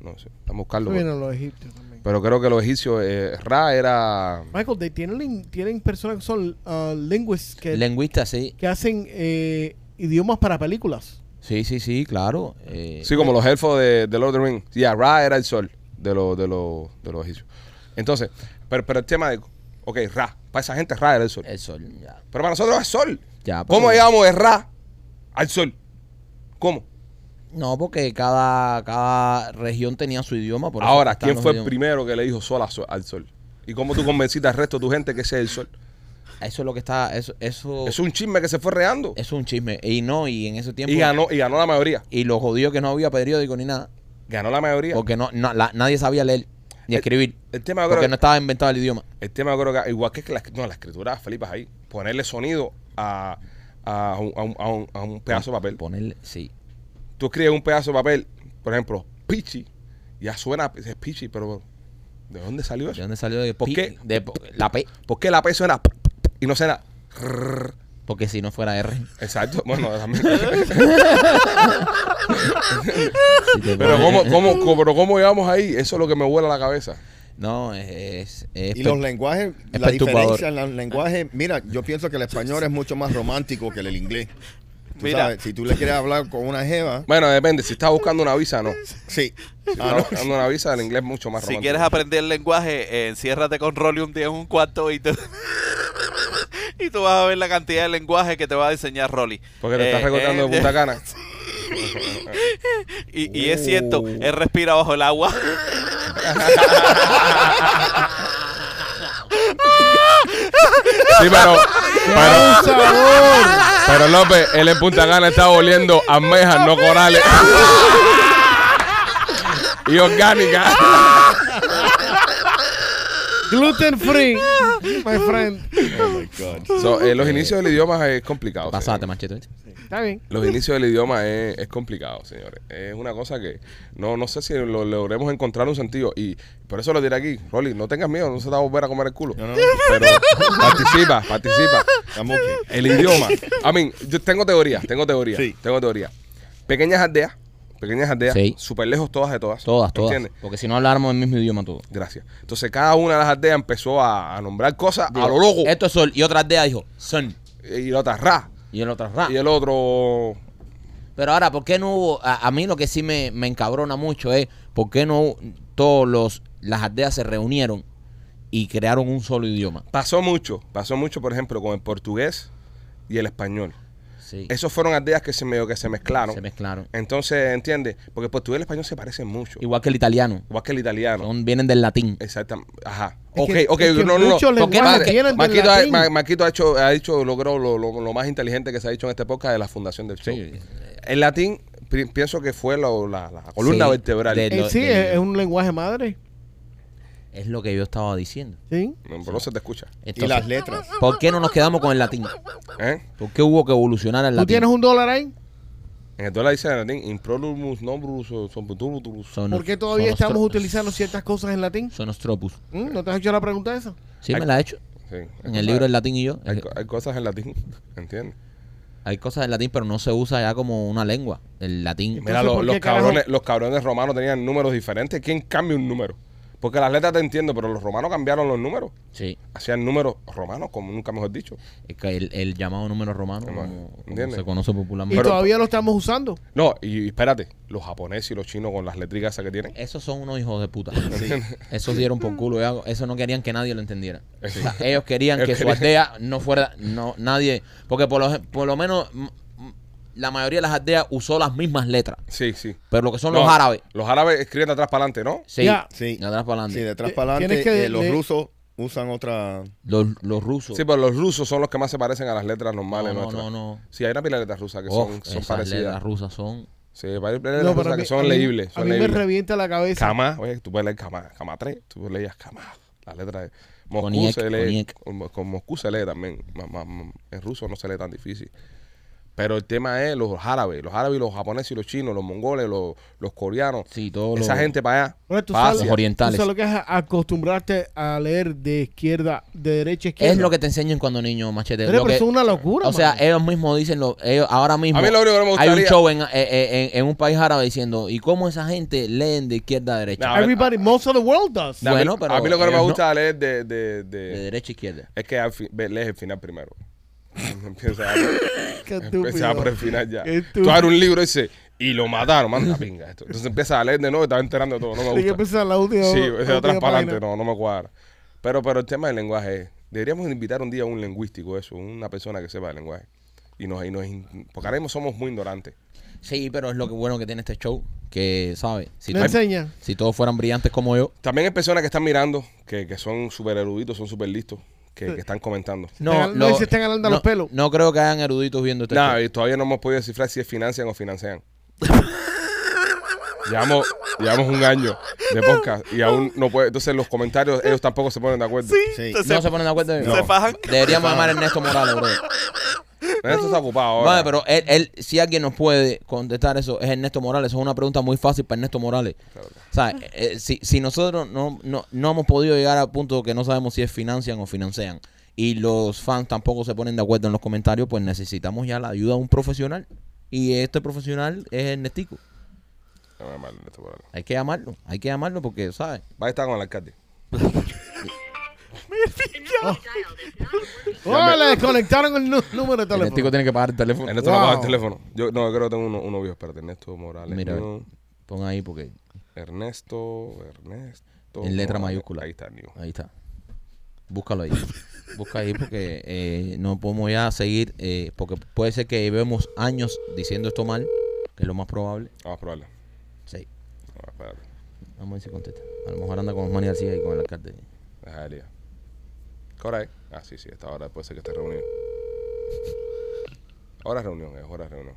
[SPEAKER 1] No sé, vamos a buscarlo.
[SPEAKER 4] Eso viene de los egipcios también.
[SPEAKER 1] Pero creo que los egipcios, eh, Ra era...
[SPEAKER 4] Michael, they tienen, tienen personas que son ah, linguists que,
[SPEAKER 3] Lingüista, sí.
[SPEAKER 4] que hacen eh, idiomas para películas.
[SPEAKER 3] Sí, sí, sí, claro. Eh,
[SPEAKER 1] Sí, como los elfos de, de Lord of the Rings. Ya, Ra era el sol de, lo- de, lo- de los egipcios. Entonces, pero, pero el tema de. Ok, Ra. Para esa gente, Ra era el sol.
[SPEAKER 3] El sol, ya.
[SPEAKER 1] Pero para nosotros es sol.
[SPEAKER 3] Eh. Ya, pues, pero-
[SPEAKER 1] ¿Cómo llegamos de Ra al sol? ¿Cómo?
[SPEAKER 3] No, porque cada, cada región tenía su idioma. por eso
[SPEAKER 1] Ahora,
[SPEAKER 3] están
[SPEAKER 1] ¿quién
[SPEAKER 3] los
[SPEAKER 1] fue el
[SPEAKER 3] idiomas.
[SPEAKER 1] primero que le dijo sol, a sol- al sol? ¿Y cómo tú convenciste al resto de tu gente que ese es el sol?
[SPEAKER 3] Eso es lo que está. Eso, eso,
[SPEAKER 1] Es un chisme que se fue reando.
[SPEAKER 3] es un chisme. Y no, y en ese tiempo.
[SPEAKER 1] Y ganó, y ganó la mayoría.
[SPEAKER 3] y los jodidos que no había periódico ni nada.
[SPEAKER 1] Ganó la mayoría.
[SPEAKER 3] Porque no, no- la- nadie sabía leer ni
[SPEAKER 1] El-
[SPEAKER 3] escribir.
[SPEAKER 1] el tema yo creo
[SPEAKER 3] Porque
[SPEAKER 1] que-
[SPEAKER 3] no estaba inventado el idioma.
[SPEAKER 1] El tema yo creo que igual que la, no, la escritura, flipas ahí, ponerle sonido a, a, un, a un- a un- a un pedazo de papel.
[SPEAKER 3] Ponerle, sí.
[SPEAKER 1] Tú escribes un pedazo de papel, por ejemplo, pichi, ya suena, es pichi, pero ¿de dónde salió
[SPEAKER 3] ¿De
[SPEAKER 1] eso?
[SPEAKER 3] dónde salió? De
[SPEAKER 1] ¿Por
[SPEAKER 3] pi-
[SPEAKER 1] Pues, qué?
[SPEAKER 3] de po- la P.
[SPEAKER 1] ¿Por qué la P suena y no suena?
[SPEAKER 3] Porque si no fuera R.
[SPEAKER 1] Exacto, bueno, también.
[SPEAKER 3] si te
[SPEAKER 1] Pero
[SPEAKER 3] pones-
[SPEAKER 1] ¿cómo, cómo, cómo, pero ¿cómo llegamos ahí? Eso es lo que me vuela la cabeza.
[SPEAKER 3] No, es. es- es
[SPEAKER 6] Y
[SPEAKER 3] per-
[SPEAKER 6] los lenguajes,
[SPEAKER 3] es
[SPEAKER 6] la
[SPEAKER 3] perturbador.
[SPEAKER 6] diferencia en los lenguajes, mira, yo pienso que el español es mucho más romántico que el inglés. Tú
[SPEAKER 5] Mira.
[SPEAKER 6] sabes, si tú le quieres hablar con una jeva,
[SPEAKER 1] Bueno, depende, si estás buscando una visa, no. Si
[SPEAKER 6] sí.
[SPEAKER 1] estás
[SPEAKER 6] Ah, no.
[SPEAKER 1] buscando una visa, el inglés es mucho más
[SPEAKER 5] Si
[SPEAKER 1] romántico.
[SPEAKER 5] quieres aprender el lenguaje, eh, enciérrate con Rolly un día en un cuarto y tú, y tú vas a ver la cantidad de lenguaje que te va a enseñar Rolly.
[SPEAKER 1] Porque te estás
[SPEAKER 5] Eh,
[SPEAKER 1] recortando
[SPEAKER 5] eh,
[SPEAKER 1] de Punta Cana.
[SPEAKER 5] Y, y es cierto, él respira bajo el agua.
[SPEAKER 1] Sí, pero,
[SPEAKER 4] ¡Un
[SPEAKER 1] pero,
[SPEAKER 4] sabor!
[SPEAKER 1] pero López, él en Punta Cana está oliendo almejas, no corales. y orgánica.
[SPEAKER 4] Gluten free, my friend.
[SPEAKER 6] Oh my God.
[SPEAKER 1] So, eh, los inicios del idioma es complicado.
[SPEAKER 3] Pasate,
[SPEAKER 1] señores.
[SPEAKER 3] machete. ¿viste?
[SPEAKER 4] Está bien.
[SPEAKER 1] Los inicios del idioma es, es complicado, señores. Es una cosa que no, no sé si lo logremos encontrar un sentido. Y por eso lo diré aquí, Rolly, no tengas miedo, no se te va a volver a comer el culo.
[SPEAKER 6] No, no,
[SPEAKER 1] Pero participa, participa.
[SPEAKER 6] I'm okay.
[SPEAKER 1] El idioma. A mí, yo tengo teorías, tengo teorías.
[SPEAKER 6] Sí.
[SPEAKER 1] Tengo teorías. Pequeñas aldeas, pequeñas aldeas,
[SPEAKER 3] Sí.
[SPEAKER 1] súper lejos todas de todas.
[SPEAKER 3] Todas, todas.
[SPEAKER 1] ¿Entiendes?
[SPEAKER 3] Porque si no habláramos el mismo idioma, todos.
[SPEAKER 1] Gracias. Entonces, cada una de las aldeas empezó a, a nombrar cosas a lo loco.
[SPEAKER 3] Esto es sol. Y otra aldea dijo son.
[SPEAKER 1] Y la otra, ra.
[SPEAKER 3] Y el otro ra.
[SPEAKER 1] Y el otro.
[SPEAKER 3] Pero ahora, ¿por qué no hubo? A, a mí lo que sí me, me encabrona mucho es por qué no todos los las aldeas se reunieron y crearon un solo idioma.
[SPEAKER 1] Pasó mucho, pasó mucho, por ejemplo, con el portugués y el español.
[SPEAKER 3] Sí.
[SPEAKER 1] Esos fueron aldeas que se, medio que se mezclaron.
[SPEAKER 3] Se mezclaron.
[SPEAKER 1] Entonces, ¿entiendes? Porque el portugués y el español se parecen mucho. Igual,
[SPEAKER 3] Igual que el italiano.
[SPEAKER 1] que el italiano.
[SPEAKER 3] Son- vienen del latín.
[SPEAKER 1] Exactamente. Ajá.
[SPEAKER 4] Es
[SPEAKER 1] ok,
[SPEAKER 4] que-
[SPEAKER 1] ok,
[SPEAKER 4] es que
[SPEAKER 1] no, no, no.
[SPEAKER 4] muchos
[SPEAKER 1] Porque
[SPEAKER 3] lenguajes
[SPEAKER 1] Mar-
[SPEAKER 4] vienen del
[SPEAKER 1] Marquito, ha,
[SPEAKER 4] latín.
[SPEAKER 1] Ma- Marquito ha hecho, ha hecho lo, creo, lo, lo- lo más inteligente que se ha dicho en este podcast de la fundación del show.
[SPEAKER 3] Sí.
[SPEAKER 1] El latín pi- pienso que fue lo- la, la columna
[SPEAKER 3] Sí,
[SPEAKER 1] vertebral.
[SPEAKER 3] del-
[SPEAKER 4] Eh,
[SPEAKER 3] lo-
[SPEAKER 4] sí,
[SPEAKER 3] del-
[SPEAKER 4] es, es un lenguaje madre.
[SPEAKER 3] Es lo que yo estaba diciendo.
[SPEAKER 4] Sí.
[SPEAKER 1] No, pero no se te escucha.
[SPEAKER 6] Y
[SPEAKER 3] Entonces,
[SPEAKER 6] las letras.
[SPEAKER 3] ¿Por qué no nos quedamos con el latín?
[SPEAKER 1] ¿Eh?
[SPEAKER 3] ¿Por qué hubo que evolucionar al
[SPEAKER 4] ¿Tú
[SPEAKER 3] latín?
[SPEAKER 4] tienes un dólar ahí?
[SPEAKER 1] En el dólar dice en latín, improlus nombrus sombuturus.
[SPEAKER 3] Son-
[SPEAKER 4] ¿Por qué todavía
[SPEAKER 3] son
[SPEAKER 4] estamos
[SPEAKER 3] nostro-
[SPEAKER 4] utilizando ciertas cosas en latín?
[SPEAKER 3] Son nostropus.
[SPEAKER 4] ¿Mm? ¿No te has hecho la pregunta esa?
[SPEAKER 3] Sí,
[SPEAKER 1] Hay-
[SPEAKER 3] me la he hecho.
[SPEAKER 1] Sí, hay
[SPEAKER 3] En
[SPEAKER 1] cosas-
[SPEAKER 3] el libro del latín y yo.
[SPEAKER 1] Hay, co- hay cosas en latín, ¿entiendes?
[SPEAKER 3] Hay cosas del latín, pero no se usa ya como una lengua. El latín.
[SPEAKER 1] Mira, lo-
[SPEAKER 4] ¿por qué
[SPEAKER 1] los,
[SPEAKER 4] carajo?
[SPEAKER 1] cabrones, los cabrones romanos tenían números diferentes. ¿Quién cambia un número? Porque las letras te entiendo, pero los romanos cambiaron los números.
[SPEAKER 3] Sí.
[SPEAKER 1] Hacían números romanos, como nunca mejor dicho.
[SPEAKER 3] Es que el, el llamado número romano,
[SPEAKER 1] Romano,
[SPEAKER 3] como, como
[SPEAKER 1] ¿entiendes?
[SPEAKER 3] se conoce
[SPEAKER 4] Y
[SPEAKER 3] popularmente.
[SPEAKER 1] Pero-
[SPEAKER 4] todavía lo estamos usando.
[SPEAKER 1] No, y espérate, los japoneses y los chinos con las letricas esas que tienen.
[SPEAKER 3] Esos son unos hijos de puta.
[SPEAKER 6] Sí.
[SPEAKER 3] Esos dieron por culo. ya. Eso no querían que nadie lo entendiera. O sea, ellos querían que
[SPEAKER 1] Ellos
[SPEAKER 3] su aldea no fuera. no Nadie. Porque por lo, por lo menos mm, mm, la mayoría de las aldeas usó las mismas letras.
[SPEAKER 1] Sí, sí.
[SPEAKER 3] Pero lo que son
[SPEAKER 1] No,
[SPEAKER 3] los árabes.
[SPEAKER 1] Los árabes escriben de atrás para adelante, ¿no?
[SPEAKER 3] Sí.
[SPEAKER 4] Ya.
[SPEAKER 6] Sí.
[SPEAKER 3] De atrás para
[SPEAKER 6] Sí,
[SPEAKER 3] adelante.
[SPEAKER 6] detrás
[SPEAKER 4] Eh,
[SPEAKER 6] para adelante,
[SPEAKER 4] tienes que
[SPEAKER 6] eh, los
[SPEAKER 4] leer-
[SPEAKER 6] rusos usan otra.
[SPEAKER 3] Los, los rusos.
[SPEAKER 1] Sí, pero los rusos son los que más se parecen a las letras normales
[SPEAKER 3] no, no,
[SPEAKER 1] nuestras.
[SPEAKER 3] no, no.
[SPEAKER 1] Sí, hay una pila de letras rusas que
[SPEAKER 3] Oh,
[SPEAKER 1] son, son
[SPEAKER 3] esas letras
[SPEAKER 1] parecidas.
[SPEAKER 3] rusas son.
[SPEAKER 1] Sí, hay pila de letras
[SPEAKER 4] No, pero
[SPEAKER 1] rusas
[SPEAKER 4] a
[SPEAKER 1] que
[SPEAKER 4] mí-
[SPEAKER 1] son
[SPEAKER 4] a mí-
[SPEAKER 1] leíbles.
[SPEAKER 4] A
[SPEAKER 1] Son
[SPEAKER 4] mí me
[SPEAKER 1] leíbles.
[SPEAKER 4] revienta la cabeza.
[SPEAKER 1] Cama, oye, tú puedes leer cama, cama 3, tú leías cama, la letra de Moscú
[SPEAKER 3] Coniac,
[SPEAKER 1] se lee,
[SPEAKER 3] Coniac.
[SPEAKER 1] con, con Moscú se lee también, ma- ma- ma- en ruso no se lee tan difícil. Pero el tema es los árabes, los árabes, y los japoneses y los chinos, los mongoles, los, los coreanos,
[SPEAKER 3] Sí, todos
[SPEAKER 1] esa
[SPEAKER 3] los-
[SPEAKER 1] gente para allá,
[SPEAKER 4] Bueno, tú
[SPEAKER 1] para
[SPEAKER 4] sabes-
[SPEAKER 1] Asia.
[SPEAKER 3] Los orientales.
[SPEAKER 4] Tú sabes lo que es acostumbrarte a leer de izquierda, de derecha a izquierda.
[SPEAKER 3] Es lo que te enseñan cuando niño, machete.
[SPEAKER 4] Pero,
[SPEAKER 3] Lo
[SPEAKER 4] pero
[SPEAKER 3] que-
[SPEAKER 4] eso es una locura.
[SPEAKER 3] O sea,
[SPEAKER 4] mano.
[SPEAKER 3] ellos mismos dicen, lo, ellos ahora mismo
[SPEAKER 1] A mí lo único que me
[SPEAKER 3] hay un
[SPEAKER 1] gustaría-
[SPEAKER 3] show en, eh, eh, en- en un país árabe diciendo, ¿y cómo esa gente leen de izquierda a derecha?
[SPEAKER 1] No, a ver,
[SPEAKER 4] Everybody, most of the world does.
[SPEAKER 1] A mí-
[SPEAKER 3] Bueno, pero
[SPEAKER 1] a mí lo que no me
[SPEAKER 3] ellos no.
[SPEAKER 1] gusta leer de, de- de-
[SPEAKER 3] De derecha a izquierda.
[SPEAKER 1] es que al fin- ve- lees el final primero. empieza,
[SPEAKER 4] Qué estúpido.
[SPEAKER 1] empieza por el final ya.
[SPEAKER 4] Qué
[SPEAKER 1] Tú abres un libro y dices, y lo mataron, manda pinga esto. Entonces empiezas a leer de nuevo y te vas enterando de todo. No me
[SPEAKER 4] Hay que
[SPEAKER 1] gusta.
[SPEAKER 4] empezar la última.
[SPEAKER 1] Sí,
[SPEAKER 4] la
[SPEAKER 1] es de
[SPEAKER 4] última
[SPEAKER 1] atrás para
[SPEAKER 4] página.
[SPEAKER 1] adelante, no, no me cuadra. Pero, pero el tema del lenguaje es, deberíamos invitar un día a un lingüístico, eso, una persona que sepa el lenguaje. Y nos, y nos, in- porque ahora mismo somos muy ignorantes.
[SPEAKER 3] Sí, pero es lo que bueno que tiene este show, que, ¿sabes? Si,
[SPEAKER 4] Me
[SPEAKER 3] to-
[SPEAKER 4] enseña.
[SPEAKER 3] si todos fueran brillantes como yo.
[SPEAKER 1] También hay personas que están mirando, que, que son súper eruditos, son súper listos, que, que están comentando.
[SPEAKER 3] No,
[SPEAKER 4] no, y se están jalando
[SPEAKER 3] no-
[SPEAKER 4] los pelos.
[SPEAKER 3] No creo que hayan eruditos viendo este
[SPEAKER 1] Nada,
[SPEAKER 3] show.
[SPEAKER 1] y todavía no hemos podido descifrar si es financian o financian. Llevamos, Llevamos un año de podcast y aún no puede. Entonces, los comentarios, ellos tampoco se ponen de acuerdo.
[SPEAKER 5] Sí,
[SPEAKER 6] Sí.
[SPEAKER 5] te-
[SPEAKER 3] No
[SPEAKER 5] se,
[SPEAKER 3] se ponen de acuerdo.
[SPEAKER 6] No.
[SPEAKER 5] se fajan.
[SPEAKER 3] Deberíamos llamar a Ernesto Morales, bro.
[SPEAKER 1] Ernesto está ocupado ahora.
[SPEAKER 3] Vale, pero él, él- si alguien nos puede contestar eso, es Ernesto Morales. Eso es una pregunta muy fácil para Ernesto Morales. O sea, eh, eh, si, si nosotros no, no, no hemos podido llegar al punto que no sabemos si es financian o financian, y los fans tampoco se ponen de acuerdo en los comentarios, pues necesitamos ya la ayuda de un profesional. Y este profesional es Ernestico.
[SPEAKER 1] No, no, no, Ernesto Morales.
[SPEAKER 3] Hay que llamarlo, hay que llamarlo porque, ¿sabes?
[SPEAKER 1] Va a estar con el alcalde.
[SPEAKER 4] Oh, le desconectaron el nu- número de teléfono.
[SPEAKER 3] Ernestico tiene que pagar el teléfono.
[SPEAKER 1] Ernesto no paga el
[SPEAKER 4] Wow.
[SPEAKER 1] teléfono. Yo no, yo creo que tengo uno, uno viejo. Espérate, Ernesto Morales.
[SPEAKER 3] Mira, a ver.
[SPEAKER 1] mío.
[SPEAKER 3] Pon ahí porque
[SPEAKER 1] Ernesto, Ernesto.
[SPEAKER 3] En letra
[SPEAKER 1] Morales.
[SPEAKER 3] mayúscula.
[SPEAKER 1] Ahí está, New.
[SPEAKER 3] Ahí está. Búscalo ahí. Busca ahí porque eh, no podemos ya seguir, eh, porque puede ser que llevemos años diciendo esto mal, que es lo más probable.
[SPEAKER 1] Vamos a probarla.
[SPEAKER 3] Sí.
[SPEAKER 1] Ah, espérate.
[SPEAKER 3] Vamos a ver si contesta. A lo mejor anda con Osmani García y con el alcalde.
[SPEAKER 1] Deja de liar. ¿Qué hora es? Ah, sí, sí, esta hora puede ser que esté reunido. Hora de reunión, es hora de reunión.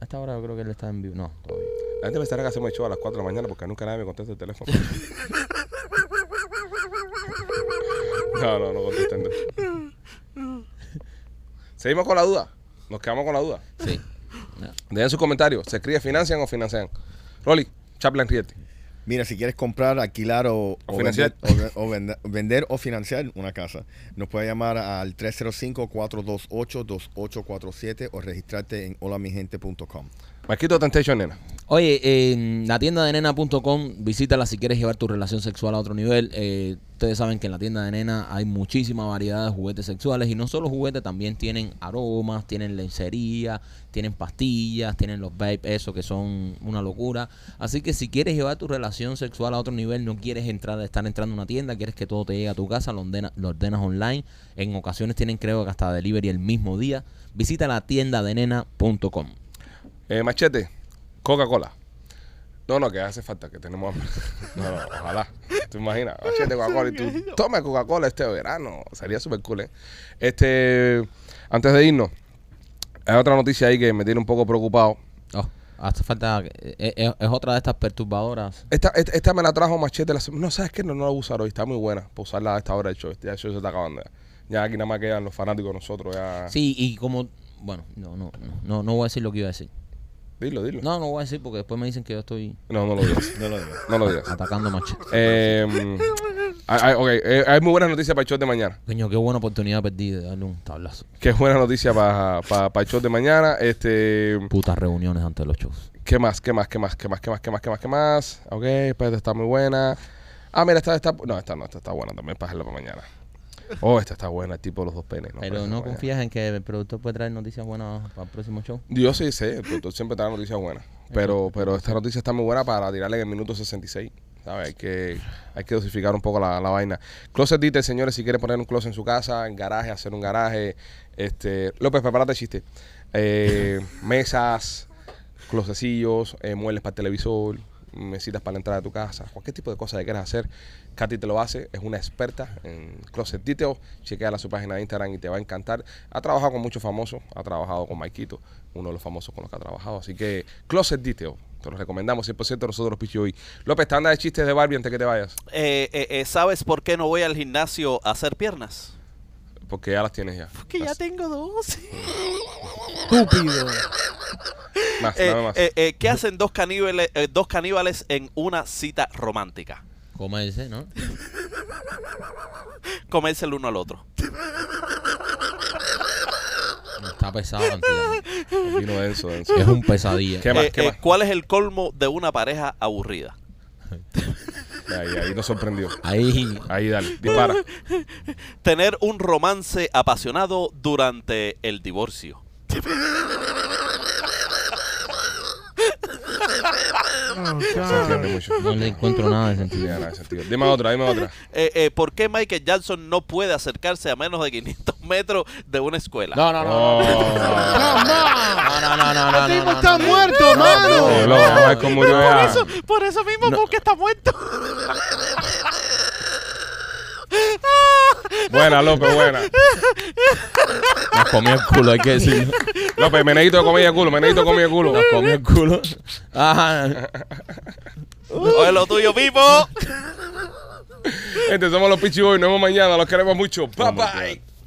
[SPEAKER 3] A esta hora yo creo que él está en vivo. No, todavía.
[SPEAKER 1] La gente pensará que hacemos el show a las 4 de la mañana porque nunca nadie me contesta el teléfono. no, no, no contesten. Seguimos con la duda. Nos quedamos con la duda.
[SPEAKER 3] Sí. No.
[SPEAKER 1] Dejen sus comentarios. ¿Se escribe financian o financian? Rolly, Chaplin Riete.
[SPEAKER 6] Mira, si quieres comprar, alquilar o,
[SPEAKER 1] O
[SPEAKER 6] o
[SPEAKER 1] financiar.
[SPEAKER 6] Vender, o, ve- o venda- vender o financiar una casa, nos puede llamar al 305-428-2847 o registrarte en holamigente.com.
[SPEAKER 1] Marquito Temptation, nena.
[SPEAKER 3] Oye, eh, la tienda de nena.com, visítala si quieres llevar tu relación sexual a otro nivel. Eh, ustedes saben que en la tienda de nena hay muchísima variedad de juguetes sexuales y no solo juguetes, también tienen aromas, tienen lencería, tienen pastillas, tienen los vape, eso que son una locura. Así que si quieres llevar tu relación sexual a otro nivel, no quieres entrar, estar entrando a una tienda, quieres que todo te llegue a tu casa, lo ordena- lo ordenas online. En ocasiones tienen creo que hasta delivery el mismo día. Visita la tienda de nena.com.
[SPEAKER 1] Eh, machete, Coca-Cola. No, no, que hace falta, que tenemos hambre. No, no, ojalá. ¿Te imaginas? Machete, Coca-Cola y tú. Toma Coca-Cola este verano. Sería súper cool, ¿eh? Este, antes de irnos, hay otra noticia ahí que me tiene un poco preocupado.
[SPEAKER 3] Oh, hace falta. eh, eh, Es, otra de estas perturbadoras.
[SPEAKER 1] Esta, esta, esta me la trajo Machete. la sem- no, ¿sabes qué? No, no la voy a usar hoy. Está muy buena. Para usarla a esta hora del show. Ya el show se está acabando. Ya, Ya aquí nada más quedan los fanáticos nosotros. Ya.
[SPEAKER 3] Sí, y como. Bueno, no, no, no, no, no voy a decir lo que iba a decir.
[SPEAKER 1] Dilo, dilo. No,
[SPEAKER 3] No, no voy a decir porque después me dicen que yo estoy
[SPEAKER 1] no, lo digas.
[SPEAKER 6] No lo digo.
[SPEAKER 1] No lo digas.
[SPEAKER 3] atacando macho.
[SPEAKER 1] Eh, hay- hay- ok, eh, hay muy buenas noticias para el show de mañana.
[SPEAKER 3] Coño, qué buena oportunidad perdí de darle un tablazo.
[SPEAKER 1] Qué buena noticia para el show de mañana. Este,
[SPEAKER 3] Putas reuniones ante los shows.
[SPEAKER 1] ¿qué más? ¿Qué más? ¿Qué más? ¿Qué más? ¿Qué más? ¿Qué más? ¿Qué más? ¿Qué más? Ok, pues esta está muy buena. Ah, mira, esta está. No, esta no, esta está buena también para hacerla para mañana. Oh, esta está buena, el tipo de los dos penes.
[SPEAKER 3] Pero
[SPEAKER 1] esta
[SPEAKER 3] no
[SPEAKER 1] está buena.
[SPEAKER 3] confías en que el productor puede traer noticias buenas para el próximo show.
[SPEAKER 1] Yo sí sé, el productor siempre trae noticias buenas. Pero, pero esta noticia está muy buena para tirarle en el minuto 66. ¿sabes? Hay que, hay que dosificar un poco la, la vaina. Closet Dite, señores, si quieren poner un closet en su casa, en garaje, hacer un garaje. Este, López, prepárate el chiste. Eh, mesas, closecillos, eh, muebles para el televisor, mesitas para la entrada de tu casa, cualquier tipo de cosa que quieras hacer, Katy te lo hace, es una experta en Closet Detail, chequea su página de Instagram y te va a encantar. Ha trabajado con muchos famosos, ha trabajado con Maikito, uno de los famosos con los que ha trabajado, así que Closet Detail, te lo recomendamos 100% nosotros los Pichi López, te anda de chistes de Barbie antes que te vayas,
[SPEAKER 5] Eh, eh, eh, ¿Sabes por qué no voy al gimnasio a hacer piernas?
[SPEAKER 1] porque ya las tienes ya.
[SPEAKER 5] Porque ya
[SPEAKER 1] Las-
[SPEAKER 5] tengo dos.
[SPEAKER 4] Estúpido.
[SPEAKER 1] Más,
[SPEAKER 5] Eh,
[SPEAKER 1] nada más.
[SPEAKER 5] eh, eh, ¿Qué hacen dos caníbales, eh, dos caníbales en una cita romántica?
[SPEAKER 3] Como ese, ¿no?
[SPEAKER 5] Comerse el uno al otro.
[SPEAKER 3] Está pesado, antigamente.
[SPEAKER 1] Vino denso, denso.
[SPEAKER 3] Es un pesadilla.
[SPEAKER 1] ¿Qué más?
[SPEAKER 5] Eh,
[SPEAKER 1] ¿Qué
[SPEAKER 5] eh,
[SPEAKER 1] más?
[SPEAKER 5] ¿Cuál es el colmo de una pareja aburrida?
[SPEAKER 1] Ahí, ahí nos sorprendió.
[SPEAKER 3] Ahí.
[SPEAKER 1] Ahí, dale, dispara.
[SPEAKER 5] Tener un romance apasionado durante el divorcio.
[SPEAKER 4] Oh,
[SPEAKER 1] Se entiende
[SPEAKER 4] God.
[SPEAKER 1] mucho.
[SPEAKER 3] No le encuentro nada de
[SPEAKER 1] No
[SPEAKER 3] sentido.
[SPEAKER 1] tiene nada de sentido. Dime otra, dime otra.
[SPEAKER 5] Eh, eh, ¿Por qué Michael Jackson no puede acercarse a menos de 500 metros de una escuela?
[SPEAKER 3] No, no, no. No,
[SPEAKER 1] Oh.
[SPEAKER 4] No, ma.
[SPEAKER 3] no, no, no. no,
[SPEAKER 4] El tipo
[SPEAKER 3] no,
[SPEAKER 4] está
[SPEAKER 3] no.
[SPEAKER 4] muerto,
[SPEAKER 3] No,
[SPEAKER 4] mano.
[SPEAKER 3] no, no,
[SPEAKER 1] Eh, loco,
[SPEAKER 3] no.
[SPEAKER 1] Michael murió ya.
[SPEAKER 5] Por eso mismo, porque está muerto.
[SPEAKER 1] Buena, López, buena.
[SPEAKER 3] Nos comió el culo, hay que decirlo.
[SPEAKER 1] López, menedito de comida de culo, menedito de comida de culo.
[SPEAKER 3] Nos comió el culo. Ajá.
[SPEAKER 5] Oye, lo tuyo, Pipo.
[SPEAKER 1] Gente, somos los Pichi Boys. Nos vemos mañana. Los queremos mucho. Bye, bye.